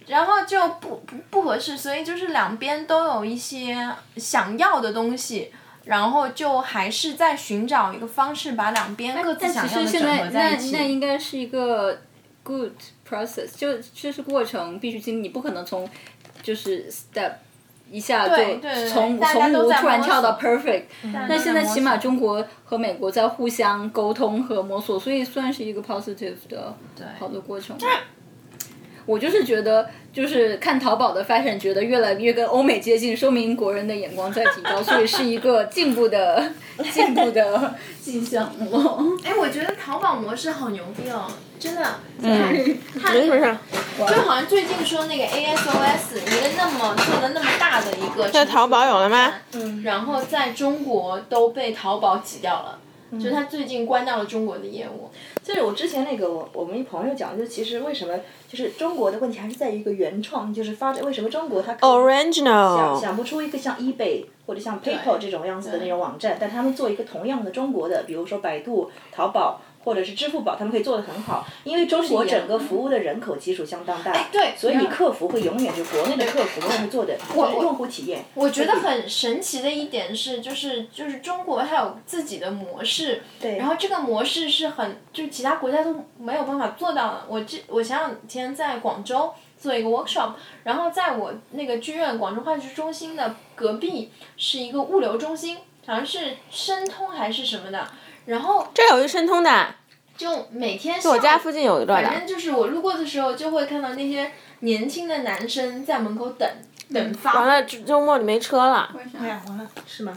[SPEAKER 1] 然后就不不不合适，所以就是两边都有一些想要的东西，然后就还是在寻找一个方式把两边各自
[SPEAKER 3] 但其
[SPEAKER 1] 想要
[SPEAKER 3] 实
[SPEAKER 1] 的
[SPEAKER 3] 现
[SPEAKER 1] 整
[SPEAKER 3] 在
[SPEAKER 1] 合在
[SPEAKER 3] 那
[SPEAKER 1] 一起。
[SPEAKER 3] 那应该是一个 good process，就这是过程必须经历，你不可能从就是 step 一下就
[SPEAKER 1] 对对对
[SPEAKER 3] 从
[SPEAKER 1] 大家
[SPEAKER 3] 从
[SPEAKER 1] 都
[SPEAKER 3] 无
[SPEAKER 1] 在
[SPEAKER 3] 突然
[SPEAKER 1] 摸
[SPEAKER 3] 跳到
[SPEAKER 1] 索嗯
[SPEAKER 3] perfect。那现在
[SPEAKER 1] 摸
[SPEAKER 3] 起码
[SPEAKER 1] 索
[SPEAKER 3] 中国和美国在互相沟通和摸索，所以算是一个 positive 的好的过程吧。我就是觉得，就是看淘宝的发展，觉得越来越跟欧美接近，说明国人的眼光在提高，所以是一个进 步的、进步的迹象 了。
[SPEAKER 1] 哎，我觉得淘宝模式好牛逼哦，真的。
[SPEAKER 2] 没什么事儿，
[SPEAKER 1] 就好像最近说那个 ASOS 一个那么做的那么大的一个，
[SPEAKER 2] 在淘宝有了吗？
[SPEAKER 1] 嗯，然后在中国都被淘宝挤掉了，
[SPEAKER 3] 嗯
[SPEAKER 1] 就他最近关掉了中国的业务。
[SPEAKER 4] 就是我之前那个我我们一朋友讲，就其实为什么就是中国的问题还是在于一个原创，就是发展为什么中国它可以想
[SPEAKER 1] 哦
[SPEAKER 2] Original，
[SPEAKER 4] 想不出一个像 eBay 或者像 PayPal 这种样子的那种网站，但他们做一个同样的中国的，比如说百度、淘宝。或者是支付宝，他们可以做得很好，因为中国整个服务的人口基数相当大，
[SPEAKER 1] 哎对
[SPEAKER 4] 所以
[SPEAKER 2] 啊
[SPEAKER 4] 你客服会永远是国内的客服永远会做的，就是用户体验。
[SPEAKER 1] 我觉得很神奇的一点是，就是就是中国它有自己的模式，对然后这个模式是很就是其他国家都没有办法做到的。我这我前两天在广州做一个 workshop，然后在我那个剧院广州话剧中心的隔壁是一个物流中心，好像是申通还是什么的，然后
[SPEAKER 2] 这有一申通的，
[SPEAKER 1] 就每天
[SPEAKER 2] 我
[SPEAKER 1] 我
[SPEAKER 2] 家附近有一段
[SPEAKER 1] 反正
[SPEAKER 2] 的。
[SPEAKER 1] 就是我路过的时候就会看到那些年轻的男生在门口等等发，
[SPEAKER 2] 完了，周末就没车了，
[SPEAKER 12] 呀，完了，是吗？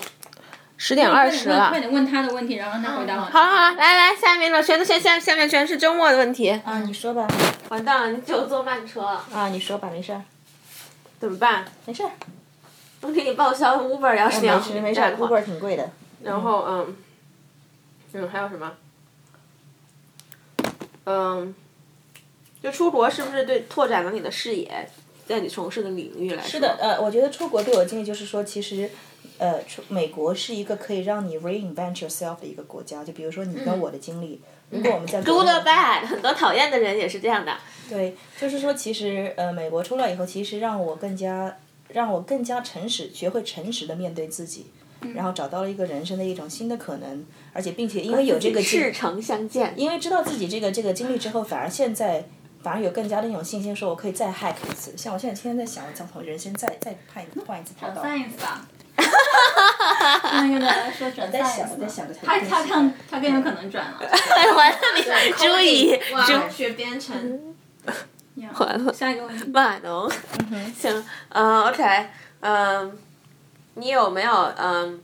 [SPEAKER 2] 十点二十了
[SPEAKER 3] 快。点问他的问题，然后让他回答完。
[SPEAKER 2] 好了好了，来来，下面了，全都全下下面全是周末的问题。
[SPEAKER 4] 啊，你说吧，
[SPEAKER 2] 完蛋了，你只有坐慢车了，
[SPEAKER 4] 啊，你说吧，没事儿，
[SPEAKER 2] 怎么办？
[SPEAKER 4] 没事儿，
[SPEAKER 2] 我给你报销 Uber 要是你要
[SPEAKER 4] 没事没事
[SPEAKER 2] 站的话
[SPEAKER 4] ，Uber 挺贵的。
[SPEAKER 2] 然后嗯，嗯，还有什么？嗯，就出国是不是对拓展了你的视野，在你从事的领域来说？
[SPEAKER 4] 是的，呃，我觉得出国对我的建议就是说，其实，呃，出美国是一个可以让你 reinvent yourself 的一个国家。就比如说你跟我的经历，如果我们在国
[SPEAKER 2] 嗯 Good
[SPEAKER 4] 内
[SPEAKER 2] or bad，很多讨厌的人也是这样的。
[SPEAKER 4] 对，就是说，其实呃，美国出来以后，其实让我更加让我更加诚实，学会诚实的面对自己，
[SPEAKER 2] 嗯
[SPEAKER 4] 然后找到了一个人生的一种新的可能，而且并且因为有这个经
[SPEAKER 2] 赤诚相见，
[SPEAKER 4] 因为知道自己这个这个经历之后，反而现在反而有更加的一种信心，说我可以再 hack 一次。像我现在天天在想，我从人生再再换换一次跑道。
[SPEAKER 3] science 吧，刚才跟大家说转
[SPEAKER 4] 在
[SPEAKER 3] 赛
[SPEAKER 4] 想，
[SPEAKER 3] 嘛
[SPEAKER 4] 我在想着
[SPEAKER 3] 他他看他更有可能转了。
[SPEAKER 2] 完了 你，注意，
[SPEAKER 1] 我要
[SPEAKER 2] 注
[SPEAKER 1] 学编
[SPEAKER 2] 嗯
[SPEAKER 1] 程，
[SPEAKER 2] 完了，
[SPEAKER 3] 下一个问题，
[SPEAKER 2] 码农。 行，嗯、o k 嗯、你有没有嗯、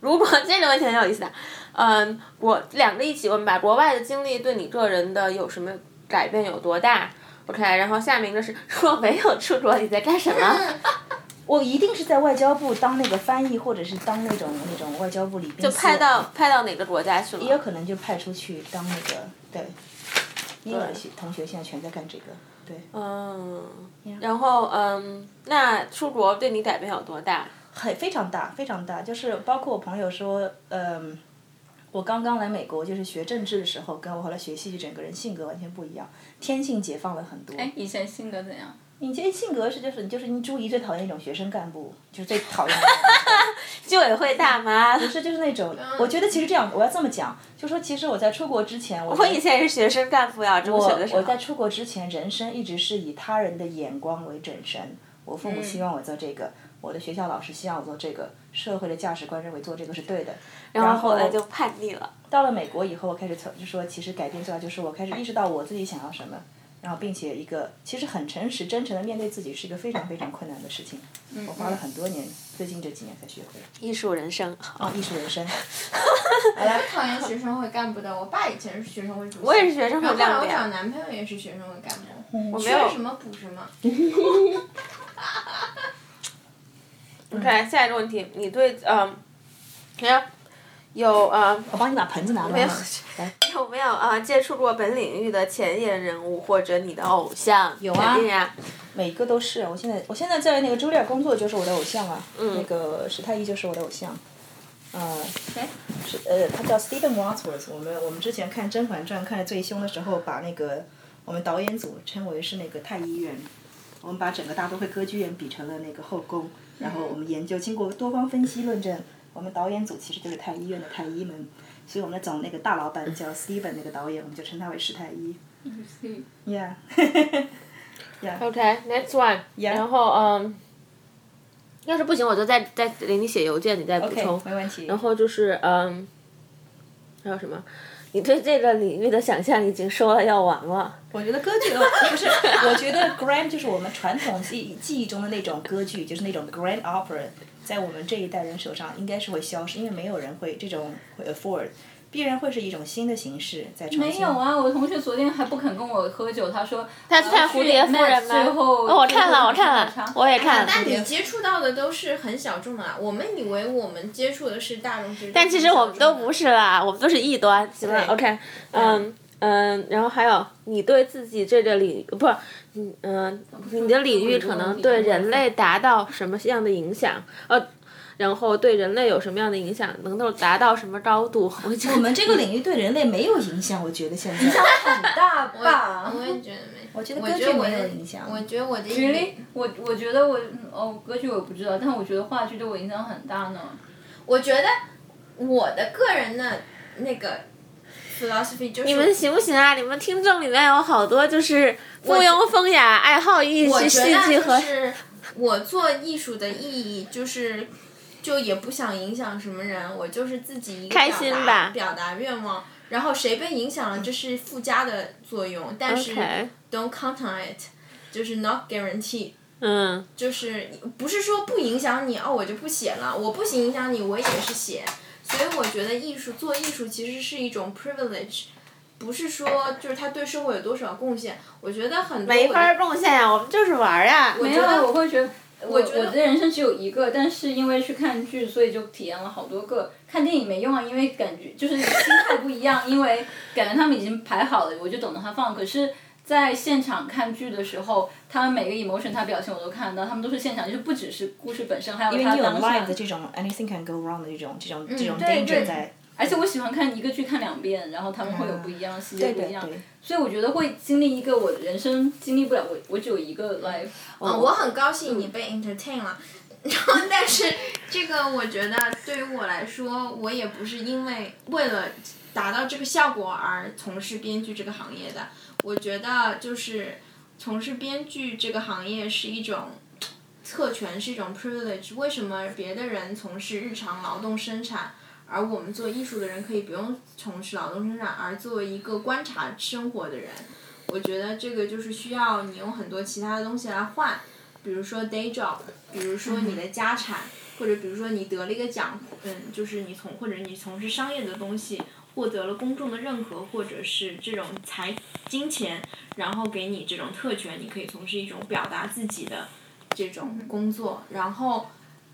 [SPEAKER 2] 如果 这个问题很有意思的，嗯、我两个一起，我们把国外的经历对你个人的有什么改变有多大？OK，然后下面一个是， 若没有出国，你在干什 么？
[SPEAKER 4] 我一定是在外交部当那个翻译，或者是当那种那种外交部礼宾就
[SPEAKER 2] 派到派到哪个国家去了？
[SPEAKER 4] 也有可能就派出去当那个对，因为有些同学现在全在干这个，对，
[SPEAKER 2] 嗯，然后嗯，那出国对你改变有多大？
[SPEAKER 4] 很非常大非常大，就是包括我朋友说，嗯。我刚刚来美国，就是学政治的时候，跟我后来学戏剧，整个人性格完全不一样，天性解放了很多。
[SPEAKER 3] 哎，以前性格怎样？
[SPEAKER 4] 你这性格是就是你就是你朱怡最讨厌一种学生干部，就是最讨厌的那种。
[SPEAKER 2] 居委会大妈。
[SPEAKER 4] 不是，就是那种，我觉得其实这样，我要这么讲，就说其实我在出国之前，我
[SPEAKER 2] 我以前也是学生干部呀，中学的时候。
[SPEAKER 4] 我在出国之前，人生一直是以他人的眼光为准绳。我父母
[SPEAKER 2] 嗯
[SPEAKER 4] 希望我做这个，我的学校老师希望我做这个，社会的价值观认为做这个是对的。然
[SPEAKER 2] 后来就叛逆了。
[SPEAKER 4] 到了美国以后，我开始从就说，其实改变最大就是我开始意识到我自己想要什么，然后并且一个其实很诚实、真诚的面对自己是一个非常非常困难的事情。
[SPEAKER 2] 嗯
[SPEAKER 4] 我花了很多年，最近这几年才学会。哦
[SPEAKER 2] 艺术人生。啊
[SPEAKER 4] 艺术人生，
[SPEAKER 1] 讨厌学生会干部的。我爸以前是学生会主席，
[SPEAKER 2] 我也是学生会
[SPEAKER 1] 然后
[SPEAKER 2] 干
[SPEAKER 1] 后
[SPEAKER 2] 部
[SPEAKER 1] 来我
[SPEAKER 2] 呀
[SPEAKER 1] 找男朋友也是学生会干部，
[SPEAKER 2] 我没
[SPEAKER 1] 缺
[SPEAKER 2] 有
[SPEAKER 1] 什。么补什么。
[SPEAKER 2] OK，下一个问题，你对嗯，谁呀？有呃，
[SPEAKER 4] 我哦帮你把盆子拿过来。来，
[SPEAKER 2] 有 没有啊、呃接触过本领域的前沿人物或者你的偶像？有
[SPEAKER 4] 啊
[SPEAKER 2] 肯定呀、
[SPEAKER 4] 每个都是啊。我现在我现在在那个茱莉亚工作就是我的偶像啊，那个史太一就是我的偶像。呃，谁？是呃，他叫 Stephen Wadsworth。我们我们之前看《甄嬛传》看的最凶的时候，把那个我们导演组称为是那个太医院，我们把整个大都会歌剧院比成了那个后宫，然后我们研究经过多方分析论证，我们导演组其实就是太医院的太医们，所以我们的总那个大老板叫 Stephen 那个导演，我们就称他为史太医。Yeah 。
[SPEAKER 2] OK，next、one。然后嗯，要是不行，我就再再给你写邮件，你再补充。
[SPEAKER 4] 没问题。
[SPEAKER 2] 然后就是嗯，还有什么？你对这个领域的想象已经说了要完了。
[SPEAKER 4] 我觉得歌剧哦不是，我觉得 grand 就是我们传统记忆记忆中的那种歌剧，就是那种 grand opera，在我们这一代人手上应该是会消失，因为没有人会这种会 afford，必然会是一种新的形式在重
[SPEAKER 3] 没
[SPEAKER 4] 新。
[SPEAKER 3] 有啊，我同学昨天还不肯跟我喝酒，他说
[SPEAKER 2] 他去
[SPEAKER 3] 他
[SPEAKER 2] 看蝴蝶夫人吗？
[SPEAKER 3] 哦最后哎
[SPEAKER 2] 哦，我看了，我看
[SPEAKER 3] 最后
[SPEAKER 2] 了，我也看了。
[SPEAKER 1] 但你接触到的都是很小众的啦，我们以为我们接触的是大众知识，
[SPEAKER 2] 但其实我们都不是 啦，我们都是异端，行吧
[SPEAKER 4] 对
[SPEAKER 2] ？OK，嗯嗯，然后还有你对自己这个领不是，嗯嗯，你的领域可能对人类达到什么样的影响？呃，然后对人类有什么样的影响？能够达到什么高度？我觉得
[SPEAKER 4] 我们 这个领域对人类没 有影响，我觉得现在。
[SPEAKER 3] 很大吧。
[SPEAKER 1] 我也觉得没。我觉
[SPEAKER 4] 得
[SPEAKER 1] 我
[SPEAKER 4] 歌剧
[SPEAKER 1] 觉得我
[SPEAKER 4] 没有
[SPEAKER 1] 的
[SPEAKER 4] 影响
[SPEAKER 1] 我觉得我的
[SPEAKER 3] Really？我 我觉得我嗯哦，歌剧我不知道，但我觉得话剧对我影响很大呢。
[SPEAKER 1] 我觉得我的个人的那个 philosophy 就是
[SPEAKER 2] 你们行不行啊？你们听众里面有好多就是附庸风雅、爱好艺
[SPEAKER 1] 我
[SPEAKER 2] 术、
[SPEAKER 1] 觉
[SPEAKER 2] 戏剧
[SPEAKER 1] 得
[SPEAKER 2] 和
[SPEAKER 1] 就是我做艺术的意义就是，就也不想影响什么人，我就是自己一个
[SPEAKER 2] 开
[SPEAKER 1] 表达
[SPEAKER 2] 心吧
[SPEAKER 1] 表达愿望。然后谁被影响了，这是附加的作用，但是
[SPEAKER 2] OK
[SPEAKER 1] don't count on it，就是 not guarantee。
[SPEAKER 2] 嗯，
[SPEAKER 1] 就是不是说不影响你哦，我就不写了，我不行影响你，我也是写。所以我觉得艺术做艺术其实是一种 privilege，不是说就是它对社会有多少贡献。我觉得很多
[SPEAKER 2] 没
[SPEAKER 1] 我
[SPEAKER 2] 法贡献呀，我们就是玩儿呀。
[SPEAKER 3] 没
[SPEAKER 1] 觉
[SPEAKER 3] 有
[SPEAKER 1] 得
[SPEAKER 3] 啊，我会觉得。我
[SPEAKER 1] 觉得
[SPEAKER 3] 我的人生只有一个，但是因为去看剧，所以就体验了好多个。看电影没用啊，因为感觉就是心态不一样，因为感觉他们已经排好了，我就懂得他放。可是，在现场看剧的时候，他们每个 emotion 他表现我都看得到，他们都是现场，就是不只是故事本身，还有
[SPEAKER 4] 因为
[SPEAKER 3] 他
[SPEAKER 4] 你有
[SPEAKER 3] 当
[SPEAKER 4] live
[SPEAKER 3] 下
[SPEAKER 4] 的。这种 anything can go wrong 的这种这种这种
[SPEAKER 1] 对
[SPEAKER 4] danger
[SPEAKER 1] 对
[SPEAKER 4] 在，
[SPEAKER 3] 而且我喜欢看一个剧看两遍，然后他们会有不一样的细节不
[SPEAKER 4] 对
[SPEAKER 3] 一样
[SPEAKER 4] 对，
[SPEAKER 3] 所以我觉得会经历一个我人生经历不了，我我只有一个 life。
[SPEAKER 1] 嗯，我很高兴你被 entertain 了。 然后，但是这个我觉得对于我来说，我也不是因为为了达到这个效果而从事编剧这个行业的。我觉得就是从事编剧这个行业是一种特权是一种 privilege，为什么别的人从事日常劳动生产，而我们做艺术的人可以不用从事劳动生产，而作为一个观察生活的人，我觉得这个就是需要你用很多其他的东西来换，比如说 day job，比如说
[SPEAKER 2] 嗯
[SPEAKER 1] 你的家产，或者比如说你得了一个奖，嗯，就是你从或者你从事商业的东西。获得了公众的认可，或者是这种财金钱，然后给你这种特权，你可以从事一种表达自己的这
[SPEAKER 2] 嗯
[SPEAKER 1] 种工作。然后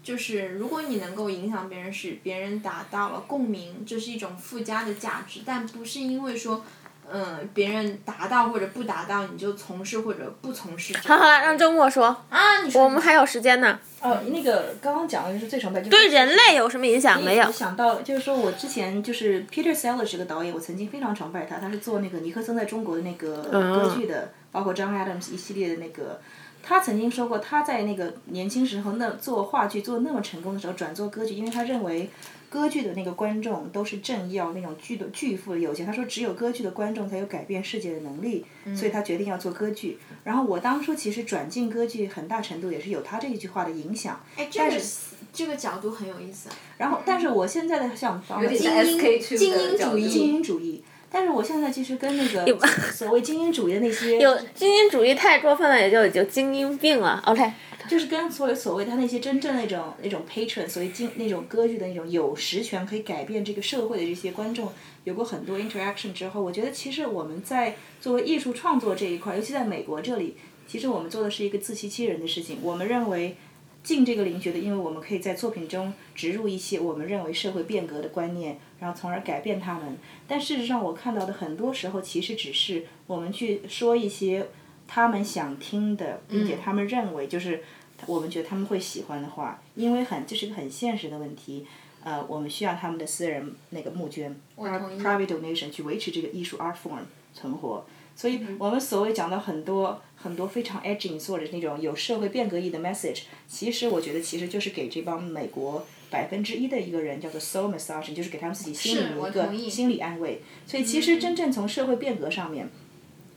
[SPEAKER 1] 就是，如果你能够影响别人，使别人达到了共鸣，这是一种附加的价值，但不是因为说，嗯、别人达到或者不达到，你就从事或者不从事这个。
[SPEAKER 2] 好好了， 让周末说，
[SPEAKER 1] 啊，你说
[SPEAKER 2] 我们还有时间呢。
[SPEAKER 4] 哦，那个刚刚讲的就是最常被就是
[SPEAKER 2] 对人类有什么影响没有
[SPEAKER 4] 我？想到就是说我之前就是 Peter Sellers 这个导演，我曾经非常崇拜他，他是做那个尼克森在中国的那个歌剧的，包括 John Adams 一系列的那个。他曾经说过，他在那个年轻时候那做话剧做那么成功的时候，转做歌剧，因为他认为歌剧的那个观众都是政要那种巨的巨富的有钱。他说，只有歌剧的观众才有改变世界的能力，所以他决定要做歌剧。然后我当初其实转进歌剧，很大程度也是有他这一句话的影响。
[SPEAKER 1] 这个
[SPEAKER 4] 但是
[SPEAKER 1] 这个角度很有意思啊。
[SPEAKER 4] 然后，但是我现在的想法，
[SPEAKER 3] 精
[SPEAKER 1] 英精英主义
[SPEAKER 4] 精英主义。但是我现在其实跟那个 所谓精英主义的那些，
[SPEAKER 2] 有精英主义太过分了，也就有精英病了。OK，
[SPEAKER 4] 就是跟所谓所谓他那些真正那种那种 patron，所谓精那种歌剧的那种有实权可以改变这个社会的这些观众，有过很多 interaction 之后，我觉得其实我们在作为艺术创作这一块，尤其在美国这里，其实我们做的是一个自欺欺人的事情。我们认为进这个领域的，因为我们可以在作品中植入一些我们认为社会变革的观念，然后从而改变他们。但事实上，我看到的很多时候其实只是我们去说一些他们想听的，并
[SPEAKER 1] 嗯
[SPEAKER 4] 且他们认为就是我们觉得他们会喜欢的话，因为很这是个很现实的问题。呃，我们需要他们的私人那个募捐
[SPEAKER 1] 同意
[SPEAKER 4] （private donation） 去维持这个艺术 art form 存活。所以
[SPEAKER 1] 嗯
[SPEAKER 4] 我们所谓讲到很多很多非常 edgy 或者那种有社会变革意义的 message，其实我觉得其实就是给这帮美国百分之一的一个人叫做 soul massage，就是给他们自己心
[SPEAKER 1] 是
[SPEAKER 4] 里
[SPEAKER 1] 我
[SPEAKER 4] 一个
[SPEAKER 1] 同意嗯
[SPEAKER 4] 心理安慰。所以其实真正从社会变革上面，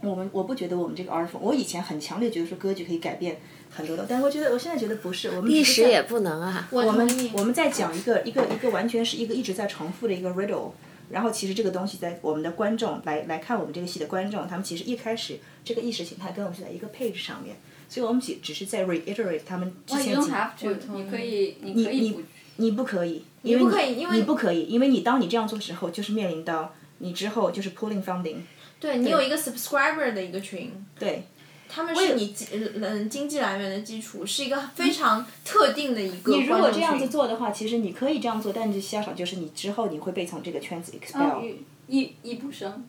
[SPEAKER 4] 我们我不觉得我们这个 art form，我以前很强烈觉得说歌剧可以改变很多的，但是我觉得我现在觉得不是，我们
[SPEAKER 2] 历
[SPEAKER 4] 历
[SPEAKER 2] 史也不能啊。
[SPEAKER 1] 我
[SPEAKER 4] 我们
[SPEAKER 1] 同意
[SPEAKER 4] 我们在讲一个一个一个完全是一个一直在重复的一个 riddle，然后其实这个东西在我们的观众来来看我们这个戏的观众，他们其实一开始这个意识形态跟我们是在一个 page 上面，所以我们只只是在 reiterate 他们之
[SPEAKER 3] You
[SPEAKER 4] 前
[SPEAKER 3] don't
[SPEAKER 4] 几。
[SPEAKER 3] have to，你可以，你可以
[SPEAKER 4] 你
[SPEAKER 3] 不。
[SPEAKER 4] 你不可以，因为你
[SPEAKER 1] 不可以因为
[SPEAKER 4] 你不可以，因为你当你这样做的时候，就是面临到你之后就是 pulling funding，
[SPEAKER 1] 对你有一个 subscriber 的一个群，
[SPEAKER 4] 对，
[SPEAKER 1] 他们是你基嗯经济来源的基础，是一个非常特定的一个
[SPEAKER 4] 你如
[SPEAKER 1] 观
[SPEAKER 4] 果
[SPEAKER 1] 众
[SPEAKER 4] 这样子
[SPEAKER 1] 群
[SPEAKER 4] 做的话，其实你可以这样做，但是下场就是你之后你会被从这个
[SPEAKER 1] 哦
[SPEAKER 4] 圈子 expel。
[SPEAKER 3] 一一一不生。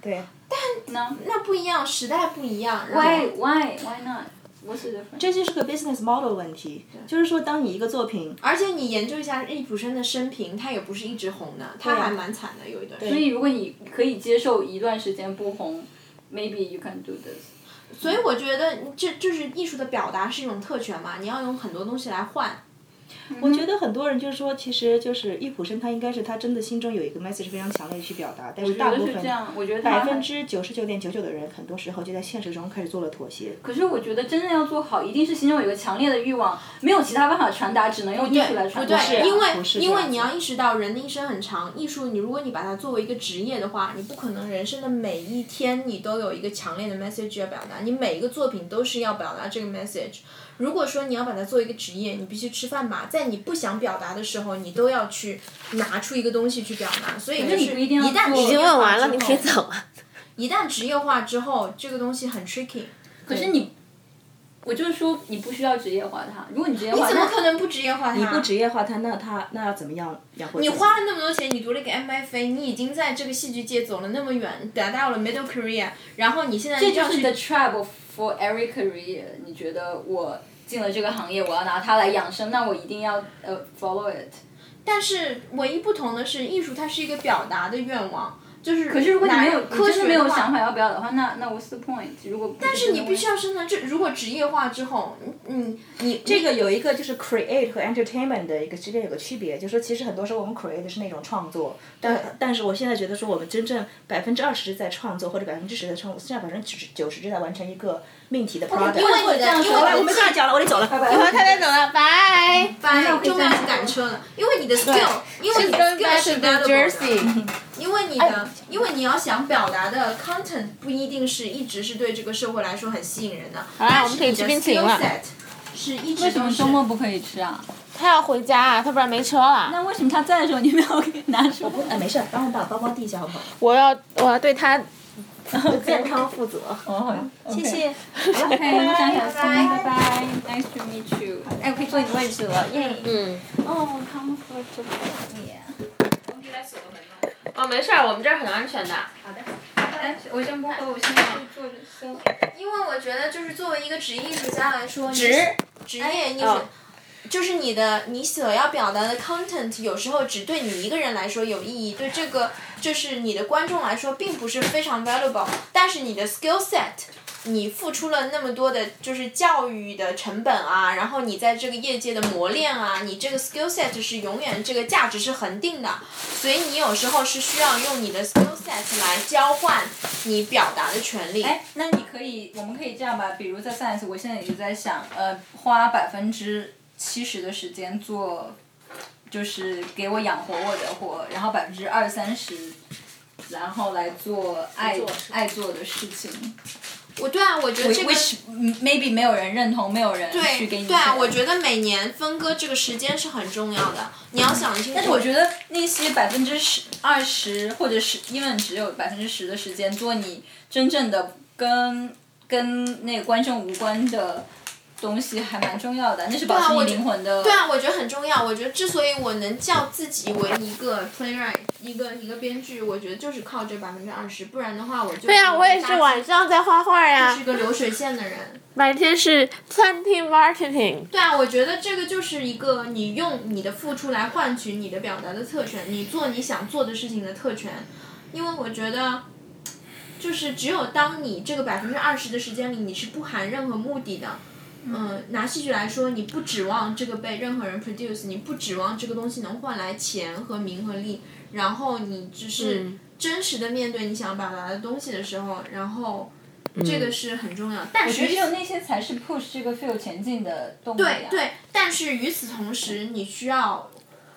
[SPEAKER 4] 对，
[SPEAKER 3] No.
[SPEAKER 1] 那不一样，时代不一样。然后
[SPEAKER 3] Why why why not? What's the difference?
[SPEAKER 4] 这就是个 business model 问题，就是说，当你一个作品，
[SPEAKER 1] 而且你研究一下易卜生的生平，他也不是一直红的，他还蛮惨的，有一段时
[SPEAKER 3] 所
[SPEAKER 1] 间。
[SPEAKER 3] 以如果你可以接受一段时间不红，maybe you can do this。
[SPEAKER 1] 所以我觉得这就是艺术的表达是一种特权嘛，你要用很多东西来换。
[SPEAKER 4] 我觉得很多人就是说，其实就是易卜生，他应该是他真的心中有一个 message 非常强烈的去表达，但是
[SPEAKER 3] 我觉
[SPEAKER 4] 大
[SPEAKER 3] 得
[SPEAKER 4] 部
[SPEAKER 3] 是这样，我
[SPEAKER 4] 分
[SPEAKER 3] 觉得
[SPEAKER 4] 百
[SPEAKER 3] 他
[SPEAKER 4] 分之九十九点九九的人，很多时候就在现实中开始做了妥协。
[SPEAKER 3] 可是我觉得真正要做好，一定是心中有一个强烈的欲望，没有其他办法传达，只能用艺术来
[SPEAKER 1] 不
[SPEAKER 3] 传达。
[SPEAKER 1] 对，因
[SPEAKER 4] 不是啊这
[SPEAKER 1] 为
[SPEAKER 4] 样
[SPEAKER 1] 因为你要意识到人的一生很长，艺术你如果你把它作为一个职业的话，你不可能人生的每一天你都有一个强烈的 message 要表达，你每一个作品都是要表达这个 message。如果说你要把它作为一个职业，你必须吃饭吧，在你不想表达的时候，你都要去拿出一个东西去表达，所以就
[SPEAKER 3] 你
[SPEAKER 1] 是
[SPEAKER 3] 不一定要
[SPEAKER 1] 旦
[SPEAKER 3] 做
[SPEAKER 1] 已
[SPEAKER 2] 已经问完了，你可以走啊了。
[SPEAKER 1] 一旦职业化之后，这个东西很 tricky。
[SPEAKER 3] 可是你，我就是说，你不需要职业化它。如果你职业化，
[SPEAKER 1] 怎么
[SPEAKER 3] 那
[SPEAKER 1] 可能不职业化它？
[SPEAKER 4] 你不职业化他，那他那要怎么样养活自己？
[SPEAKER 1] 你花了那么多钱，你读了一个 MFA，你已经在这个戏剧界走了那么远，达到了 middle career，然后你现在
[SPEAKER 3] 这
[SPEAKER 1] 就
[SPEAKER 3] 就
[SPEAKER 1] 要
[SPEAKER 3] 是
[SPEAKER 1] 去
[SPEAKER 3] the trap of- for every career。你觉得我进了这个行业，我要拿它来养生，那我一定要呃 follow it。
[SPEAKER 1] 但是唯一不同的是，艺术它是一个表达的愿望，
[SPEAKER 7] 就是
[SPEAKER 3] 可是如果你没
[SPEAKER 7] 拿
[SPEAKER 3] 有，
[SPEAKER 7] 着
[SPEAKER 3] 你
[SPEAKER 7] 科
[SPEAKER 3] 真
[SPEAKER 7] 学
[SPEAKER 3] 的没有
[SPEAKER 7] 的话
[SPEAKER 3] 想好要不要的话，那那 what's the point？如果但
[SPEAKER 1] 但是你必须要生成这，如果职业化之后，你你你
[SPEAKER 4] 这个有一个就是 create 和 entertainment 的一个之间有个区别，就是说其实很多时候我们 create 是那种创作，但但是我现在觉得说我们真正百分之二十在创作或者百分之十的创，现在百分之九十是在完成一个命题的 product。
[SPEAKER 1] 哦因为你的因
[SPEAKER 4] 好了，
[SPEAKER 1] 为
[SPEAKER 4] 我
[SPEAKER 1] 你
[SPEAKER 4] 们
[SPEAKER 1] 的
[SPEAKER 4] 这样讲了，我得走了。拜拜。
[SPEAKER 2] 我太太走了，拜。
[SPEAKER 1] 班
[SPEAKER 3] 那我可以
[SPEAKER 1] 重要
[SPEAKER 3] 再
[SPEAKER 1] 是赶车了，因为你的 skill，因为你的
[SPEAKER 2] Going back to
[SPEAKER 1] skill 是 v a l
[SPEAKER 2] New
[SPEAKER 1] u a b
[SPEAKER 2] Jersey。
[SPEAKER 1] 因为你的，因为你要想表达的 content 不一定是一直是对这个社会来说很吸引人的。好
[SPEAKER 2] 啦我们可以吃冰淇淋了。
[SPEAKER 1] 是一直
[SPEAKER 3] 为什么
[SPEAKER 1] 都是
[SPEAKER 3] 周末不可以吃啊？
[SPEAKER 2] 他要回家啊，他不然没车了。
[SPEAKER 3] 那为什么他在的时候你没有给拿出
[SPEAKER 1] 嗯
[SPEAKER 3] 来？
[SPEAKER 4] 哎，没事，帮我把包包递一下好不好？
[SPEAKER 2] 我要我要对他
[SPEAKER 4] 健康负责。
[SPEAKER 3] 哦， 谢
[SPEAKER 4] 谢。谢。
[SPEAKER 3] OK，那想想松，拜拜，Nice to meet you。哎，我可以坐你的位置了，耶。
[SPEAKER 2] 嗯。
[SPEAKER 3] 哦，comfortable。
[SPEAKER 2] 哦，没事儿，我们这儿很安全的。
[SPEAKER 3] 哎，我
[SPEAKER 1] 嗯
[SPEAKER 3] 先不回我先去坐着休息。
[SPEAKER 1] 因为我觉得，就是作为一个职业艺术家来说，职职业艺术、
[SPEAKER 2] 哦
[SPEAKER 1] 就是你的你所要表达的 content，有时候只对你一个人来说有意义，对这个就是你的观众来说并不是非常 valuable。但是你的 skill set，你付出了那么多的，就是教育的成本啊，然后你在这个业界的磨练啊，你这个 skill set 是永远这个价值是恒定的，所以你有时候是需要用你的 skill set 来交换你表达的权利。
[SPEAKER 3] 哎，那你可以，我们可以这样吧，比如在 science，我现在也就在想，呃，花百分之七十的时间做，就是给我养活我的活，然后百分之二三十，然后来做爱爱做的事情。
[SPEAKER 1] 我对啊，我觉得这个
[SPEAKER 3] which maybe 没有人认同，没有人去给你
[SPEAKER 1] 对对啊，
[SPEAKER 3] 钱
[SPEAKER 1] 我觉得每年分割这个时间是很重要的，你要想清楚。
[SPEAKER 3] 但是我觉得那些百分之十、二十或者是因为只有百分之十的时间做你真正的跟跟那个观众无关的东西，还蛮重要的。那是保持
[SPEAKER 1] 我
[SPEAKER 3] 你
[SPEAKER 1] 觉
[SPEAKER 3] 灵魂的。
[SPEAKER 1] 对啊，我觉得很重要。我觉得之所以我能叫自己为一个 playwright，一个一个编剧，我觉得就是靠这百分之二十，不然的话我就
[SPEAKER 2] 对啊呀，我也是晚上在画画呀
[SPEAKER 1] 是，个流水线的人。
[SPEAKER 2] 白天是餐厅 marketing。
[SPEAKER 1] 对啊，我觉得这个就是一个你用你的付出来换取你的表达的特权，你做你想做的事情的特权。因为我觉得，就是只有当你这个百分之二十的时间里，你是不含任何目的的。嗯，拿戏剧来说，你不指望这个被任何人 produce，你不指望这个东西能换来钱和名和利，然后你只是
[SPEAKER 2] 嗯
[SPEAKER 1] 真实的面对你想表达的东西的时候，然后这个是很重要。但
[SPEAKER 3] 我
[SPEAKER 1] 是
[SPEAKER 3] 觉得只有那些才是 push 这个 field 前进的动力、啊。
[SPEAKER 1] 对对，但是与此同时，你需要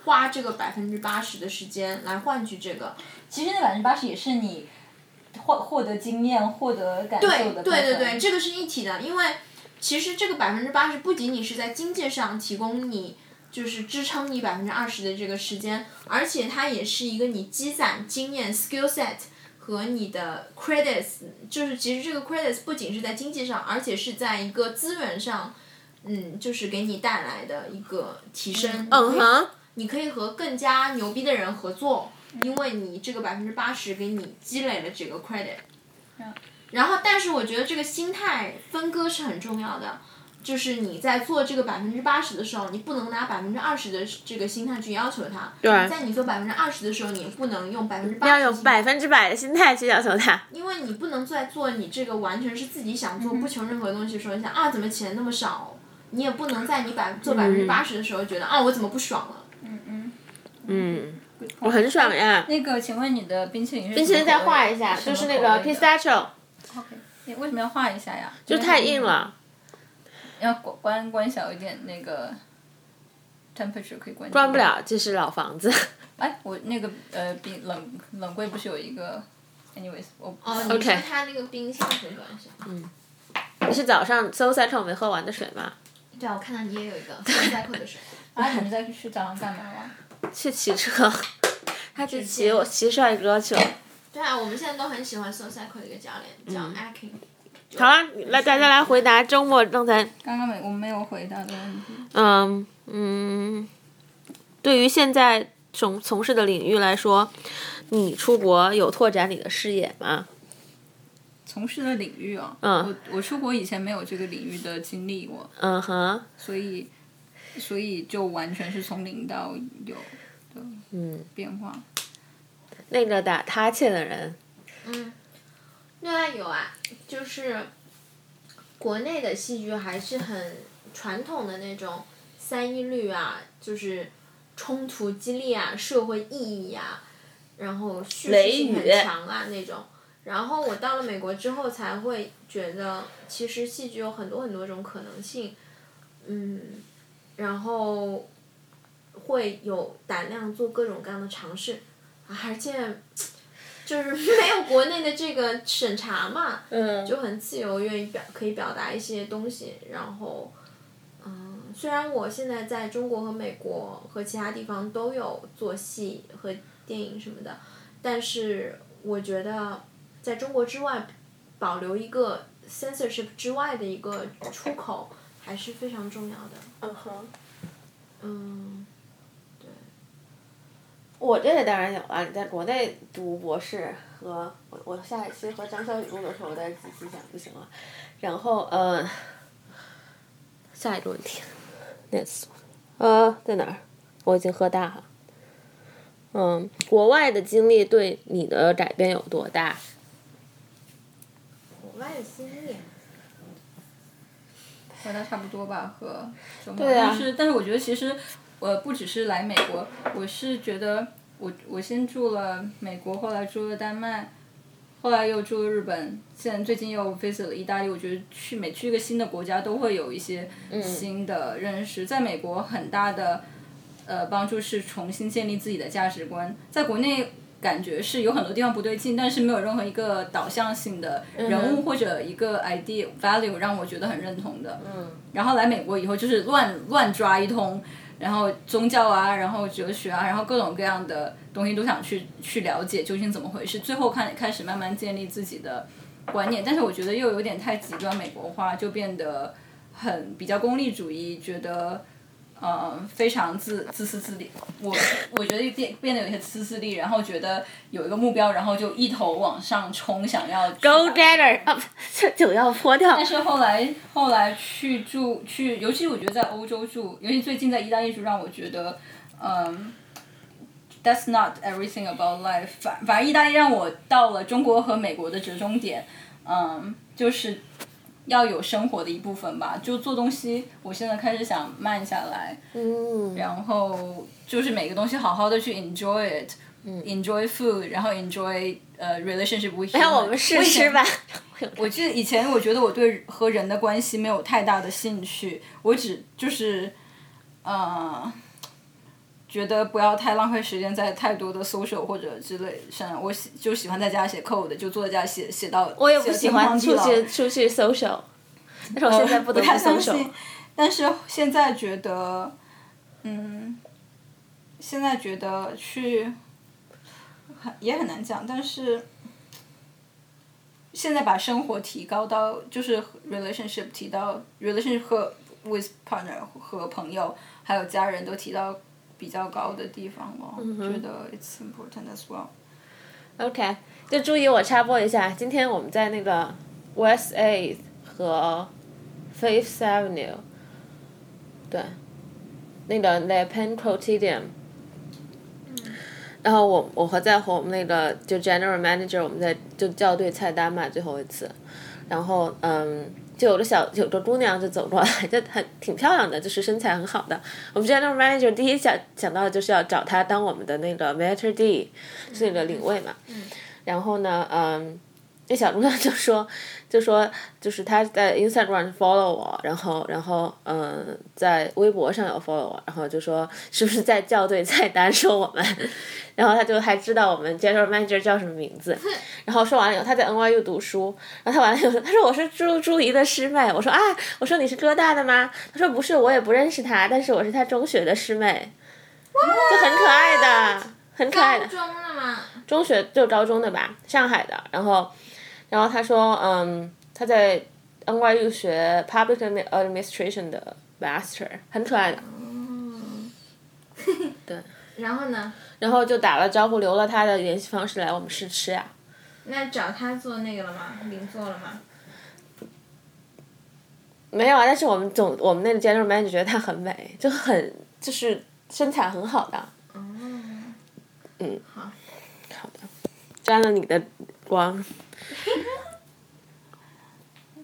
[SPEAKER 1] 花这个百分之八十的时间来换取这个。
[SPEAKER 3] 其实那百分之八十也是你获获得经验、获得感受
[SPEAKER 1] 对
[SPEAKER 3] 的部分。
[SPEAKER 1] 对对对，这个是一体的，因为其实这个百分之八十不仅仅是在经济上提供你。就是支撑你百分之二十的这个时间，而且它也是一个你积攒经验、skill set 和你的 credits，就是其实这个 credits 不仅是在经济上，而且是在一个资源上，嗯，就是给你带来的一个提升。
[SPEAKER 2] 嗯
[SPEAKER 1] 你可以
[SPEAKER 2] 哼，
[SPEAKER 1] 你可以和更加牛逼的人合作，因为你这个百分之八十给你积累了这个 credit。然后，但是我觉得这个心态分割是很重要的，就是你在做这个百分之八十的时候，你不能拿百分之二十的这个心态去要求他。
[SPEAKER 2] 对
[SPEAKER 1] 在你做百分之二十的时候，你也不能用百分之八
[SPEAKER 2] 要
[SPEAKER 1] 十。
[SPEAKER 2] 有百分之百的心态去要求他。
[SPEAKER 1] 因为你不能再做你这个完全是自己想做、
[SPEAKER 2] 嗯
[SPEAKER 1] 不求任何东西的时候，你想啊怎么钱那么少，你也不能在你百做百分之八十的时候觉得、啊我怎么不爽了。
[SPEAKER 2] 嗯，我很爽呀。
[SPEAKER 3] 那个，呃请问你的冰淇淋是？冰
[SPEAKER 2] 其实再画一下，就是那个 pistachio，
[SPEAKER 3] 你为什么要画一下呀？
[SPEAKER 2] 就太硬。了，
[SPEAKER 3] 要关关关小一点，那个 temperature 可以关。
[SPEAKER 2] 关不。了，这是老房子。
[SPEAKER 3] 哎，我那个呃冰冷冷柜不是有一个，anyways 我。
[SPEAKER 1] 哦，你说他那个冰箱很短小。
[SPEAKER 2] 你是早上搜 c i t 没喝完的水吗？
[SPEAKER 1] 对啊，我看到你也有一个 recycle 的水。
[SPEAKER 3] 啊，你们在去早上干嘛了？
[SPEAKER 2] 去骑 车，他去骑我骑帅哥去了。
[SPEAKER 1] 对啊，我们现在都很喜欢 recycle 的一个教练，叫 Akin。
[SPEAKER 2] 好了，来大家来回答周末正在
[SPEAKER 3] 刚刚没我没有回答的问题。
[SPEAKER 2] 嗯嗯，对于现在从从事的领域来说，你出国有拓展你的视野吗？
[SPEAKER 3] 从事的领域哦，
[SPEAKER 2] 嗯
[SPEAKER 3] 我我出国以前没有这个领域的经历过，
[SPEAKER 2] 嗯哼，
[SPEAKER 3] 所以所以就完全是从零到有的
[SPEAKER 2] 嗯，
[SPEAKER 3] 变化。
[SPEAKER 2] 那个打哈欠的人，
[SPEAKER 1] 另外有啊，就是国内的戏剧还是很传统的那种三一律啊，就是冲突激烈啊，社会意义啊，然后叙事性很
[SPEAKER 2] 雷雨
[SPEAKER 1] 强啊那种。然后我到了美国之后，才会觉得其实戏剧有很多很多种可能性，嗯，然后会有胆量做各种各样的尝试，而且就是 没有国内的这个审查嘛，
[SPEAKER 2] 嗯
[SPEAKER 1] 就很自由，愿意表可以表达一些东西。然后，嗯，虽然我现在在中国和美国和其他地方都有做戏和电影什么的，但是我觉得在中国之外保留一个 censorship 之外的一个出口还是非常重要的。
[SPEAKER 13] 嗯哼，
[SPEAKER 1] 嗯，
[SPEAKER 2] 我这个当然有了。你在国内读博士和我，我下一期和张小雨录的时候，我再仔细讲就行了。然后，嗯、呃，下一个问题，next，呃，在哪儿？我已经喝大了。嗯，国外的经历对你的改变有多大？
[SPEAKER 1] 国外的经历，
[SPEAKER 3] 回答差不多吧，和中国。
[SPEAKER 2] 对啊
[SPEAKER 3] 但是但是我觉得其实我不只是来美国，我是觉得我我先住了美国，后来住了丹麦，后来又住了日本，现在最近又 visit 了意大利。我觉得去每去一个新的国家都会有一些
[SPEAKER 2] 嗯
[SPEAKER 3] 新的认识。在美国很大的呃帮助是重新建立自己的价值观，在国内。感觉是有很多地方不对劲，但是没有任何一个导向性的
[SPEAKER 2] 嗯
[SPEAKER 3] 人物或者一个 idea value 让我觉得很认同的。
[SPEAKER 2] 嗯
[SPEAKER 3] 然后来美国以后就是乱乱抓一通，然后宗教啊，然后哲学啊，然后各种各样的东西都想去去了解究竟怎么回事，最后看开始慢慢建立自己的观念，但是我觉得又有点太极端美国化，就变得很比较功利主义，觉得。呃，非常自自私自利，我我觉得变变得有些自私自利，然后觉得有一个目标，然后就一头往上冲，想要
[SPEAKER 2] Go getter up，酒要泼掉。
[SPEAKER 3] 但是后来后来去住去，尤其我觉得在欧洲住，尤其最近在意大利住，让我觉得，嗯。That's not everything about life 反。反正意大利让我到了中国和美国的折中点，嗯，就是要有生活的一部分吧。就做东西，我现在开始想慢下来，
[SPEAKER 2] 嗯，
[SPEAKER 3] 然后就是每个东西好好的去 enjoy it，enjoy、food，然后 enjoy 呃 relationship with。
[SPEAKER 2] 那哎我们试吃吧。
[SPEAKER 3] 我记得以前我觉得我对和人的关系没有太大的兴趣，我只就是，呃，觉得不要太浪费时间在太多的 social 或者之类上，我喜就喜欢在家写 code，就坐在家写写到我
[SPEAKER 2] 我也不喜欢出去出去 social，但哦是我现在不得不
[SPEAKER 3] 太相
[SPEAKER 2] social
[SPEAKER 3] 信。，但是现在觉得，嗯，现在觉得去，很也很难讲，但是现在把生活提高到就是 relationship 提到 relationship 和 with partner 和朋友还有家人都提到比较高的地方了，
[SPEAKER 2] 嗯
[SPEAKER 3] 觉得 it's important as well。
[SPEAKER 2] OK，就注意我插播一下，今天我们在那个 West Eighth 和 Fifth Avenue，对，那个 Le Pen Quotidian。然后我我和在和我们那个就 general manager，我们在就校对菜单嘛，最后一次，然后嗯，就有个小有个姑娘就走过来，就很挺漂亮的，就是身材很好的。我们 general manager 第一想想到的就是要找她当我们的那个 maitre d，是那个领位嘛。然后呢，嗯，那小姑娘就说，就说就是她在 Instagram follow 我，然后然后嗯，在微博上有 follow 我，然后就说是不是在校对菜单说我们， 然后她就还知道我们 general manager 叫什么名字，然后说完了以后，她在 NYU 读书，然后她完了以后说，她说我是朱朱怡的师妹，我说啊，我说你是哥大的吗？她说不是，我也不认识她，但是我是她中学的师妹，就很可爱的，很可爱的
[SPEAKER 1] 高。哎中了嘛，
[SPEAKER 2] 中学就高中的吧，上海的。然后，然后他说，嗯，他在 NYU 学 Public Admi- 呃 Administration 的 Master，很可爱的。
[SPEAKER 1] 嗯然后呢？
[SPEAKER 2] 然后就打了招呼，留了他的联系方式来我们试吃啊。
[SPEAKER 1] 那找他做那个了吗？零做了吗？
[SPEAKER 2] 没有啊，但是我们总我们那个 general manager 觉得她很美，就很就是身材很好的。
[SPEAKER 1] 哦，
[SPEAKER 2] 嗯，
[SPEAKER 1] 好，
[SPEAKER 2] 好的。沾了你的光。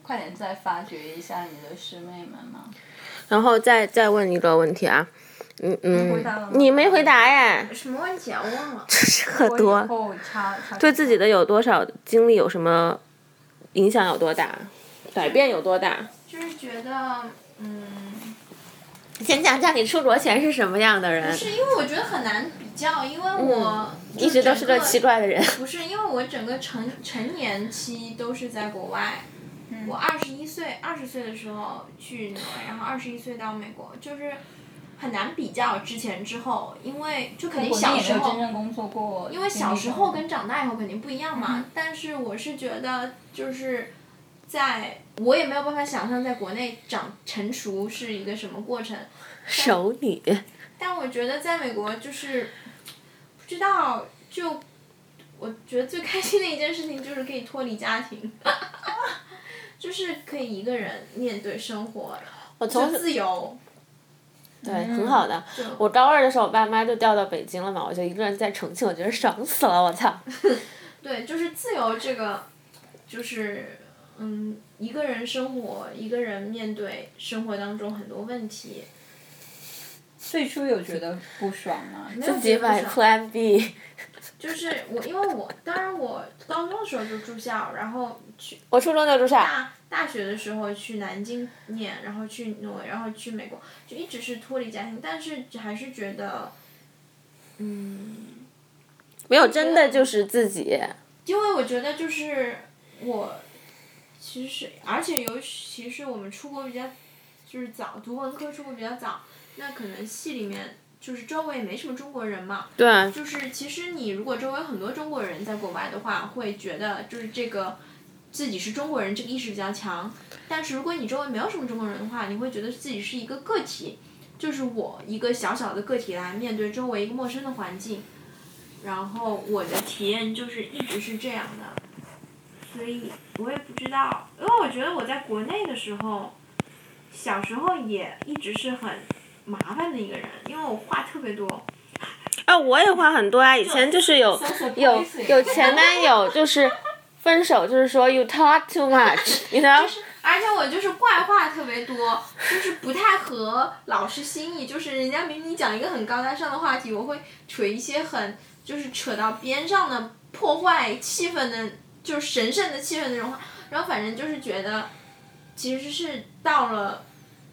[SPEAKER 3] 快点再发掘一下你的师妹们嘛。
[SPEAKER 2] 嗯然后再再问一个问题啊，嗯嗯，你没回答耶，
[SPEAKER 1] 什么问题啊？我忘了。
[SPEAKER 2] 喝多
[SPEAKER 3] 后插插
[SPEAKER 2] 对自己的有多少经历有什么影响有多大，改变有多大？
[SPEAKER 1] 就是觉得，嗯，
[SPEAKER 2] 先讲讲你出国前是什么样的人，
[SPEAKER 1] 是因为我觉得很难比较，因为我、
[SPEAKER 2] 一直都是个
[SPEAKER 1] 个
[SPEAKER 2] 奇怪的人。
[SPEAKER 1] 不是，因为我整个成成年期都是在国外。我二十一岁，二十岁的时候去挪威，然后二十一岁到美国，就是很难比较之前之后，因为就肯定
[SPEAKER 3] 小
[SPEAKER 1] 小
[SPEAKER 3] 时
[SPEAKER 1] 时
[SPEAKER 3] 候
[SPEAKER 1] 候
[SPEAKER 3] 真，正工作过，因
[SPEAKER 1] 因为小时候跟长大以后肯定不一样嘛。但是我是觉得，就是在我也没有办法想象在国内长成熟是一个什么过程，
[SPEAKER 2] 手里
[SPEAKER 1] 但我觉得在美国就是不知道，就我觉得最开心的一件事情就是可以脱离家庭， 就是可以一个人面对生活，
[SPEAKER 2] 我从
[SPEAKER 1] 就自由。嗯
[SPEAKER 2] 对，哎很好的。我高二的时候，我爸妈就调到北京了嘛，我就一个人在重庆，我觉得爽死了，我 操！
[SPEAKER 1] 对，就是自由这个，就是嗯，一个人生活，一个人面对生活当中很多问题。
[SPEAKER 3] 最初有觉得不爽吗？
[SPEAKER 1] 自
[SPEAKER 2] 几百 Plan B，
[SPEAKER 1] 就是我，因为我当然我高中的时候就住校，然后去
[SPEAKER 2] 我初中就住校。
[SPEAKER 1] 大大学的时候去南京念，然后去挪威，然后去美国，就一直是脱离家庭，但是还是觉得，嗯，
[SPEAKER 2] 没有，真的就是自己。
[SPEAKER 1] 因为我觉得就是我，其实是而且尤其是我们出国比较，就是早读文科出国比较早，那可能系里面就是周围也没什么中国人嘛，
[SPEAKER 2] 对，啊
[SPEAKER 1] 就是其实你如果周围有很多中国人在国外的话，会觉得就是这个自己是中国人这个意识比较强。但是如果你周围没有什么中国人的话，你会觉得自己是一个个体，就是我一个小小的个体来面对周围一个陌生的环境。然后我的体验就是一直是这样的，所以我也不知道，因为我觉得我在国内的时候，小时候也一直是很麻烦的一个人，因为我话特别多。
[SPEAKER 2] 啊，我也话很多啊，以前就是有有有前男友，就是分手，就是说 you talk too much，你知道。
[SPEAKER 1] 而且我就是怪话特别多，就是不太合老师心意。就是人家明明讲一个很高大上的话题，我会扯一些很就是扯到边上的破坏气氛的，就是神圣的气氛的那种话。然后反正就是觉得，其实是到了，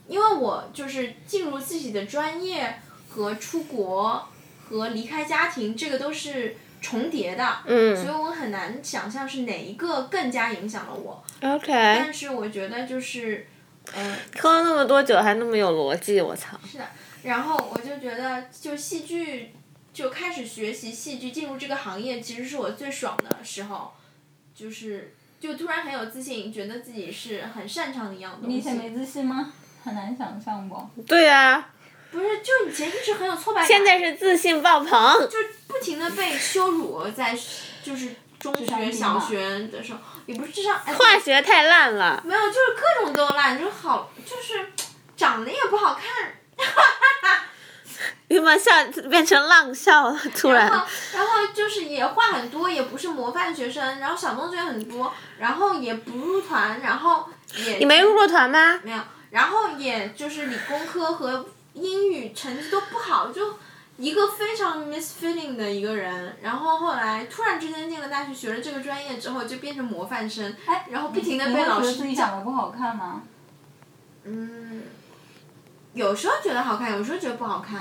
[SPEAKER 1] 因为我就是进入自己的专业和出国和离开家庭，这个都是重叠的，所以
[SPEAKER 2] 嗯
[SPEAKER 1] 我很难想象是哪一个更加影响了我。
[SPEAKER 2] ，OK，
[SPEAKER 1] 但是我觉得就是，嗯、
[SPEAKER 2] 喝了那么多酒还那么有逻辑，我操！
[SPEAKER 1] 是的。啊然后我就觉得，就戏剧，就开始学习戏剧，进入这个行业，其实是我最爽的时候，就是就突然很有自信，觉得自己是很擅长的一样东
[SPEAKER 3] 你以
[SPEAKER 1] 西
[SPEAKER 3] 前。没自信吗？很难想象吧。
[SPEAKER 2] 对啊，
[SPEAKER 1] 不是，就以前一直很有挫败感，
[SPEAKER 2] 现在是自信爆棚。
[SPEAKER 1] 就不停的被羞辱，在就是中
[SPEAKER 3] 商
[SPEAKER 1] 学、
[SPEAKER 3] 低
[SPEAKER 1] 小
[SPEAKER 3] 嘛
[SPEAKER 1] 学的时候，也不是智商，哎
[SPEAKER 2] 化学太烂了，
[SPEAKER 1] 没有，就是各种都烂，就是好，就是长得也不好看，
[SPEAKER 2] 你把笑变成浪笑了，突然。
[SPEAKER 1] 然后，然后就是也话很多，也不是模范学生，然后小动作也很多，然后也不入团，然后也
[SPEAKER 2] 你没入过团吗？
[SPEAKER 1] 没有，然后也就是理工科和英语成绩都不好，就一个非常 misfitting 的一个人。然后后来突然之间进了大学，学了这个专业之后，就变成模范生，
[SPEAKER 3] 哎，
[SPEAKER 1] 然后不停的
[SPEAKER 3] 你
[SPEAKER 1] 被
[SPEAKER 3] 会觉
[SPEAKER 1] 老
[SPEAKER 3] 得
[SPEAKER 1] 师
[SPEAKER 3] 自己
[SPEAKER 1] 叫
[SPEAKER 3] 长得不好看吗？
[SPEAKER 1] 嗯，有时候觉得好看，有时候觉得不好看。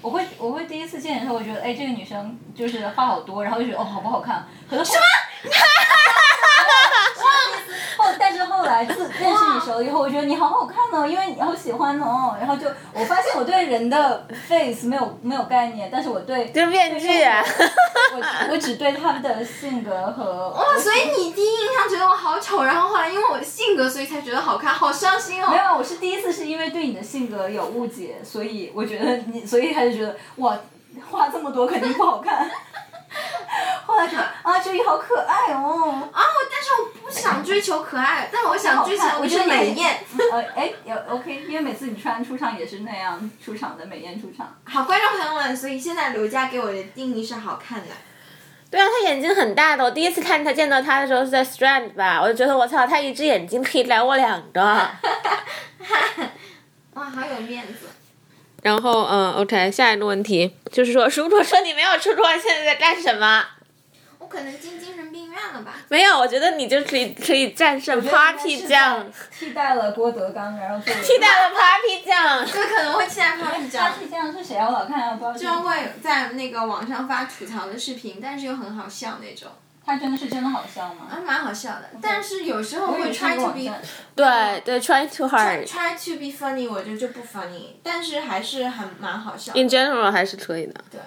[SPEAKER 3] 我会我会第一次见你的时候，我觉得哎这个女生就是话好多，然后就觉得哦好不好看。可是什么？ 后但是后来自认识你熟了以后，我觉得你好好看哦，因为你好喜欢哦。然后就我发现我对人的 face 没有没有概念，但是我对
[SPEAKER 2] 就是面具啊。
[SPEAKER 3] 我我只对他们的性格和哇
[SPEAKER 1] 哦，所以你第一印象觉得我好丑，然后后来因为我的性格，所以才觉得好看，好伤心
[SPEAKER 3] 没
[SPEAKER 1] 哦。
[SPEAKER 3] 有，我是第一次是因为对你的性格有误解，所以我觉得你，所以还是觉得哇，话这么多肯定不好看。后来觉得啊，这里好可爱哦。
[SPEAKER 1] 啊，我但是我不想追求可爱，但我想追求
[SPEAKER 3] 好看我觉得
[SPEAKER 1] 是美
[SPEAKER 3] 你
[SPEAKER 1] 艳。
[SPEAKER 3] 呃，哎，也 OK，因为每次你穿出场也是那样出场的美艳出场。
[SPEAKER 1] 好，观众朋友们，所以现在刘佳给我的定义是好看的。
[SPEAKER 2] 对啊，他眼睛很大的。我第一次看他见到他的时候是在 Strand 吧，我就觉得我操，他一只眼睛可以来我两 个。
[SPEAKER 1] 哇，好有面子。
[SPEAKER 2] 然后嗯，OK，下一个问题就是说，如果说你没有出国，现在在干什么？
[SPEAKER 1] 我可能进精神病院了吧？
[SPEAKER 2] 没有，我觉得你就可以可以战胜 Papi 酱，
[SPEAKER 3] 替代了郭德纲，然后替
[SPEAKER 2] 替代了 Papi 酱。
[SPEAKER 1] 这可能会期待 Papi 酱。
[SPEAKER 3] 这样是谁啊？我老看他包，
[SPEAKER 1] 就会在那个网上发吐槽的视频，但是又很好笑那种，
[SPEAKER 3] 他真的是真的好笑吗？
[SPEAKER 1] 还蛮好笑的。但是有时候
[SPEAKER 3] 我以
[SPEAKER 1] 会
[SPEAKER 3] 为是一
[SPEAKER 1] try
[SPEAKER 3] 个
[SPEAKER 1] to
[SPEAKER 3] 网
[SPEAKER 1] be
[SPEAKER 3] 站
[SPEAKER 2] 对对，try too hard。
[SPEAKER 1] try to be funny，我觉得就不 funny，但是还是很蛮好笑的。
[SPEAKER 2] In general 还是可以的。
[SPEAKER 1] 对，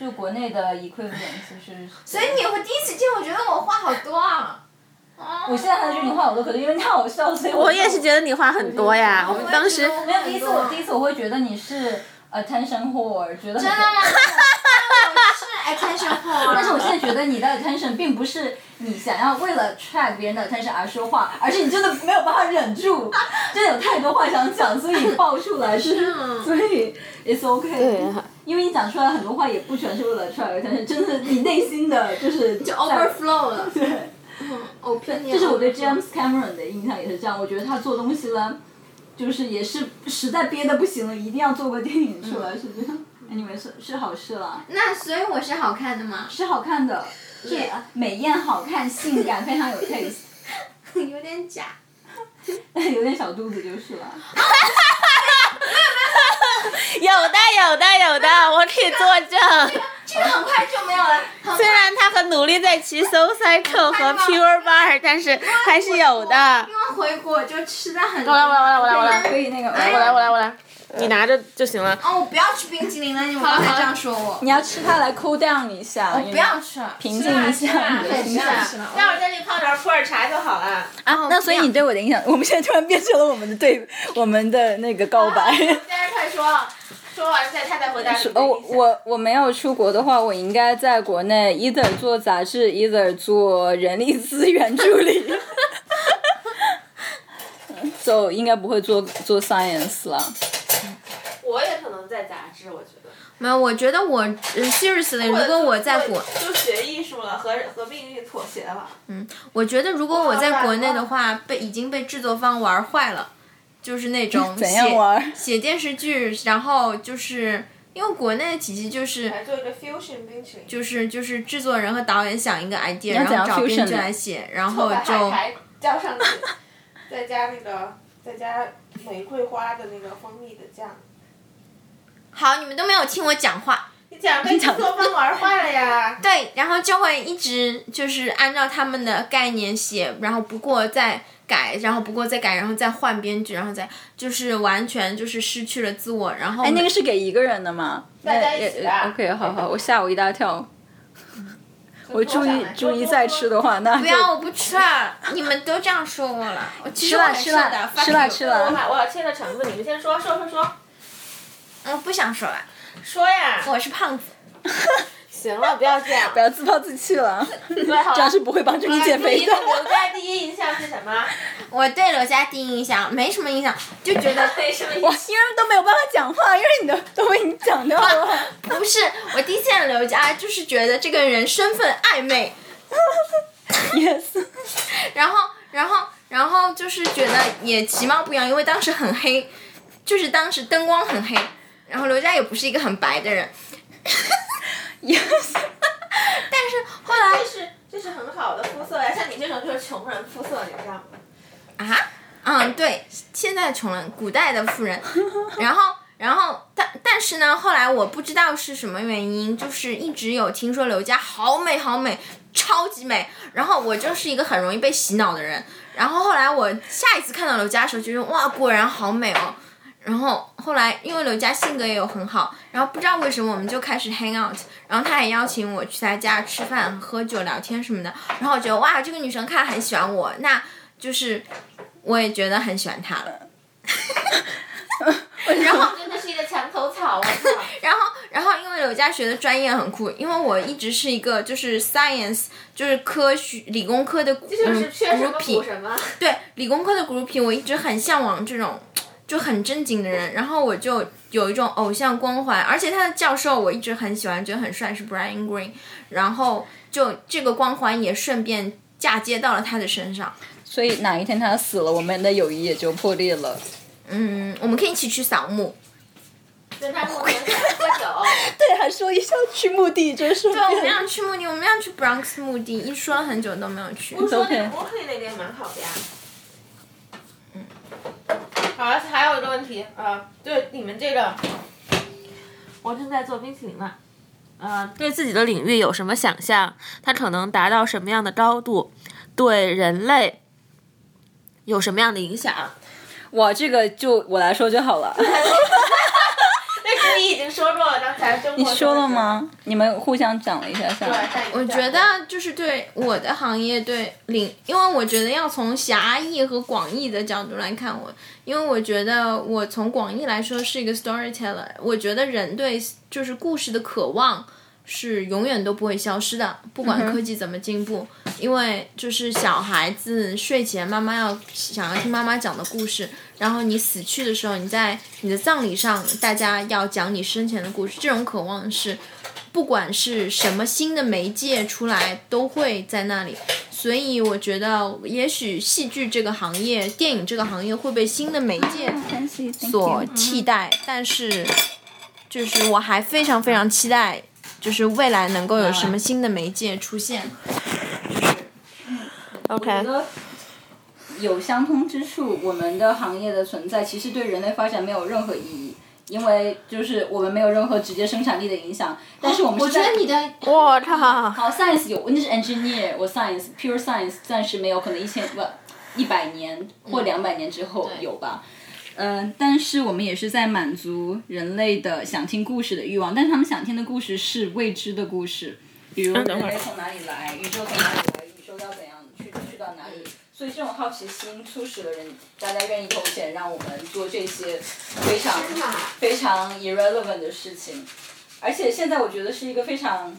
[SPEAKER 3] 就国内的 equivalent 就是。
[SPEAKER 1] 所
[SPEAKER 3] 所
[SPEAKER 1] 以你会第一次见，我觉得我话好多啊。我
[SPEAKER 3] 我现在还觉得你话好多，可是因为太好笑，所以
[SPEAKER 2] 我也是觉得你话很多呀，我
[SPEAKER 1] 我
[SPEAKER 2] 们
[SPEAKER 1] 也
[SPEAKER 2] 当
[SPEAKER 1] 觉
[SPEAKER 2] 时
[SPEAKER 1] 得我
[SPEAKER 3] 没有第一次我，
[SPEAKER 1] 很多
[SPEAKER 3] 第一次我会觉得你是 attention whore，觉得真
[SPEAKER 1] 真的吗？
[SPEAKER 3] 哎
[SPEAKER 1] 我是 attention whore，
[SPEAKER 3] 但是我现在觉得你的 attention 并不是你想要为了 track 别人的 attention 而说话，而是你真的没有办法忍住，真的有太多话想讲，所以你爆出 来是，所以 it's okay。因为你讲出来很多话也不全是为了 track，但是真的你内心的就是就
[SPEAKER 1] overflow 了。
[SPEAKER 3] 对。
[SPEAKER 1] opinion，
[SPEAKER 3] 这是我对
[SPEAKER 1] overflow
[SPEAKER 3] James Cameron 的印象也是这样，我觉得他做东西呢，就是也是实在憋得不行了，一定要做个电影出
[SPEAKER 1] 嗯
[SPEAKER 3] 来，是这样。anyway 是是好事了，
[SPEAKER 1] 那所以我是好看的吗？
[SPEAKER 3] 是好看的，是美艳、好看、性感，非常有 taste，
[SPEAKER 1] 有点假。
[SPEAKER 3] 但有点小肚子就是了。
[SPEAKER 2] 有的有的有的，我可以作证。
[SPEAKER 1] 这个很快就没有了，很
[SPEAKER 2] 虽然他很努力在骑 So Cycle 和 Pure Bar，但是还是有的
[SPEAKER 1] 因。为回国就吃的很多。
[SPEAKER 2] 我来我来我来我来
[SPEAKER 3] 可以那个，
[SPEAKER 1] 哎
[SPEAKER 2] 我来我来我来我来，你拿着就行了。
[SPEAKER 1] 哦，我不要吃冰淇淋了，你们刚才这样说我。
[SPEAKER 3] 你要吃它来 cool down 一下，
[SPEAKER 1] 不要吃了，
[SPEAKER 3] 平静一下你的
[SPEAKER 1] 对
[SPEAKER 3] 情
[SPEAKER 1] 吃
[SPEAKER 3] 绪。
[SPEAKER 1] 了
[SPEAKER 2] 待会儿在这里泡点普洱茶就好了。哦
[SPEAKER 3] 啊，那所以你对我的影响，我们现在突然变成了我们的对我们的那个告白。
[SPEAKER 1] 啊
[SPEAKER 2] 但是快说，说完再他再回答你的意见。
[SPEAKER 3] 呃，我我我没有出国的话，我应该在国内 either 做杂志，either 做人力资源助理。so 应该不会做做 science 了。
[SPEAKER 2] 我也可能在杂志，我觉得。
[SPEAKER 1] 没有，我觉得我呃 seriously，如果我在国，
[SPEAKER 2] 就学艺术了，和和命运妥协 了。
[SPEAKER 1] 我觉得如果我在国内的话，被已经被制作方玩坏了，就是那种
[SPEAKER 3] 怎样玩儿？
[SPEAKER 1] 写写电视剧，然后就是因为国内的体系就是
[SPEAKER 7] 哎
[SPEAKER 2] 做一个 fusion 冰淇淋。
[SPEAKER 1] 就是就是制作人和导演想一个 idea，
[SPEAKER 3] 要
[SPEAKER 1] 然
[SPEAKER 3] 怎样
[SPEAKER 1] 后找
[SPEAKER 3] fusion
[SPEAKER 1] 编剧
[SPEAKER 3] 呢
[SPEAKER 1] 来写，然后就
[SPEAKER 2] 浇上去，再加那个，再加玫瑰花的那个蜂蜜的酱。
[SPEAKER 1] 好，你们都没有听我讲话。
[SPEAKER 2] 你讲被制作方玩坏了呀！
[SPEAKER 1] 对，然后就会一直就是按照他们的概念写，然后不过再改，然后不过再改，然后再换编剧，然后再就是完全就是失去了自我。然后
[SPEAKER 3] 哎，那个是给一个人的吗？
[SPEAKER 2] 大家一起的啊嗯
[SPEAKER 3] 呃 OK，好好，我吓我一大跳。我注意
[SPEAKER 2] 啊
[SPEAKER 3] 注意再吃的话，那
[SPEAKER 1] 不
[SPEAKER 3] 就
[SPEAKER 1] 要，我不吃了。 你们都这样说我了，我其实
[SPEAKER 3] 吃
[SPEAKER 1] 我
[SPEAKER 3] 了
[SPEAKER 1] 很
[SPEAKER 3] 吃
[SPEAKER 1] 瘦的
[SPEAKER 3] 了，
[SPEAKER 1] fuck
[SPEAKER 3] 吃了
[SPEAKER 1] you
[SPEAKER 3] 吃
[SPEAKER 2] 我
[SPEAKER 3] 了。
[SPEAKER 2] 把我要切的橙子，你们先说说说说
[SPEAKER 1] 我不想说了，
[SPEAKER 2] 说呀！
[SPEAKER 1] 我是胖子。
[SPEAKER 2] 行了， 不要这样
[SPEAKER 3] 不。要自暴自弃了，
[SPEAKER 2] 对，好啊
[SPEAKER 3] 这样是不会帮助你减肥的。
[SPEAKER 2] 留下第一印象是什么？
[SPEAKER 1] 我对楼下第一印象没什么印象，就觉 得
[SPEAKER 2] 没什么印
[SPEAKER 3] 我因为都没有办法讲话，因为你的都被你讲掉了。
[SPEAKER 2] 啊
[SPEAKER 1] 不是，我第一次见刘佳就是觉得这个人身份暧昧，
[SPEAKER 3] yes。
[SPEAKER 1] 然后，然后，然后就是觉得也其貌不扬，因为当时很黑，就是当时灯光很黑，然后刘佳也不是一个很白的人，
[SPEAKER 3] Yes，
[SPEAKER 1] 但是后来
[SPEAKER 2] 这是这是很好的肤色呀，像你这种就是穷人肤色，你知道吗？
[SPEAKER 1] 啊，嗯，对，现在的穷人，古代的富人，然后。然后，但但是呢，后来我不知道是什么原因，就是一直有听说刘佳好美好美，超级美。然后我就是一个很容易被洗脑的人。然后后来我下一次看到刘佳的时候，就觉得哇，果然好美哦。然后后来因为刘佳性格也有很好，然后不知道为什么我们就开始 hang out，然后他也邀请我去他家吃饭、喝酒、聊天什么的。然后我觉得哇，这个女生看来很喜欢我，那就是我也觉得很喜欢他了。然后，
[SPEAKER 2] 哦真的是一个墙头草，啊我操！
[SPEAKER 1] 然后，然后，因为刘佳学的专业很酷，因为我一直是一个就是 science，就是科学理工科的嗯 group，
[SPEAKER 2] 就
[SPEAKER 3] 嗯
[SPEAKER 2] 是缺什么补
[SPEAKER 1] groupie，
[SPEAKER 2] 什么。
[SPEAKER 1] 对理工科的 groupie，我一直很向往这种。就很正经的人，然后我就有一种偶像光环，而且他的教授我一直很喜欢，觉得很帅，是 Brian Green，然后就这个光环也顺便嫁接到了他的身上。
[SPEAKER 3] 所以哪一天他死了，我们的友谊也就破裂了。
[SPEAKER 1] 嗯，我们可以一起去扫墓。
[SPEAKER 7] 跟他过年喝酒，
[SPEAKER 3] 对，还说一下去墓地，真是。
[SPEAKER 1] 对，我们要去墓地，我们要去 Bronx 墓地，一说了很久都没有去。
[SPEAKER 7] 不是说
[SPEAKER 3] OK
[SPEAKER 7] 那个伯克利那边蛮好的呀。
[SPEAKER 2] 嗯
[SPEAKER 7] 好了，还有一个问题啊，对你们这个
[SPEAKER 2] 我正在做冰淇淋呢。呃，对自己的领域有什么想象？它可能达到什么样的高度？对人类有什么样的影响？
[SPEAKER 3] 哇，这个就我来说就好 了。
[SPEAKER 7] 那个你已经说过了，刚才中
[SPEAKER 3] 你
[SPEAKER 7] 国
[SPEAKER 3] 说了？吗？你们互相讲了一下下
[SPEAKER 7] 对，。但你
[SPEAKER 1] 我觉得就是对我的行业对领，因为我觉得要从狭义和广义的角度来看我，因为我觉得我从广义来说是一个 storyteller，我觉得人对就是故事的渴望是永远都不会消失的，不管科技怎么进步，因为就是小孩子睡前妈妈要想要听妈妈讲的故事，然后你死去的时候，你在你的葬礼上，大家要讲你生前的故事，这种渴望是。不管是什么新的媒介出来，都会在那里。所以我觉得，也许戏剧这个行业、电影这个行业会被新的媒介所替代，但是就是我还非常非常期待，就是未来能够有什么新的媒介出现。
[SPEAKER 3] 我觉得有相通之处，我们的行业的存在其实对人类发展没有任何意义，因为就是我们没有任何直接生产力的影响。但是我们
[SPEAKER 7] 我
[SPEAKER 3] 是
[SPEAKER 7] 觉
[SPEAKER 3] 在
[SPEAKER 7] 得你的
[SPEAKER 2] 我靠！
[SPEAKER 3] 好 science 有，那是 engineer，我 science pure science 暂时没有，可能一千不一百年或两百年之后有吧。嗯、但是我们也是在满足人类的想听故事的欲望，但是他们想听的故事是未知的故事，比如人
[SPEAKER 2] 嗯等会儿
[SPEAKER 3] 类从哪里来，宇宙从哪里来，宇宙要怎样去去到哪里。所以这种好奇心促使了人，大家愿意投钱让我们做这些非常非常 irrelevant 的事情。而且现在我觉得是一个非常，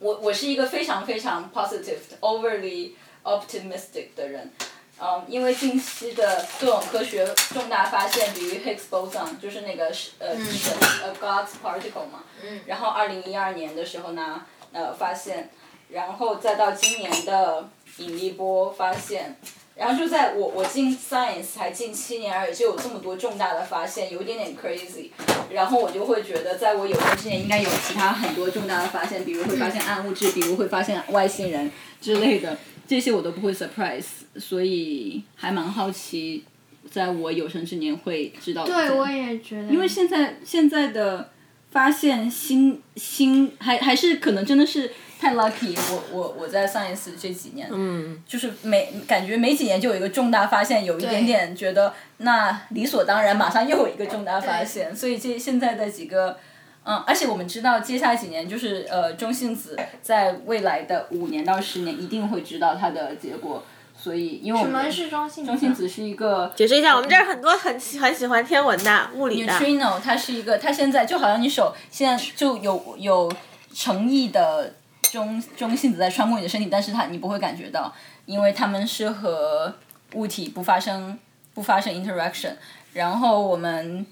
[SPEAKER 3] 我我是一个非常非常 positive 的 overly optimistic 的人。嗯，因为近期的各种科学重大发现，比如 Higgs boson，就是那个是呃、是呃 God's particle 嘛。然后二零一二年的时候呢，呃发现，然后再到今年的引力波发现，然后就在我我进 science 才进七年而已，就有这么多重大的发现，有一点点 crazy。然后我就会觉得，在我有生之年应该有其他很多重大的发现，比如会发现暗物质，比如会发现外星人之类的，这些我都不会 surprise，所以还蛮好奇，在我有生之年会知道。对
[SPEAKER 1] 也觉得，因为
[SPEAKER 3] 现在现在的发现新新还还是可能真的是太 lucky 我。我我在上一次这几年，嗯，就是每感觉每几年就有一个重大发现，有一点点觉得那理所当然，马上又有一个重大发现。所以这现在的几个。嗯，而且我们知道，接下来几年就是呃，中性子在未来的五年到十年一定会知道它的结果，所以因为我们
[SPEAKER 1] 中性
[SPEAKER 3] 中性子是一个
[SPEAKER 2] 解释一下，我们这儿很多很喜很喜欢天文的、物理的。
[SPEAKER 3] neutrino 它是一个，它现在就好像你手现在就有有成亿的中中性子在穿过你的身体，但是它你不会感觉到，因为它们是和物体不发生不发生 interaction。然后我们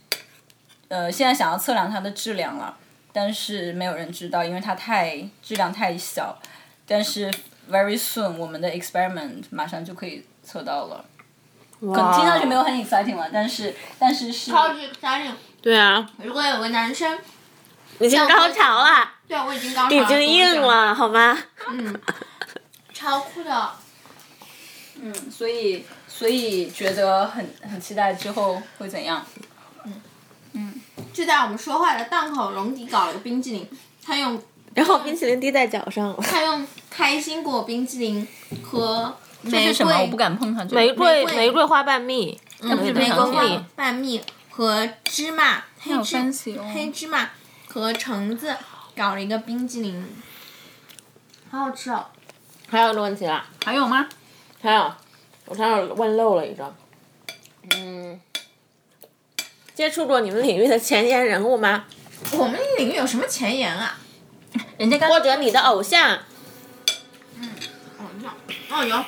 [SPEAKER 3] 呃现在想要测量它的质量了，但是没有人知道，因为它太质量太小。但是 very soon 我们的 experiment 马上就可以测到了。可能听上去没有很 exciting 了，但是但是是
[SPEAKER 7] 超级答应，
[SPEAKER 2] 对啊，
[SPEAKER 7] 如果有个男生，
[SPEAKER 2] 已经高潮了，
[SPEAKER 7] 对我已经高潮
[SPEAKER 2] 已
[SPEAKER 7] 了，
[SPEAKER 2] 经硬了，好吗？
[SPEAKER 7] 超酷的。
[SPEAKER 3] 嗯所以所以觉得很很期待之后会怎样。
[SPEAKER 7] 就在我们说话的档口，龙迪搞了个冰激凌，他用
[SPEAKER 2] 然后冰淇淋滴在脚上了。
[SPEAKER 7] 他用开心果冰激凌和玫瑰
[SPEAKER 3] 敢碰它。
[SPEAKER 2] 玫
[SPEAKER 3] 玫
[SPEAKER 2] 瑰
[SPEAKER 7] 玫瑰
[SPEAKER 2] 玫瑰花瓣蜜，嗯
[SPEAKER 3] 不是
[SPEAKER 7] 玫
[SPEAKER 3] 玫
[SPEAKER 7] 瑰
[SPEAKER 3] 瑰
[SPEAKER 7] 花
[SPEAKER 3] 花
[SPEAKER 7] 瓣蜜和芝麻黑芝
[SPEAKER 3] 分析哦
[SPEAKER 7] 黑芝麻和橙子搞了一个冰激凌，好好吃哦！
[SPEAKER 2] 还有一个问题啦，
[SPEAKER 3] 还有吗？
[SPEAKER 2] 还有，我刚刚问漏了一个，嗯，接触过你们领域的前沿人物吗？
[SPEAKER 7] 我们领域有什么前沿啊？
[SPEAKER 3] 人家刚
[SPEAKER 2] 或者你的偶像？
[SPEAKER 7] 哦，有，
[SPEAKER 1] 哦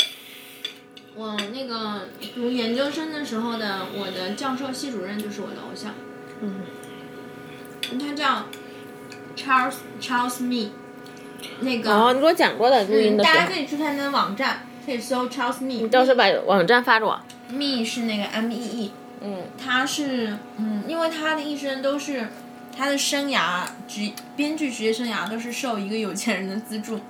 [SPEAKER 1] 我那个读研究生的时候的，我的教授系主任就是我的偶像。嗯，他叫 Charles Charles Me，那个、
[SPEAKER 2] 哦，你给我讲过的录音
[SPEAKER 1] 嗯
[SPEAKER 2] 的时
[SPEAKER 1] 大家
[SPEAKER 2] 候
[SPEAKER 1] 可，以去看他的网站，可以搜 Charles Me。
[SPEAKER 2] 到时候把网站发给我。
[SPEAKER 1] Me 是那个 M E E，
[SPEAKER 2] 嗯，
[SPEAKER 1] 他是嗯，因为他的一生都是他的生涯职编剧职业生涯都是受一个有钱人的资助，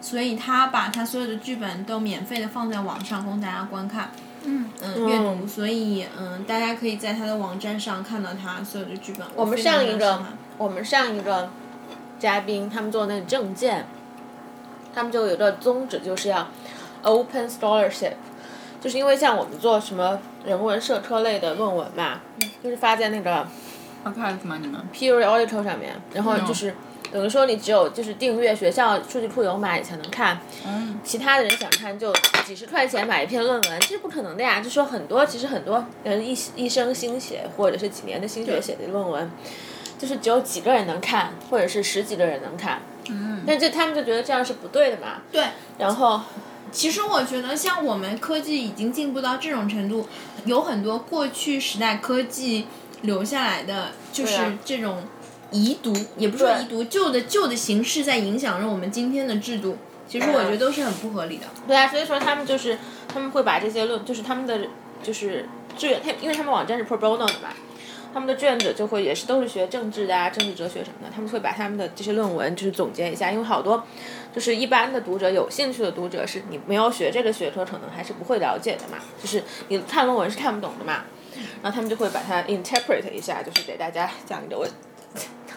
[SPEAKER 1] 所以他把他所有的剧本都免费的放在网上供大家观看。嗯嗯，阅
[SPEAKER 2] 哦
[SPEAKER 1] 读，所以嗯，大家可以在他的网站上看到他所有的剧本。我
[SPEAKER 2] 我们
[SPEAKER 1] 非常
[SPEAKER 2] 上
[SPEAKER 1] 喜
[SPEAKER 2] 一
[SPEAKER 1] 欢
[SPEAKER 2] 个
[SPEAKER 1] 他，
[SPEAKER 2] 我们上一个嘉宾，他们做那个证件，他们就有一个宗旨，就是要 open scholarship，就是因为像我们做什么人文社科类的论文嘛，就是发在那个
[SPEAKER 3] archive 吗？你们
[SPEAKER 2] periodical 上面，然后就是。等于说你只有就是订阅学校数据库有买才能看，
[SPEAKER 3] 嗯，
[SPEAKER 2] 其他的人想看就几十块钱买一篇论文，这是不可能的呀。就说很多其实很多人一一生心血或者是几年的心血写的论文，就是只有几个人能看，或者是十几个人能看。嗯，但这他们就觉得这样是不对的嘛。
[SPEAKER 1] 对，
[SPEAKER 2] 然后
[SPEAKER 1] 其实我觉得，像我们科技已经进步到这种程度，有很多过去时代科技留下来的，就是
[SPEAKER 2] 对啊
[SPEAKER 1] 这种遗毒，也不是说
[SPEAKER 2] 对
[SPEAKER 1] 遗毒，旧的旧的形式在影响着我们今天的制度。其实我觉得都是很不合理的。
[SPEAKER 2] 对啊，所以说他们就是他们会把这些论，就是他们的就是志愿，他因为他们网站是 pro bono 的嘛，他们的志愿者就会也是都是学政治的啊、政治哲学什么的，他们会把他们的这些论文就是总结一下，因为好多就是一般的读者有兴趣的读者是你没有学这个学科，可能还是不会了解的嘛，就是你看论文是看不懂的嘛，然后他们就会把它 interpret 一下，就是给大家讲一个问，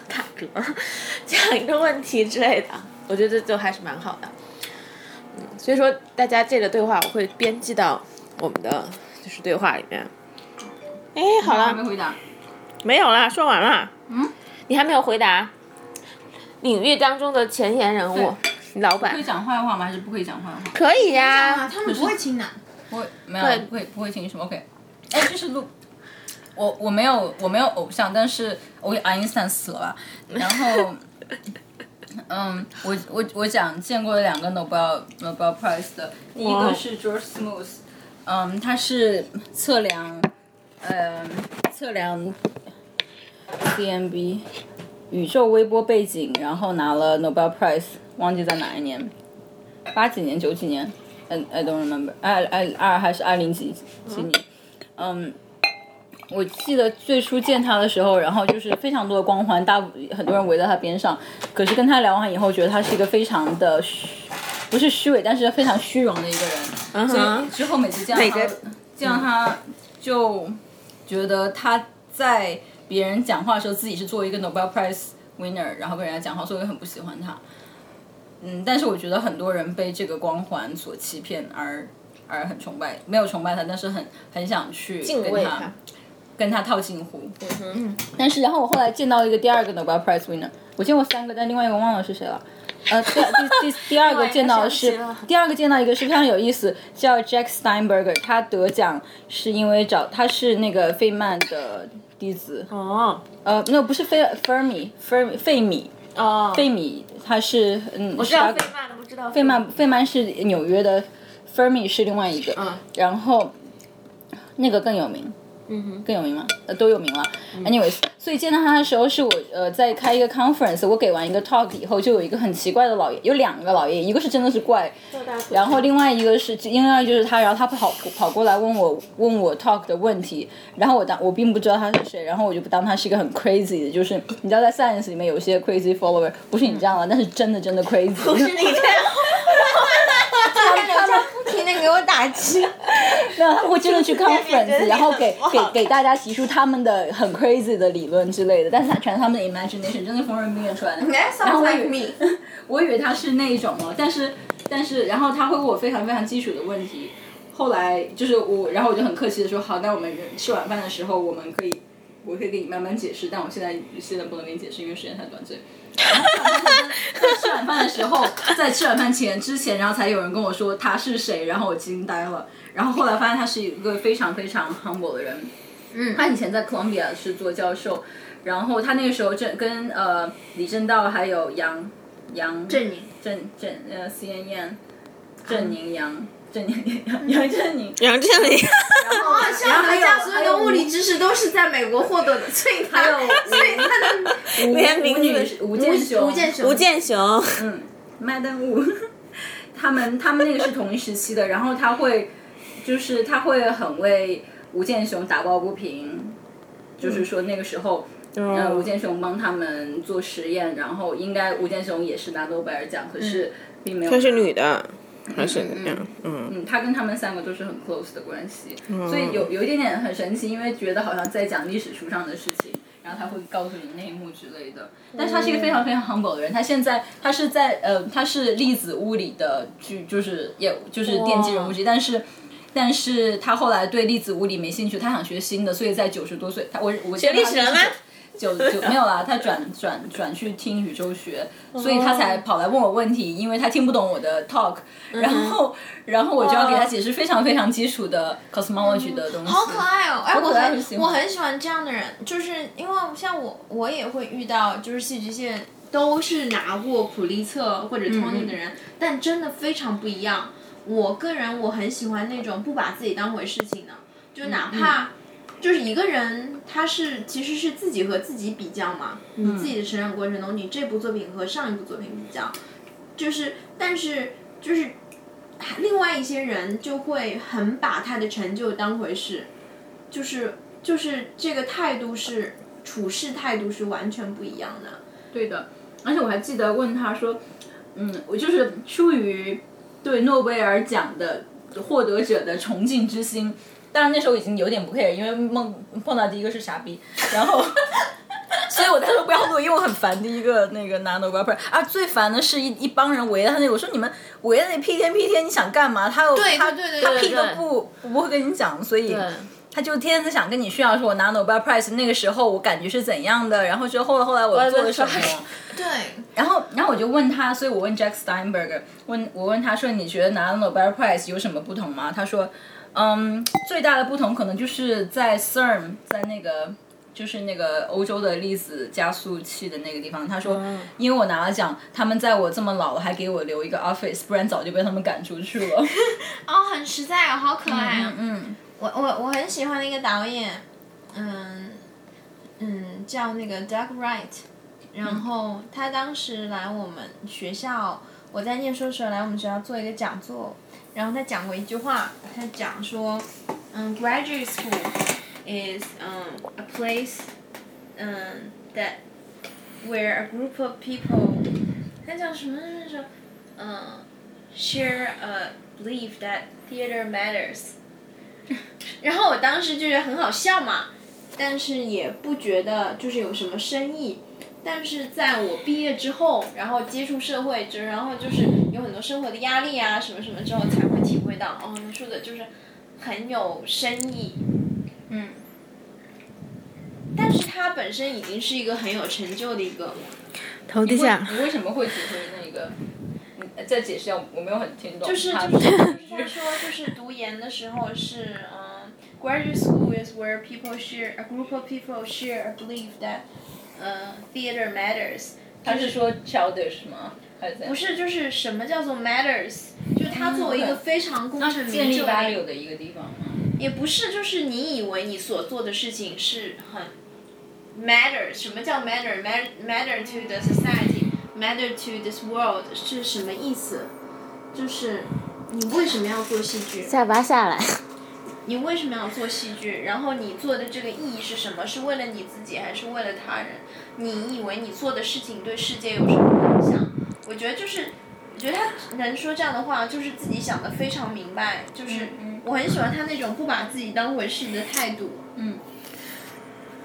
[SPEAKER 2] 打嗝，讲一个问题之类的，我觉得这就还是蛮好的。嗯所以说，大家这个对话我会编辑到我们的就是对话里面。哎，好
[SPEAKER 3] 还没
[SPEAKER 2] 了，
[SPEAKER 3] 回答。
[SPEAKER 2] 没有啦，说完了。嗯，你还没有回答领域当中的前沿人物，老
[SPEAKER 3] 会
[SPEAKER 2] 板
[SPEAKER 3] 讲坏话吗？还是不会讲坏话？
[SPEAKER 2] 可以呀、
[SPEAKER 1] 啊，他们不会亲的。
[SPEAKER 3] 不会，没有，不会，不会听什么 OK。哎，就是录，我我没有我没有偶像，但是我给爱因斯坦死了吧。然后， 嗯，我我我讲见过两个 Nobel Nobel Prize 的，第一个是 George Smoth，嗯，他是测量，嗯，测量 CMB 宇宙微波背景，然后拿了 Nobel Prize，忘记在哪一年，八几年九几年。I I don't remember，二二二还是二零几几年？嗯，我记得最初见他的时候，然后就是非常多的光环，大部很多人围在他边上。可是跟他聊完以后，觉得他是一个非常的虚，不是虚伪，但是非常虚荣的一个人。
[SPEAKER 2] 嗯
[SPEAKER 3] 所
[SPEAKER 2] 哼
[SPEAKER 3] 以，之后每次见到他
[SPEAKER 2] 哪个，
[SPEAKER 3] 见到他就觉得他在别人讲话的时候，自己是作为一个 Nobel Prize winner，然后跟人家讲话，所以我很不喜欢他。嗯，但是我觉得很多人被这个光环所欺骗而。而很崇拜，没有崇拜他，但是很很想去
[SPEAKER 2] 敬
[SPEAKER 3] 跟
[SPEAKER 2] 畏
[SPEAKER 3] 他
[SPEAKER 2] 他。
[SPEAKER 3] 跟他套近乎。
[SPEAKER 2] 嗯
[SPEAKER 3] 但是，然后我后来见到一个第二个 Nobel Prize winner，我见过三个，但另外一个忘了是谁了。呃，第第第第二个见到的
[SPEAKER 2] 另
[SPEAKER 3] 是
[SPEAKER 2] 外一个想不起了
[SPEAKER 3] 第二个见到一个是非常有意思，叫 Jack Steinberger，他得奖是因为找他是那个费曼的弟子，
[SPEAKER 2] 哼，哦
[SPEAKER 3] 呃，那不是费费米费米费米
[SPEAKER 2] 哦，
[SPEAKER 3] 费米，他是嗯，我
[SPEAKER 2] 知道费曼，不知道费
[SPEAKER 3] 费曼费曼是纽约的，Fermi 是另外一个，
[SPEAKER 2] 嗯
[SPEAKER 3] 然后那个更有名，嗯
[SPEAKER 2] 哼嗯
[SPEAKER 3] 更有名吗？呃，都有名了。Anyways，所以见到他的时候是我呃在开一个 conference，我给完一个 talk 以后，就有一个很奇怪的老爷，有两个老爷，一个是真的是怪，然后另外一个是另外一个就是他，然后他跑跑过来问我问我 talk 的问题，然后我当我并不知道他是谁，然后我就不当他是一个很 crazy 的，就是你知道在 science 里面有些 crazy follower，不是你这样啊了，但是真的真的 crazy，不是
[SPEAKER 1] 你这样， 他们不停的给我打 气。
[SPEAKER 3] 他会真的去 conference，然后给给给大家提出他们的很 crazy 的理论之类的，但是他全是他们的 imagination，真的疯人病院出来的。
[SPEAKER 1] That
[SPEAKER 3] 然后
[SPEAKER 1] 哎 sounds
[SPEAKER 3] 我以
[SPEAKER 1] like
[SPEAKER 3] 为
[SPEAKER 1] me。
[SPEAKER 3] 我以为他是那一种哦，但是但是然后他会问我非常非常基础的问题，后来就是我，然后我就很客气的说好，那我们吃晚饭的时候我们可以，我可以给你慢慢解释，但我现在现在不能给你解释，因为时间太短，所以。在吃晚饭的时候，在吃晚饭前之前，然后才有人跟我说他是谁，然后我惊呆了。然后后来发现他是一个非常非常 humble 的人。嗯，他以前在 Columbia 是做教授，然后他那个时候正跟呃李政道还有杨杨
[SPEAKER 1] 郑宁
[SPEAKER 3] 郑郑呃 CNN 郑宁杨郑宁杨 杨振宁，
[SPEAKER 2] 杨振宁，
[SPEAKER 1] 哇， 像我们家所有的物理知识都是在美国获得的，所以他，所以他的
[SPEAKER 2] 连
[SPEAKER 3] 吴
[SPEAKER 2] 名
[SPEAKER 3] 女
[SPEAKER 2] 字
[SPEAKER 3] 吴建雄，
[SPEAKER 1] 吴建 雄，
[SPEAKER 2] 吴建雄，
[SPEAKER 3] 嗯麦登吴， 他们他们那个是同一时期的，然后他会就是他会很为吴建雄打抱不平，就是说那个时候。呃，
[SPEAKER 2] 嗯
[SPEAKER 3] 吴建雄帮他们做实验，然后应该吴建雄也是拿诺贝尔奖，可是并没有。
[SPEAKER 2] 她是女的，还是那样？嗯，
[SPEAKER 3] 嗯，他跟他们三个都是很 close 的关系，所以有有一点点很神奇，因为觉得好像在讲历史书上的事情，然后他会告诉你内幕之类的。但是他是一个非常非常 humble 的人，他现在他是在呃他是粒子物理的剧，就是也就是电机人物之一，但是。但是他后来对粒子物理没兴趣，他想学新的，所以在九十多岁，他我我学
[SPEAKER 2] 历史了吗？
[SPEAKER 3] 九九没有啦，他转转转去听宇宙学，所以他
[SPEAKER 1] 哦
[SPEAKER 3] 才跑来问我问题，因为他听不懂我的 talk，然
[SPEAKER 1] 嗯
[SPEAKER 3] 后、然后我就要给他解释非常非常基础的 cosmology 的东西。
[SPEAKER 1] 嗯好可爱哦！哎，我
[SPEAKER 3] 可爱
[SPEAKER 1] 很
[SPEAKER 3] 就行
[SPEAKER 1] 我很喜欢这样的人，就是因为像我，我也会遇到，就是戏剧系都是拿过普利策或者 Tony 的人，但真的非常不一样。我个人我很喜欢那种不把自己当回事情的，就哪怕就是一个人，他是其实是自己和自己比较嘛，你自己的成长过程中，你这部作品和上一部作品比较，就是但是就是另外一些人就会很把他的成就当回事，就是就是这个态度是处事态度是完全不一样的。
[SPEAKER 3] 对的，而且我还记得问他说，嗯，我就是出于对诺贝尔奖的获得者的崇敬之心，当然那时候已经有点不 care，因为梦碰到第一个是傻逼，然后。所以我当时不要录，因为我很烦第一个那个拿 Nobel Prize，啊，最烦的是一一帮人围着他那个，我说你们围着那屁颠屁颠，你想干嘛？他又
[SPEAKER 1] 对
[SPEAKER 3] 他
[SPEAKER 1] 对对
[SPEAKER 3] 他
[SPEAKER 1] 对
[SPEAKER 3] 屁都
[SPEAKER 2] 对
[SPEAKER 3] 不不会跟你讲，所以
[SPEAKER 2] 对
[SPEAKER 3] 他就天天在想跟你炫耀说我拿 Nobel Prize 那个时候我感觉是怎样的，然后之后后来我做了什么，
[SPEAKER 1] 对，
[SPEAKER 3] 然后，然后我就问他，所以我问 Jack Steinberger，问我问他说，你觉得拿 Nobel Prize 有什么不同吗？他说，嗯，最大的不同可能就是在 CERN，在那个就是那个欧洲的粒子加速器的那个地方，他说，因为我拿了奖，他们在我这么老了还给我留一个 office，不然早就被他们赶出去了。
[SPEAKER 1] 哦，很实在啊，好可爱啊！
[SPEAKER 3] 嗯，
[SPEAKER 1] 我我我很喜欢的一个导演，嗯嗯，叫那个 Doug Wright，然后他当时来我们学校，我在念书的时候来我们学校做一个讲座，然后他讲过一句话，他讲说，嗯，graduate school is um a place，嗯that where a group of people，他讲什么什么什么，嗯，share a belief that theater matters。然后我当时就觉得很好笑嘛，但是也不觉得就是有什么深意。但是在我毕业之后，然后接触社会之，然后就是有很多生活的压力啊，什么什么之后，才会体会到，哦，你说的就是很有深意，嗯。但是他本身已经是一个很有成就的一个，
[SPEAKER 2] 头低下，
[SPEAKER 3] 你为什么会指挥那个？你再解释一下，我没有很听懂。
[SPEAKER 1] 就是
[SPEAKER 3] 他
[SPEAKER 1] 就是 就是说就是读研的时候是嗯、g r a d u a t e school is where people share a group of people share a belief that，呃、theater matters。
[SPEAKER 3] 他是说 childish 吗？还是怎样
[SPEAKER 1] 不是，就是什么叫做 matters，就是它作为一个非常功成
[SPEAKER 3] 嗯建
[SPEAKER 1] 名
[SPEAKER 3] 立
[SPEAKER 1] 就
[SPEAKER 3] value
[SPEAKER 1] 的，
[SPEAKER 3] 的一个地方吗？
[SPEAKER 1] 也不是，就是你以为你所做的事情是很 matter，什么叫 matter？matter matter to the society，matter to this world 是什么意思？就是你为什么要做戏剧？
[SPEAKER 2] 下巴下来，
[SPEAKER 1] 你为什么要做戏剧？然后你做的这个意义是什么？是为了你自己，还是为了他人？你以为你做的事情对世界有什么影响？我觉得就是，我觉得他能说这样的话，就是自己想的非常明白。就是我很喜欢他那种不把自己当回事的态度。
[SPEAKER 3] 嗯，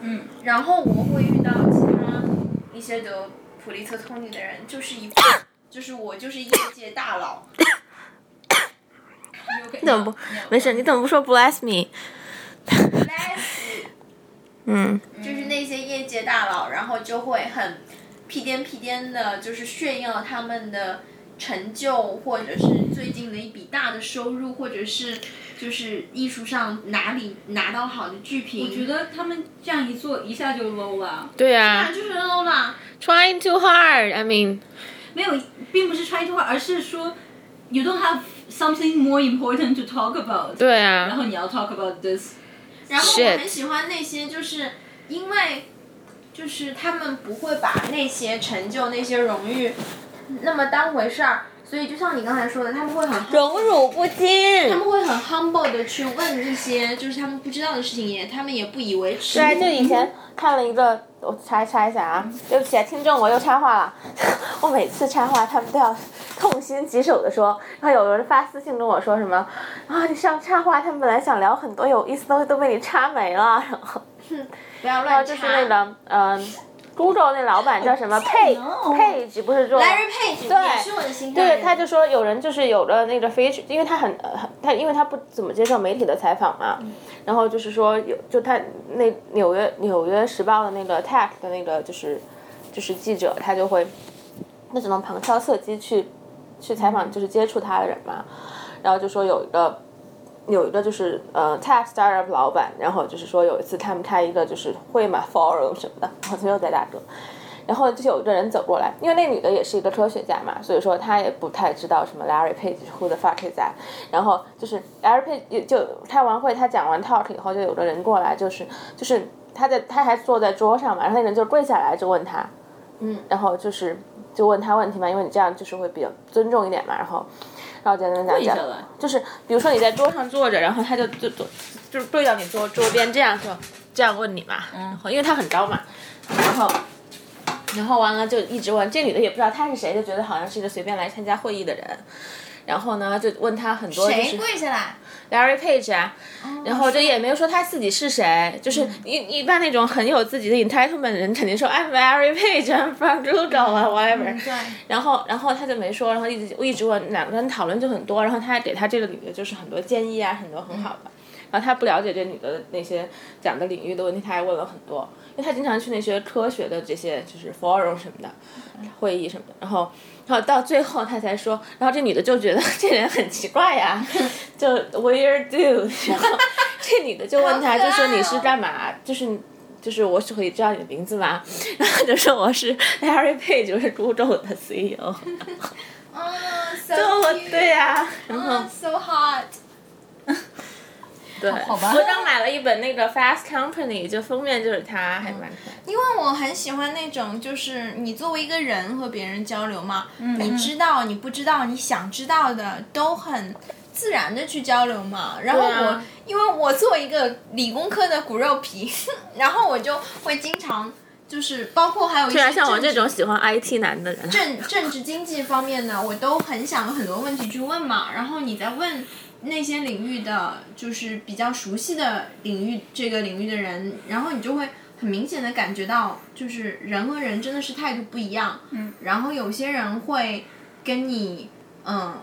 [SPEAKER 1] 嗯。然后我会遇到其他一些得普利策通尼的人，就是一副， 就是我就是业界大佬。
[SPEAKER 2] 你怎么不没事？你怎么不说 bless me？
[SPEAKER 1] Bless you
[SPEAKER 2] 嗯，
[SPEAKER 1] 就是那些业界大佬，然后就会很屁颠屁颠的，就是炫耀他们的成就，或者是最近的一笔大的收入，或者是就是艺术上哪里拿到好的剧评。
[SPEAKER 3] 我觉得他们这样一做，一下就 low 了。
[SPEAKER 2] 对呀
[SPEAKER 1] 啊，就是 low 啦，
[SPEAKER 2] ，trying too hard。I mean，
[SPEAKER 3] 没有，并不是 try to，而是说， you don't have something more important to talk about，
[SPEAKER 2] 对
[SPEAKER 3] 然
[SPEAKER 2] 啊
[SPEAKER 3] 后，你要 talk about this，
[SPEAKER 1] 然后我
[SPEAKER 2] Shit
[SPEAKER 1] 很喜欢那些，就是因为就是他们不会把那些成就、那些荣誉那么当回事儿，所以就像你刚才说的，他们会很
[SPEAKER 2] 荣辱不惊。
[SPEAKER 1] 他们会很 humble 的去问一些就是他们不知道的事情，也他们也不以为耻。
[SPEAKER 2] 哎对，就以前看了一个，我查查一下啊，对不起啊，听众，我又插话了。 我每次插话，他们都要痛心疾首的说，然后有人发私信跟我说什么啊，你上插话，他们本来想聊很多有意思的东西都被你插没 了，然后
[SPEAKER 1] 不要
[SPEAKER 2] 然后
[SPEAKER 1] 乱插。哦
[SPEAKER 2] 就是那个嗯。Google 那老板叫什么佩佩吉不是做
[SPEAKER 1] Larry Page
[SPEAKER 2] 对
[SPEAKER 1] 也是我的心上
[SPEAKER 2] 对，
[SPEAKER 1] 人，
[SPEAKER 2] 他就说有人就是有了那个 feature，因为他很呃很他因为他不怎么接受媒体的采访嘛，然后就是说有就他那纽约纽约时报的那个 tech 的那个就是就是记者，他就会那只能旁敲侧击去去采访就是接触他的人嘛，然后就说有一个。有一个就是呃 tech startup 老板，然后就是说有一次他们开一个就是会嘛 forum 什么的，我昨天又在打嗝，然后就有一个人走过来，因为那女的也是一个科学家嘛，所以说她也不太知道什么 Larry Page who the fuck is that。然后就是 Larry Page 也就开完会，他讲完 talk 以后，就有个人过来，就是就是他在他还坐在桌上嘛，然后那人就跪下来就问他，嗯，然后就是就问他问题嘛，因为你这样就是会比较尊重一点嘛，然后。然后讲讲讲
[SPEAKER 3] 跪下
[SPEAKER 2] 讲
[SPEAKER 3] 来，
[SPEAKER 2] 就是比如说你在桌上坐着，然后他就就坐就是对到你桌桌边这样说，这样问你嘛，然后因为他很高嘛，然后然后完了就一直问，这女的也不知道她是谁，就觉得好像是一个随便来参加会议的人。然后呢，就问她很多，就
[SPEAKER 1] 谁
[SPEAKER 2] 是
[SPEAKER 1] 跪下来？
[SPEAKER 2] Larry Page 啊，然后就也没有说她自己是谁，就是一一般那种很有自己的 entitlement 的人，肯定说 I'm Larry Page，I'm from Google 啊 whatever，
[SPEAKER 1] 对，
[SPEAKER 2] 然后然后他就没说，然后一直一直问，两个人讨论就很多，然后他还给他这个女的就是很多建议啊，很多很好的。然后他不了解这女的那些讲的领域的问题，他还问了很多，因为他经常去那些科学的这些就是 forum 什么的
[SPEAKER 3] 嗯
[SPEAKER 2] 会议什么的，然后然后到最后他才说，然后这女的就觉得 这人很奇怪 呀、就 weird dude，然后这女的就问他，
[SPEAKER 3] 哦
[SPEAKER 2] 就说你是干嘛？就是就是我是可以知道你的名字吗？ 然后他就说我是 Larry Page，我是 Google 的 CEO。
[SPEAKER 1] 嗯，so
[SPEAKER 2] 哦
[SPEAKER 1] cute，，
[SPEAKER 2] 对呀、然后
[SPEAKER 1] 嗯，so hot。
[SPEAKER 2] 对，
[SPEAKER 3] 好吧
[SPEAKER 2] 我刚买了一本那个 Fast Company，就封面就是他，还蛮可爱的。
[SPEAKER 1] 因为我很喜欢那种，就是你作为一个人和别人交流嘛，
[SPEAKER 2] 嗯
[SPEAKER 1] 你知道、你不知道、你想知道的都很自然的去交流嘛。然后
[SPEAKER 2] 对啊
[SPEAKER 1] 我，因为我作为一个理工科的骨肉皮， 然后我就会经常就是包括还有一
[SPEAKER 2] 虽
[SPEAKER 1] 些
[SPEAKER 2] 然啊像我
[SPEAKER 1] 政
[SPEAKER 2] 这
[SPEAKER 1] 治
[SPEAKER 2] 种喜欢 IT 男的人，啊
[SPEAKER 1] 政政治经济方面呢，我都很想有很多问题去问嘛。然后你在问那些领域的，就是比较熟悉的领域这个领域的人，然后你就会很明显的感觉到，就是人和人真的是态度不一样。嗯。然后有些人会跟你嗯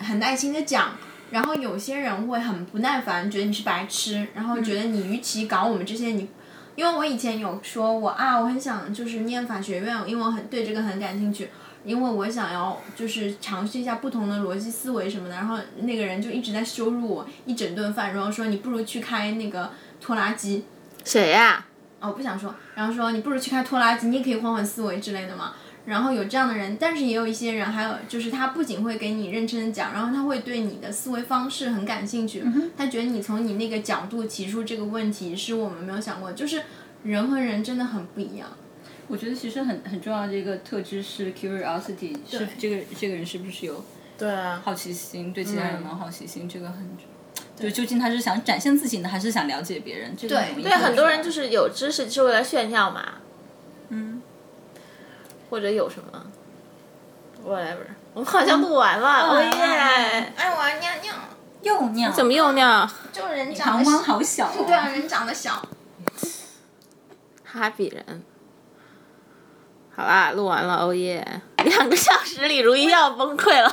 [SPEAKER 1] 很耐心的讲。然后有些人会很不耐烦，觉得你是白痴，然后觉得你与其搞我们这些，你因为我以前有说我啊，我很想就是念法学院，因为我很对这个很感兴趣，因为我想要就是尝试一下不同的逻辑思维什么的。然后那个人就一直在羞辱我一整顿饭，然后说你不如去开那个拖拉机，
[SPEAKER 2] 谁呀、
[SPEAKER 1] 我不想说，然后说你不如去开拖拉机，你也可以换换思维之类的嘛。然后有这样的人，但是也有一些人，还有就是他不仅会给你认真的讲，然后他会对你的思维方式很感兴
[SPEAKER 2] 嗯
[SPEAKER 1] 趣，他觉得你从你那个角度提出这个问题是我们没有想过，就是人和人真的很不一样。
[SPEAKER 3] 我觉得其实很很重要的一个特质是 curiosity，是这个这个人是不是有
[SPEAKER 2] 对啊，嗯
[SPEAKER 3] 好奇心，对其他人的好奇心，这个很。就究竟他是想展现自己呢，还是想了解别人？这个
[SPEAKER 1] 对
[SPEAKER 3] 很容易
[SPEAKER 1] 对
[SPEAKER 3] 看
[SPEAKER 2] 对
[SPEAKER 3] 得
[SPEAKER 2] 很多
[SPEAKER 3] 出
[SPEAKER 2] 人
[SPEAKER 3] 来
[SPEAKER 2] 就是有知识是为了炫耀嘛，嗯，或者有什么 whatever，我们好像录完了，哦耶！
[SPEAKER 1] 哎，我要尿尿，
[SPEAKER 3] 又尿，
[SPEAKER 2] 怎么又尿？
[SPEAKER 1] 就人长
[SPEAKER 3] 膀
[SPEAKER 1] 得小，
[SPEAKER 3] 胱啊 好小、哦。
[SPEAKER 1] 对啊，人长得小，
[SPEAKER 2] 哈比人。好啦，录完了，哦耶！两个小时，李如一要崩溃了。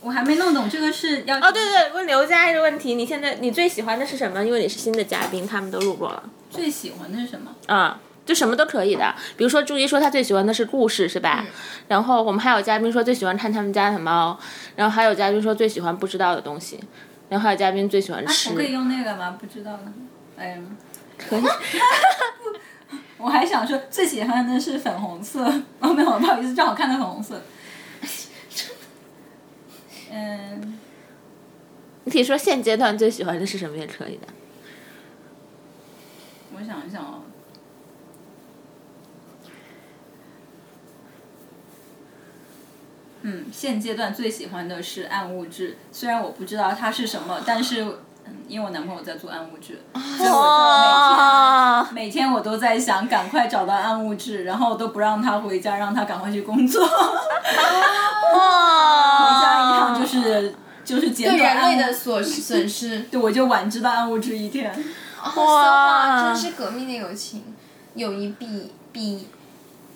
[SPEAKER 3] 我还没弄懂这个是要
[SPEAKER 2] 哦，对对，问刘佳一个问题，你现在你最喜欢的是什么？因为你是新的嘉宾，他们都录过了。
[SPEAKER 3] 最喜欢的是什么？
[SPEAKER 2] 啊、就什么都可以的。比如说，朱一说他最喜欢的是故事，是
[SPEAKER 3] 嗯
[SPEAKER 2] 吧？然后我们还有嘉宾说最喜欢看他们家的猫，然后还有嘉宾说最喜欢不知道的东西，然后还有嘉宾最喜欢吃。
[SPEAKER 3] 我可以用啊那个吗？不知道呢。哎，可以。 我还想说，最喜欢的 是粉红色。哦，没有，不好意思，正好看的粉红色。嗯，
[SPEAKER 2] 你可以说现阶段最喜欢的是什么也可以的。
[SPEAKER 3] 我想一想哦。嗯，现阶段最喜欢的是暗物质，虽然我不知道它是什么，但是嗯，因为我男朋友在做暗物质，所以我就每天每天我都在想赶快找到暗物质，然后都不让他回家，让他赶快去工 作。
[SPEAKER 2] 哦
[SPEAKER 3] 哦回家一趟就是就是减
[SPEAKER 1] 对
[SPEAKER 3] 短
[SPEAKER 2] 啊
[SPEAKER 1] 人类
[SPEAKER 3] 暗
[SPEAKER 1] 的
[SPEAKER 3] 物，
[SPEAKER 1] 损损 失。
[SPEAKER 3] 对我就晚知道暗物质一天。
[SPEAKER 1] 哇，真是革命的友情，友谊比比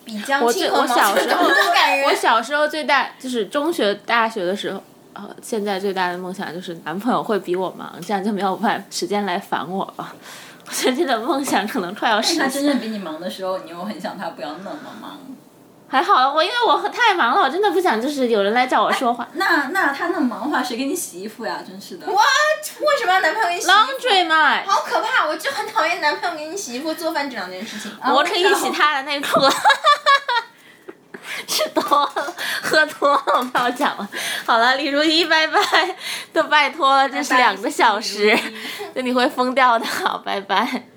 [SPEAKER 1] 比将
[SPEAKER 2] 我
[SPEAKER 1] 亲
[SPEAKER 2] 最
[SPEAKER 1] 和
[SPEAKER 2] 我
[SPEAKER 1] 毛
[SPEAKER 2] 小
[SPEAKER 1] 泽
[SPEAKER 2] 时候
[SPEAKER 1] 东都感，
[SPEAKER 2] 我
[SPEAKER 1] 人。
[SPEAKER 2] 小时候最大就是中学、大学的时候，呃，现在最大的梦想就是男朋友会比我忙，这样就没有办时间来烦我了。我觉得这个梦想可能快要实
[SPEAKER 3] 他真
[SPEAKER 2] 现。
[SPEAKER 3] 正比你忙的时候，你又很想他不要那么忙。
[SPEAKER 2] 还好我因为我太忙了，我真的不想就是有人来找我说 话。
[SPEAKER 3] 那那他那么忙的话，谁给你洗衣服呀？真是的。
[SPEAKER 1] 哇，为什么要男朋友给你洗衣服？
[SPEAKER 2] Laundry 嘛，
[SPEAKER 1] 好可怕！我就很讨厌男朋友给你洗衣服、做饭这两件事情。啊
[SPEAKER 2] 我可以洗他的内裤。 吃多了，喝多了，不要讲了。好了，李如一，拜拜， 都拜托了，这是两个小时，那你会疯掉的。好，拜拜。